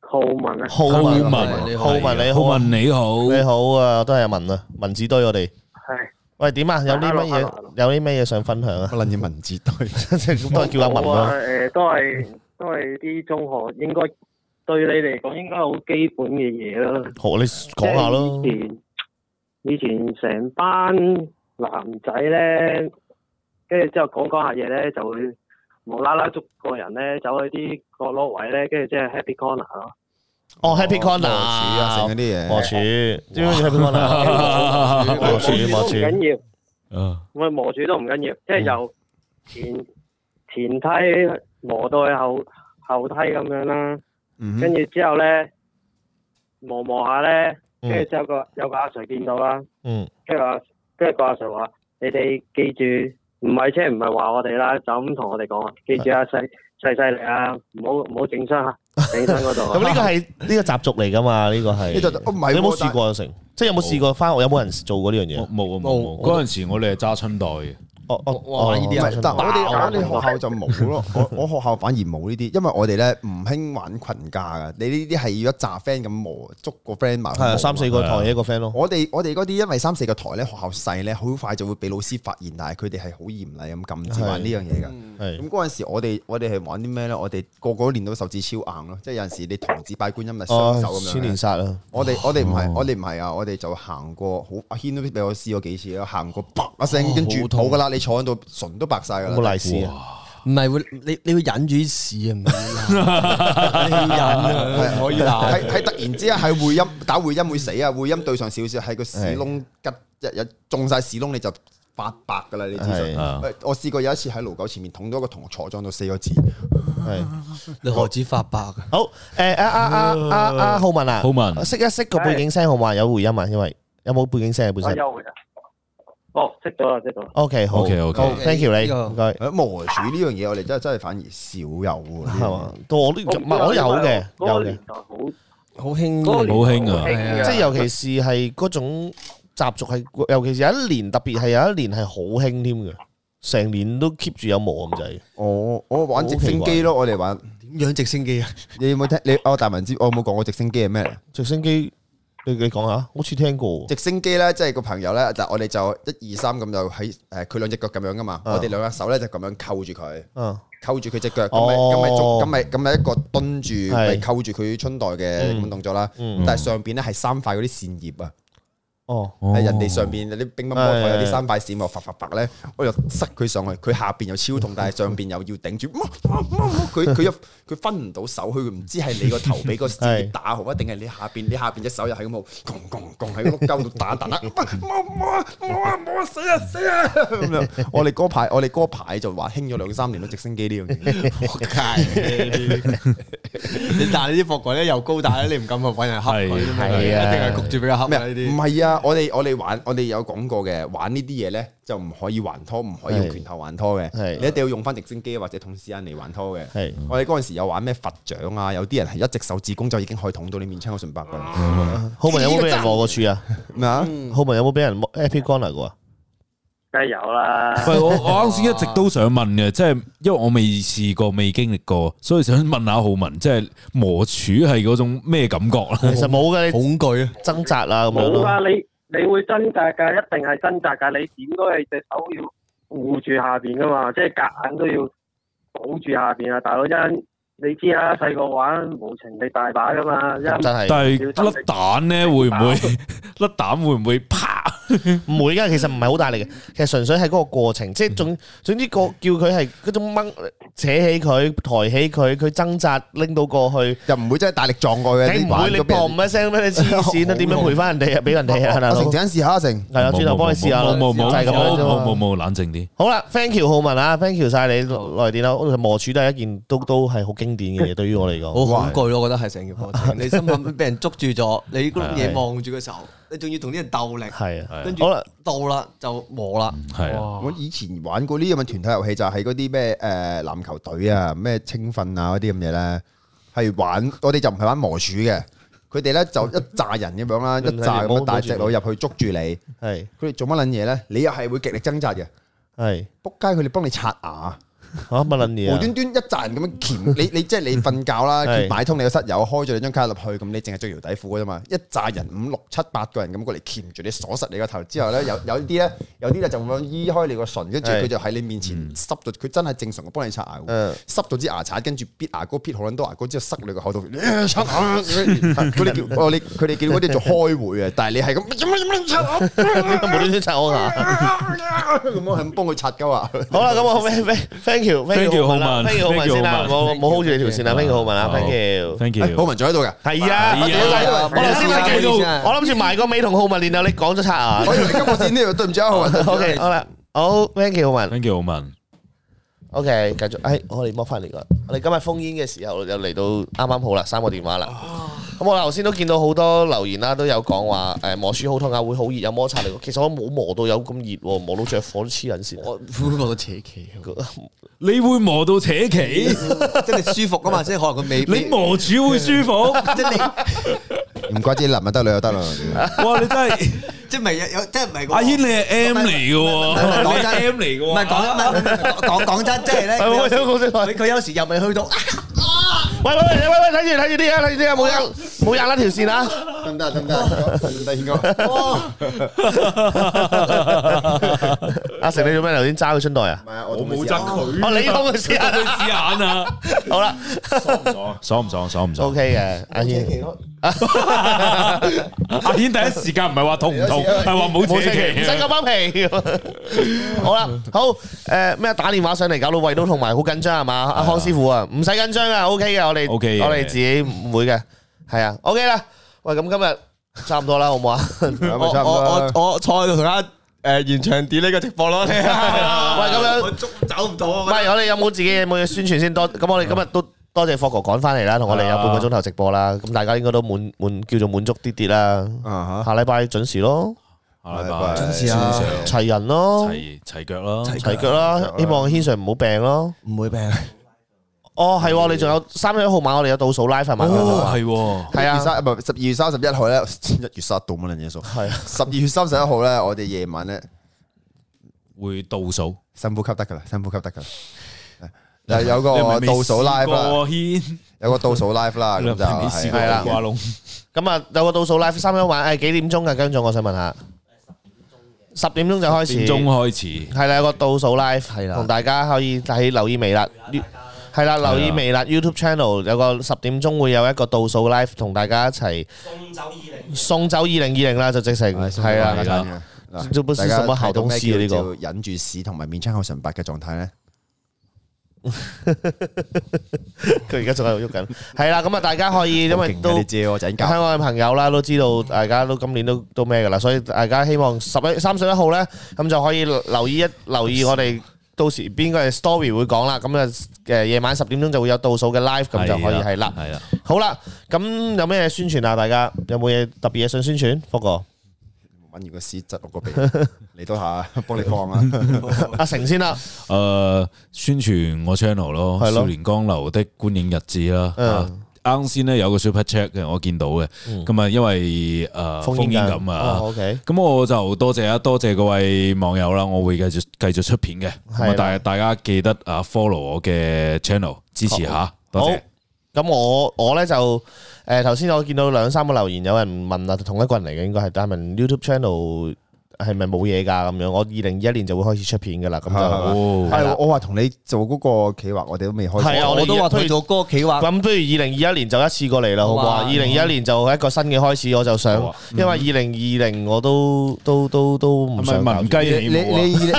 [SPEAKER 14] 浩文啊，
[SPEAKER 1] 浩文，浩
[SPEAKER 2] 啊
[SPEAKER 1] 文你好，浩文你好，你好啊，都係阿文啊，文字堆我哋。
[SPEAKER 14] 係
[SPEAKER 1] 喂，點啊？有啲乜嘢？有啲咩嘢想分享啊？
[SPEAKER 11] 乜撚嘢文字堆，
[SPEAKER 1] 咁都係叫阿文
[SPEAKER 14] 我啊，
[SPEAKER 1] 咯。
[SPEAKER 14] 誒，都係都係啲中學應該對你嚟講應該好基本嘅嘢啦。
[SPEAKER 1] 好，你講下咯。
[SPEAKER 14] 即係以前以前成班男仔咧，跟住之後講講下嘢咧，就會無啦啦捉個人咧，走去啲角落位咧，跟住即係 happy corner 咯。
[SPEAKER 1] 哦，Happy Corner
[SPEAKER 11] 啊成嗰啲嘢
[SPEAKER 1] 磨柱，知唔知 Happy Corner？磨柱，磨
[SPEAKER 14] 都唔緊
[SPEAKER 1] 柱，
[SPEAKER 14] 要。
[SPEAKER 2] 啊
[SPEAKER 14] 唔係磨住都唔緊要，即係由前前梯磨到去後後梯咁樣啦。
[SPEAKER 11] 嗯
[SPEAKER 14] 跟住之後咧磨磨下咧，
[SPEAKER 1] 嗯
[SPEAKER 14] 跟住之後個有個阿 Sir 見到啦，
[SPEAKER 1] 嗯，
[SPEAKER 14] 跟住話跟住個阿 Sir 話：你哋記住，唔係即係唔係話我哋啦，就咁同我哋講啊，記住啊細細細力啊，唔好唔好整傷 啊，整傷嗰度啊。
[SPEAKER 1] 咁呢個係呢個習俗嚟噶嘛？呢個係，
[SPEAKER 14] 呢個
[SPEAKER 2] 哦唔係喎
[SPEAKER 1] 你有冇試過啊？成，即係有冇試過翻學？有冇人做過呢樣嘢？
[SPEAKER 2] 冇啊冇，嗰陣時我哋係揸春袋嘅。
[SPEAKER 1] 哦哦，
[SPEAKER 11] 唔係但我
[SPEAKER 1] 啊
[SPEAKER 11] 哋我哋學校就冇 咯，我我學校反而冇呢啲，因為我哋咧唔興玩群架噶，你呢啲係要一紮 friend 咁磨，捉個 friend 埋去
[SPEAKER 1] 係啊
[SPEAKER 11] 磨
[SPEAKER 1] 三四個
[SPEAKER 11] 嘛
[SPEAKER 1] 台一個 friend 咯
[SPEAKER 11] 我哋我哋嗰啲因為三四個台咧學校細咧，好快就會俾老師發現，但係佢哋係好嚴厲咁禁止玩呢樣嘢㗎。
[SPEAKER 1] 係
[SPEAKER 11] 咁嗰陣時我哋我哋係玩啲咩咧？我哋個個都練到手指超硬咯，即係有陣時你童子拜觀音咪雙手咁樣。
[SPEAKER 1] 千年殺啊！
[SPEAKER 11] 我哋我哋唔係我哋唔係啊！我哋就行過好阿軒都俾我試過幾次啦，啊行過啪一
[SPEAKER 1] 哦
[SPEAKER 11] 聲，跟住冇噶啦，你坐喺度唇都白晒噶啦。
[SPEAKER 1] 冇利是啊！
[SPEAKER 12] 唔係會你你會忍住啲屎啊？唔係你要忍啊，唔可以鬧。
[SPEAKER 11] 係係突然之間係會陰打會陰會死啊！會陰對上少少係個屎窿吉一一中晒屎窿你就發白噶啦！你知唔知
[SPEAKER 1] 係啊
[SPEAKER 11] 喂我試過有一次喺盧九前面捅咗個同學坐裝到四個字，
[SPEAKER 1] 係
[SPEAKER 12] 你何止發白啊？
[SPEAKER 1] 好，誒啊啊啊啊啊！浩文啊，
[SPEAKER 2] 浩文
[SPEAKER 1] 識一識個背景聲好嘛？有回音啊，因為有冇背景聲啊？本
[SPEAKER 14] 我
[SPEAKER 1] 身
[SPEAKER 14] 休會啊！哦，識咗啦，識咗啦。
[SPEAKER 1] OK 好
[SPEAKER 2] OK，OK
[SPEAKER 1] 好，thank you 你
[SPEAKER 11] 呢個
[SPEAKER 1] 唔該，
[SPEAKER 11] 磨柱呢樣嘢我哋真係真係反而少有喎。
[SPEAKER 1] 係嘛？到我都唔係我有嘅，有
[SPEAKER 14] 嗰個
[SPEAKER 1] 嘅
[SPEAKER 14] 年。代好
[SPEAKER 12] 好興
[SPEAKER 1] 好
[SPEAKER 2] 興啊
[SPEAKER 14] 係啊
[SPEAKER 1] 即係尤其是係嗰種習俗係，尤其是有一年特別係有一年係好興添嘅，成年都 keep 住有毛咁滯。
[SPEAKER 11] 我我玩直升機咯，我哋玩
[SPEAKER 12] 點樣直升機啊？
[SPEAKER 11] 你有冇聽？你我哦大文知，我有冇講過直升機係咩嚟？
[SPEAKER 1] 直升機，你你講下，好似聽過。
[SPEAKER 11] 直升機咧，即係個朋友咧，就我哋就一二三咁就喺誒佢兩隻腳咁樣噶嘛，
[SPEAKER 1] 啊
[SPEAKER 11] 我哋兩隻手咧就咁樣扣住佢，
[SPEAKER 1] 嗯，
[SPEAKER 11] 扣住佢隻腳，咁咪
[SPEAKER 1] 哦
[SPEAKER 11] 咁咪捉咁咪咁咪一個蹲住，
[SPEAKER 1] 係
[SPEAKER 11] 咪扣住佢春袋嘅
[SPEAKER 1] 嗯
[SPEAKER 11] 咁動作啦。
[SPEAKER 1] 嗯
[SPEAKER 11] 但係上邊咧係三塊嗰啲扇葉啊，
[SPEAKER 1] 哦，
[SPEAKER 11] 係人哋上邊有啲乒乓波台有
[SPEAKER 1] 係
[SPEAKER 11] 啲三塊扇，我發發白咧，我就塞佢上去，佢下邊又超痛，但係上邊又要頂住，佢佢又佢分唔到手，佢唔知係你個頭俾個扇葉打好啊，定係你下邊你下邊隻手又係咁好，拱拱拱喺個碌鳩度打打打。我死啊死啊！咁樣我哋嗰排我哋嗰排就話興咗兩三年咯，直升機呢樣嘢，
[SPEAKER 12] 你但係呢啲貨櫃咧又高大咧，你唔敢去揾人恰佢，
[SPEAKER 11] 係
[SPEAKER 12] 一定係焗住俾佢
[SPEAKER 1] 哦
[SPEAKER 12] 恰啦呢啲
[SPEAKER 11] 唔。係啊！我哋我哋玩我哋有講過嘅，玩呢啲嘢咧就唔可以還拖，唔可以用拳頭還拖嘅，
[SPEAKER 1] 係
[SPEAKER 11] 你一定要用翻直升機或者捅屎眼嚟還拖嘅。
[SPEAKER 1] 係
[SPEAKER 11] 我哋嗰陣時有玩咩佛掌啊，有啲人係一隻手指公就已經可以捅到你面青口唇白噶啦。
[SPEAKER 1] 嗯
[SPEAKER 14] 嗯
[SPEAKER 1] 浩文有冇俾人摸過柱啊？
[SPEAKER 11] 咩啊？
[SPEAKER 1] 浩文有冇俾人摸 happy corner 過啊？
[SPEAKER 14] 梗係有啦。
[SPEAKER 2] 喂，我我啱先一直都想問嘅，即係因為我未試過、未經歷過，所以想問下浩文，即係磨柱係嗰種咩感覺咧？
[SPEAKER 1] 其實冇嘅，恐懼啊、掙扎啊咁樣
[SPEAKER 14] 冇
[SPEAKER 1] 咯。
[SPEAKER 14] 噶，你你會掙扎㗎，一定係掙扎㗎。你點都係隻手要護住下邊㗎嘛，即係夾硬都要保住下邊啊！大佬一陣你知啦，細個玩無情力大把㗎嘛，一陣
[SPEAKER 2] 但係
[SPEAKER 14] 要
[SPEAKER 2] 甩蛋咧，會唔會 甩蛋會唔會啪？
[SPEAKER 1] 唔會噶，其實唔係好大力嘅，其實純粹係嗰個過程，即係總總之個叫佢係嗰種掹扯起佢、抬起佢，佢掙扎拎到過去，
[SPEAKER 11] 又唔會真係大力撞過去嘅
[SPEAKER 1] 你唔
[SPEAKER 11] 啲
[SPEAKER 1] 會
[SPEAKER 11] 板
[SPEAKER 1] 你
[SPEAKER 11] 都俾人
[SPEAKER 1] 砰一聲咩？你黐線啊！點樣賠翻人哋啊？俾人哋啊！大
[SPEAKER 11] 阿
[SPEAKER 1] 佬
[SPEAKER 11] 成陣間試下阿成，
[SPEAKER 1] 係
[SPEAKER 2] ờ,
[SPEAKER 1] 啊，轉頭幫你試下啦，
[SPEAKER 2] 冇冇冇
[SPEAKER 1] 就係咁樣啫嘛
[SPEAKER 2] 冇冇冇冷靜啲。
[SPEAKER 1] 好啦，thank you 浩文啊，thank you 晒你來電啦。我磨柱都係一件都都係好經典嘅嘢，對於我嚟講，
[SPEAKER 12] 好恐懼咯，我覺得係成件過程。 你心諗俾人捉住咗，你嗰碌嘢望住嘅時候，你仲要同啲人鬥力，
[SPEAKER 1] 係嗯啊
[SPEAKER 12] 跟住
[SPEAKER 11] 好啦
[SPEAKER 12] 到啦就磨啦，
[SPEAKER 2] 係
[SPEAKER 12] 哇
[SPEAKER 11] 我以前玩過呢咁嘅團體遊戲，就係嗰啲咩誒籃球隊啊、咩青訓啊嗰啲咁嘢咧，係玩我哋就唔係玩磨鼠嘅，佢哋咧就一扎人咁樣 啦，一扎咁樣大隻佬入去捉住你，
[SPEAKER 1] 係
[SPEAKER 11] 佢哋做乜撚嘢咧？你又係會極力掙扎嘅，
[SPEAKER 1] 係
[SPEAKER 11] 仆街佢哋幫你刷牙。
[SPEAKER 1] 嚇乜撚嘢
[SPEAKER 11] 無
[SPEAKER 1] 啊？
[SPEAKER 11] 端端一扎人咁樣鉗你， 你即係你瞓覺啦，
[SPEAKER 1] 係
[SPEAKER 11] 買通你個室友，開咗你張卡入去，咁你淨係着條底褲嘅啫嘛，一扎人五六七八個人咁過嚟鉗住你，鎖實你個頭之後咧，有有啲咧，有啲咧就咁樣醫開你個唇，跟住
[SPEAKER 1] 係嗯
[SPEAKER 11] 佢就喺你面前濕咗，佢真係正常嘅幫你刷牙喎，濕咗支牙刷，跟住撇牙膏，撇好撚多牙膏之後塞你個 口度， 刷牙佢哋叫哦你佢哋叫嗰啲做開會啊，但係你係咁
[SPEAKER 1] 無端端擦我牙。
[SPEAKER 11] 咁樣係咁幫佢刷鳩啊，
[SPEAKER 1] 好啦，咁我 thank you
[SPEAKER 2] Thank you，浩文
[SPEAKER 1] ，thank you 浩文先啦，
[SPEAKER 2] Thank you，浩
[SPEAKER 1] 我冇 hold 住你條線啦，thank you 浩文啊
[SPEAKER 2] 好
[SPEAKER 1] ，thank you
[SPEAKER 2] Thank you
[SPEAKER 11] 哎浩文仲喺 度嘅，
[SPEAKER 1] 係啊，我
[SPEAKER 2] 係啊
[SPEAKER 1] 屌我頭先係
[SPEAKER 11] 係
[SPEAKER 1] 到
[SPEAKER 11] 啊，
[SPEAKER 1] 我諗住埋個尾同浩文，然後你講咗刷牙。
[SPEAKER 11] 我以為今個線呢度對唔住啊，浩文
[SPEAKER 1] OK，好啦，好，thank you 浩文
[SPEAKER 2] ，thank you 浩文。
[SPEAKER 1] OK，繼續，哎，我哋摸翻嚟個，我哋今日封煙嘅時候又嚟到啱啱好啦，三個電話啦。咁我頭先都見到好多留言啦，都有講話誒磨書好痛啊，會好熱有摩擦力。其實我冇磨到有咁熱喎，磨到着火都黐緊線。我
[SPEAKER 12] 會覺得扯旗，
[SPEAKER 2] 你會磨到 扯旗，
[SPEAKER 12] 即係你舒服噶嘛，即係可能佢未
[SPEAKER 2] 你磨柱會舒服，
[SPEAKER 12] 即 係你
[SPEAKER 11] 唔怪之你男咪得女又得啦。
[SPEAKER 2] 哇！你真係
[SPEAKER 12] 即係咪有有即係唔係嗰個
[SPEAKER 2] 阿軒，你係 M 嚟嘅
[SPEAKER 12] 唔係唔係
[SPEAKER 2] 喎，
[SPEAKER 12] 講
[SPEAKER 2] 你係
[SPEAKER 12] 真
[SPEAKER 2] M 嚟嘅喎，
[SPEAKER 12] 唔係講唔係唔係講講真，即係咧，
[SPEAKER 1] 係我想講先
[SPEAKER 12] 佢佢有時又未去到。啊
[SPEAKER 1] 喂喂喂喂，睇住睇住啲啊，睇住啲啊，冇有冇有甩條線 啊！
[SPEAKER 11] 得唔得？得唔得？得唔得？應該
[SPEAKER 1] 阿成，你做咩頭先揸佢春袋 啊？
[SPEAKER 11] 我
[SPEAKER 2] 冇責佢，
[SPEAKER 1] 哦，你幫佢試下
[SPEAKER 2] 佢試眼啊，
[SPEAKER 1] 好啦
[SPEAKER 2] 爽唔爽？爽唔爽？
[SPEAKER 1] ，OK 嘅，阿軒。
[SPEAKER 2] 阿軒第一時間唔係話痛唔痛，係 話
[SPEAKER 1] 冇
[SPEAKER 2] 冇扯
[SPEAKER 1] 扯旗，唔使咁啱
[SPEAKER 2] 旗啊。
[SPEAKER 1] 皮。好啦，好誒咩打電話上嚟，搞到胃都痛埋，好緊張係嘛？阿康師傅啊，唔使緊張啊，OK 嘅，我哋
[SPEAKER 2] À. OK 嘅
[SPEAKER 1] 我哋自己唔會嘅，係啊，OK à? 啦。喂，咁今日差唔多啦，好唔 好啊？
[SPEAKER 2] Dạ,
[SPEAKER 11] 咪差唔多啦。
[SPEAKER 12] 我我坐喺度同阿誒現場 d 呢個直播咯， 喂
[SPEAKER 1] 喂咁樣
[SPEAKER 12] 我捉走唔到
[SPEAKER 1] 唔
[SPEAKER 12] 啊！
[SPEAKER 1] 係，我哋有冇自己有冇嘢宣傳先？多咁，我哋今日都多謝霍哥趕翻嚟啦，同我
[SPEAKER 2] À.
[SPEAKER 1] 哋有半個鐘頭直播啦。咁大家應該都滿滿叫做滿足啲啲啦。
[SPEAKER 2] À
[SPEAKER 11] 啊
[SPEAKER 1] 下禮拜準時咯，
[SPEAKER 2] 下禮拜
[SPEAKER 11] 準
[SPEAKER 12] 時啊
[SPEAKER 2] 先上
[SPEAKER 1] 齊人咯，
[SPEAKER 2] 齊齊腳啦，
[SPEAKER 1] 齊腳啦。希望軒 Sir 唔好病咯。
[SPEAKER 12] 唔會病，
[SPEAKER 1] 哦，係喎，你仲有三一號碼，我哋有倒數 live 係咪？
[SPEAKER 2] 哦係喎，
[SPEAKER 1] 係啊
[SPEAKER 11] 月三唔係十二月三十一號咧，一月三到乜撚嘢數？
[SPEAKER 1] 係啊，
[SPEAKER 11] 十二月三十一號咧，我哋夜晚咧
[SPEAKER 2] 會倒數。
[SPEAKER 11] 深呼吸得噶啦，深呼吸得噶啦。又有個
[SPEAKER 2] 你係咪未
[SPEAKER 11] 哦倒數
[SPEAKER 2] 試
[SPEAKER 11] live 啦，
[SPEAKER 2] 過軒，
[SPEAKER 11] 有個倒數 live 啦，咁
[SPEAKER 2] 你
[SPEAKER 11] 就
[SPEAKER 2] 係咪未試過
[SPEAKER 11] 係啦。
[SPEAKER 2] 掛窿？
[SPEAKER 1] 咁啊，有個倒數 live 三一晚，誒幾點鐘㗎？姜總，我想問下。十點鐘就開
[SPEAKER 2] 點
[SPEAKER 1] 始，
[SPEAKER 2] 鐘開始？
[SPEAKER 1] 係啦，有個倒數 live，係啦，同大家可以喺留意微辣，係啦，留意微辣 YouTube channel 有個十點鐘會有一個倒數 live，同大家一齊送走二零二零啦，就直成係
[SPEAKER 11] 大
[SPEAKER 1] 啦，
[SPEAKER 11] 家
[SPEAKER 1] 嗱這不是什麼好東西啊呢個
[SPEAKER 11] 大家睇到咩叫做忍住屎同埋面青口唇白嘅狀態咧，
[SPEAKER 1] 佢而家仲喺度喐緊，係啦，咁啊，大家可以因為
[SPEAKER 11] 好勁啊
[SPEAKER 1] 都
[SPEAKER 11] 你。借我陣間
[SPEAKER 1] 香。港嘅朋友啦，都知道大家都今年都都咩噶啦，所以大家希望十一三十一號咧，咁就可以留意一留意我哋到時邊個嘅 story 會講啦。咁啊誒夜晚十點鐘就會有倒數嘅 live，咁就可以係啦。
[SPEAKER 2] 係啦，
[SPEAKER 1] 好啦，咁有咩宣傳啊？大家有冇嘢特別嘢想宣傳？福 哥，
[SPEAKER 11] 揾完個屎窒落個鼻，嚟到下幫你放啊！
[SPEAKER 1] 阿成先啦，
[SPEAKER 2] 呃誒宣傳我 channel 咯，
[SPEAKER 1] 係咯
[SPEAKER 2] 少年江流的觀影日誌啦，
[SPEAKER 1] 嗯
[SPEAKER 2] 啊啱先咧有個 super check 嘅，我見到嘅。咁啊，因為誒
[SPEAKER 1] 烽
[SPEAKER 2] 烽
[SPEAKER 1] 煙
[SPEAKER 2] 煙
[SPEAKER 1] 緊
[SPEAKER 2] 咁
[SPEAKER 1] 哦
[SPEAKER 2] 啊
[SPEAKER 1] ，OK，
[SPEAKER 2] 咁我就多謝啊，多謝各位網友啦，我會繼續繼續出片嘅。咁
[SPEAKER 1] 係啦
[SPEAKER 2] 啊，大大家記得啊 follow 我嘅 channel 支持下，多謝。
[SPEAKER 1] 好，咁我我咧就誒頭先我見到兩三個留言，有人問啊，同一個人嚟嘅應該係，但係問 YouTube channel 係咪冇嘢㗎咁樣？我二零二一年就會開始出片㗎啦，咁 就係
[SPEAKER 11] 係
[SPEAKER 1] 啦
[SPEAKER 11] 我話同你做嗰個企劃，我哋都未開始。
[SPEAKER 1] 係啊，哋不如
[SPEAKER 12] 嗰個企劃。
[SPEAKER 1] 咁不如二零二一年就一次過嚟啦，啊好唔好啊？啊
[SPEAKER 11] 哇
[SPEAKER 1] 二零二一年就一個新嘅開始，我就想，因為二零二零我都都都都唔想搞住。
[SPEAKER 11] 你你你 你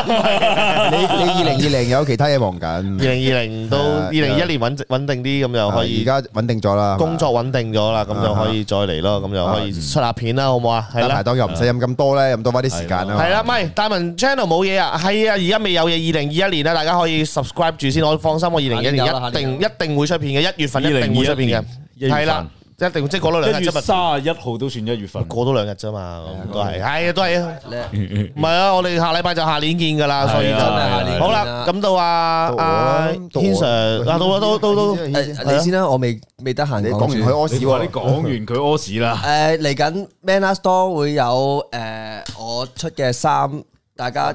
[SPEAKER 11] 二零二零有其他嘢忙緊。
[SPEAKER 1] 二零二零到二零一年穩穩定啲，咁就可以。
[SPEAKER 11] 啊而家穩啊定咗啦，係嘛
[SPEAKER 1] 工作穩定咗啦，咁就可以再嚟咯，咁就可以出下片啦，好唔好啊？係
[SPEAKER 11] 大
[SPEAKER 1] 啦
[SPEAKER 11] 排，檔又唔使飲咁多咧，飲多翻啲時間啦。
[SPEAKER 1] 係啦，咪大文 channel 冇嘢啊，係啊，而家未有嘢，二零二一年啊啦，大家可以 subscribe 住先，我放心，我二零二一年一定一定會出片嘅，一月份一定會出片嘅，係啦，一定即係過多兩
[SPEAKER 2] 一
[SPEAKER 1] 日
[SPEAKER 2] 月
[SPEAKER 1] 啫嘛，
[SPEAKER 2] 三十一號都算一月份，
[SPEAKER 1] 過多兩日啫嘛，咁都係，係啊，都係啊，唔係啊，我哋下禮拜就下年見㗎啦，所以就好啦，咁到啊啊軒 Sir 啊，到啊，到到到，
[SPEAKER 12] 你先啦，我未未得閒。
[SPEAKER 1] 啊你講完佢屙屎喎你快啲講
[SPEAKER 2] 完佢屙屎 啦。
[SPEAKER 12] 誒，呃嚟緊 Manner Store 會有誒我出嘅衫，大家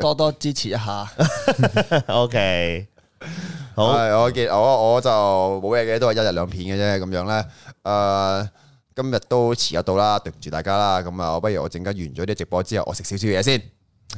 [SPEAKER 12] 多多支持一下。
[SPEAKER 1] O K，
[SPEAKER 11] 好，我見我我就冇嘢嘅，都係一日兩片嘅啫，咁樣咧。誒，今日都遲咗到啦，對唔住大家啦。咁啊，我不如我陣間完咗啲直播之後，我食少少嘢先。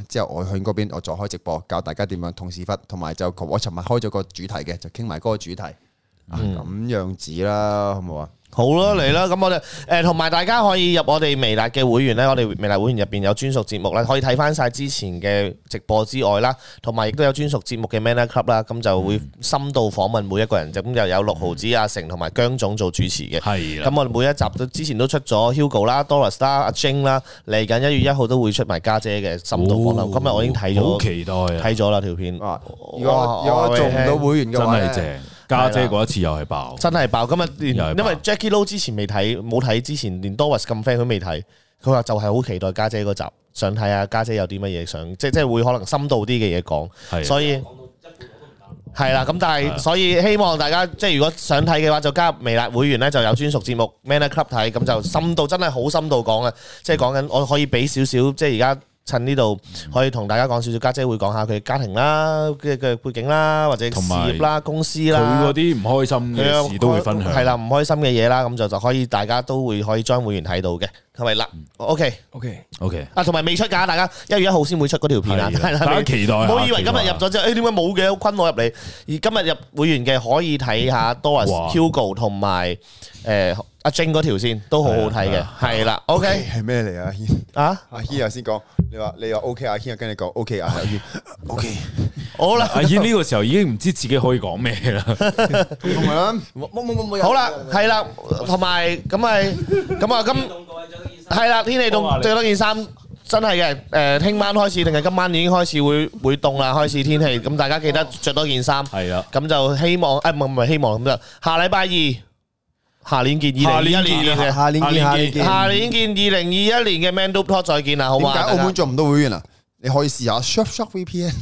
[SPEAKER 11] 之後我去嗰邊，我再開直播教大家點樣捅屎忽，同埋就我尋日開咗個主題嘅，就傾埋嗰個主題啊，
[SPEAKER 2] 嗯
[SPEAKER 11] 咁樣子啦，好唔好啊？
[SPEAKER 1] 好啦，嚟啦，咁我哋誒同埋大家可以入我哋微辣嘅會員咧，我哋微辣會員入邊有專屬節目咧，可以睇翻晒之前嘅直播之外啦，同埋亦都有專屬節目嘅 Man Club 啦，咁就會深度訪問每一個人，咁就有六毫子、阿成同埋姜總做主持嘅。
[SPEAKER 2] 係
[SPEAKER 1] 咁我哋每一集都之前都出咗 Hugo 啦、Doris 啦、阿 Jing 啦，嚟緊一月一號都會出埋家姐嘅深度訪問。今日啊我已經睇咗，
[SPEAKER 2] 哦好期待啊
[SPEAKER 1] 睇咗啦條片。
[SPEAKER 11] 如果我如果我做唔到會員嘅話
[SPEAKER 2] 真係正家姐嗰一次又係爆。
[SPEAKER 1] 真係爆！今日
[SPEAKER 2] 又係
[SPEAKER 1] 連因
[SPEAKER 2] 爆
[SPEAKER 1] 為 Jackie Lou 之前未睇，冇睇之前，連 Doris 咁 friend 佢未睇，佢話就係好期待家姐嗰集，想睇下家姐有啲乜嘢想，即即係會可能深度啲嘅嘢講，
[SPEAKER 2] 係啊
[SPEAKER 1] 所以。係啦，咁但係所以希望大家即係如果想睇嘅話，就加入微辣會員咧，就有專屬節目 Man Up Club 睇，咁就深度真係好深度講嘅，即係講緊我可以俾少少，即係而家趁呢度可以同大家講少少，家姐會講下佢嘅家庭啦、嘅嘅背景啦，或者事
[SPEAKER 2] 同埋
[SPEAKER 1] 業啦、公司啦，啊
[SPEAKER 2] 佢嗰啲唔開心嘅事都會分享。
[SPEAKER 1] 係啦，唔開心嘅嘢啦，咁就就可以大家都會可以將會員睇到嘅，係咪啦？OK。
[SPEAKER 12] OK。
[SPEAKER 2] ，OK。
[SPEAKER 1] 啊，同埋未出㗎，大家一月一號先會出嗰條片啊，
[SPEAKER 2] 係啊
[SPEAKER 1] 係啦，
[SPEAKER 2] 大家
[SPEAKER 1] 未
[SPEAKER 2] 期待
[SPEAKER 1] 唔
[SPEAKER 2] 下
[SPEAKER 1] 好以為
[SPEAKER 2] 期
[SPEAKER 1] 今
[SPEAKER 2] 待
[SPEAKER 1] 日
[SPEAKER 2] 下
[SPEAKER 1] 入咗之後，誒點解冇嘅？昆我入嚟，而今日入會員嘅可以睇下 Doris、
[SPEAKER 2] 哇
[SPEAKER 1] Hugo 同埋誒阿 Jing 嗰條先，都好好睇嘅，係啦，OK。
[SPEAKER 11] 係咩嚟啊？阿軒
[SPEAKER 1] 啊，
[SPEAKER 11] 阿軒頭先講，你話你話 OK，阿軒又跟你講 OK 啊，阿軒 OK，
[SPEAKER 1] 好啦，
[SPEAKER 2] 阿燕呢個時候已經唔知自己可以講咩啦。
[SPEAKER 11] 同埋啦，
[SPEAKER 12] 冇冇冇冇
[SPEAKER 1] 好啦，係啦，同埋咁咪咁啊，今係啦，天氣凍着多件衫。真係嘅，誒、聽晚開始定係今晚已經開始會會凍啦，開始天氣，咁大家記得着多件衫。
[SPEAKER 2] 係啦，
[SPEAKER 1] 咁就希望，誒唔係唔係希望咁就，下禮拜二，下年見，二零二一年嘅，
[SPEAKER 11] 下年見下年見
[SPEAKER 1] 下年見，二零二一年嘅 Man d o Talk 再見啦，好
[SPEAKER 11] 點
[SPEAKER 1] 嘛？
[SPEAKER 11] 解 澳門做唔到會員啊？你可以試下 Sharp Sharp VPN。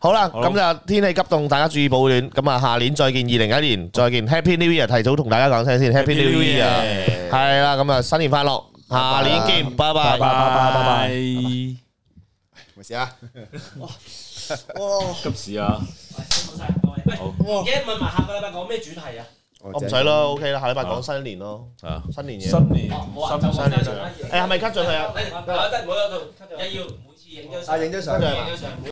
[SPEAKER 1] 好啦，咁就天氣急凍，大家注意保暖。咁啊，下年再見，二零一年再見，Happy New Year！提早同大家講聲先，Happy New Year！係啦，咁啊，新年快樂，下年見，拜拜，拜拜，拜拜。
[SPEAKER 11] 冇事啊。
[SPEAKER 2] 急事啊！
[SPEAKER 15] 唔記得問埋下個禮拜講咩主題啊？
[SPEAKER 11] 哦
[SPEAKER 1] 我唔使啦，OK 啦，下禮拜講新年咯，
[SPEAKER 2] 啊
[SPEAKER 1] 新年嘢，
[SPEAKER 2] 新年
[SPEAKER 15] 新
[SPEAKER 1] 新年
[SPEAKER 15] 哎
[SPEAKER 1] 誒係咪 cut 咗佢啊？
[SPEAKER 15] 得唔好有度，一要每次影張相，
[SPEAKER 1] 啊影張相
[SPEAKER 15] 影張相。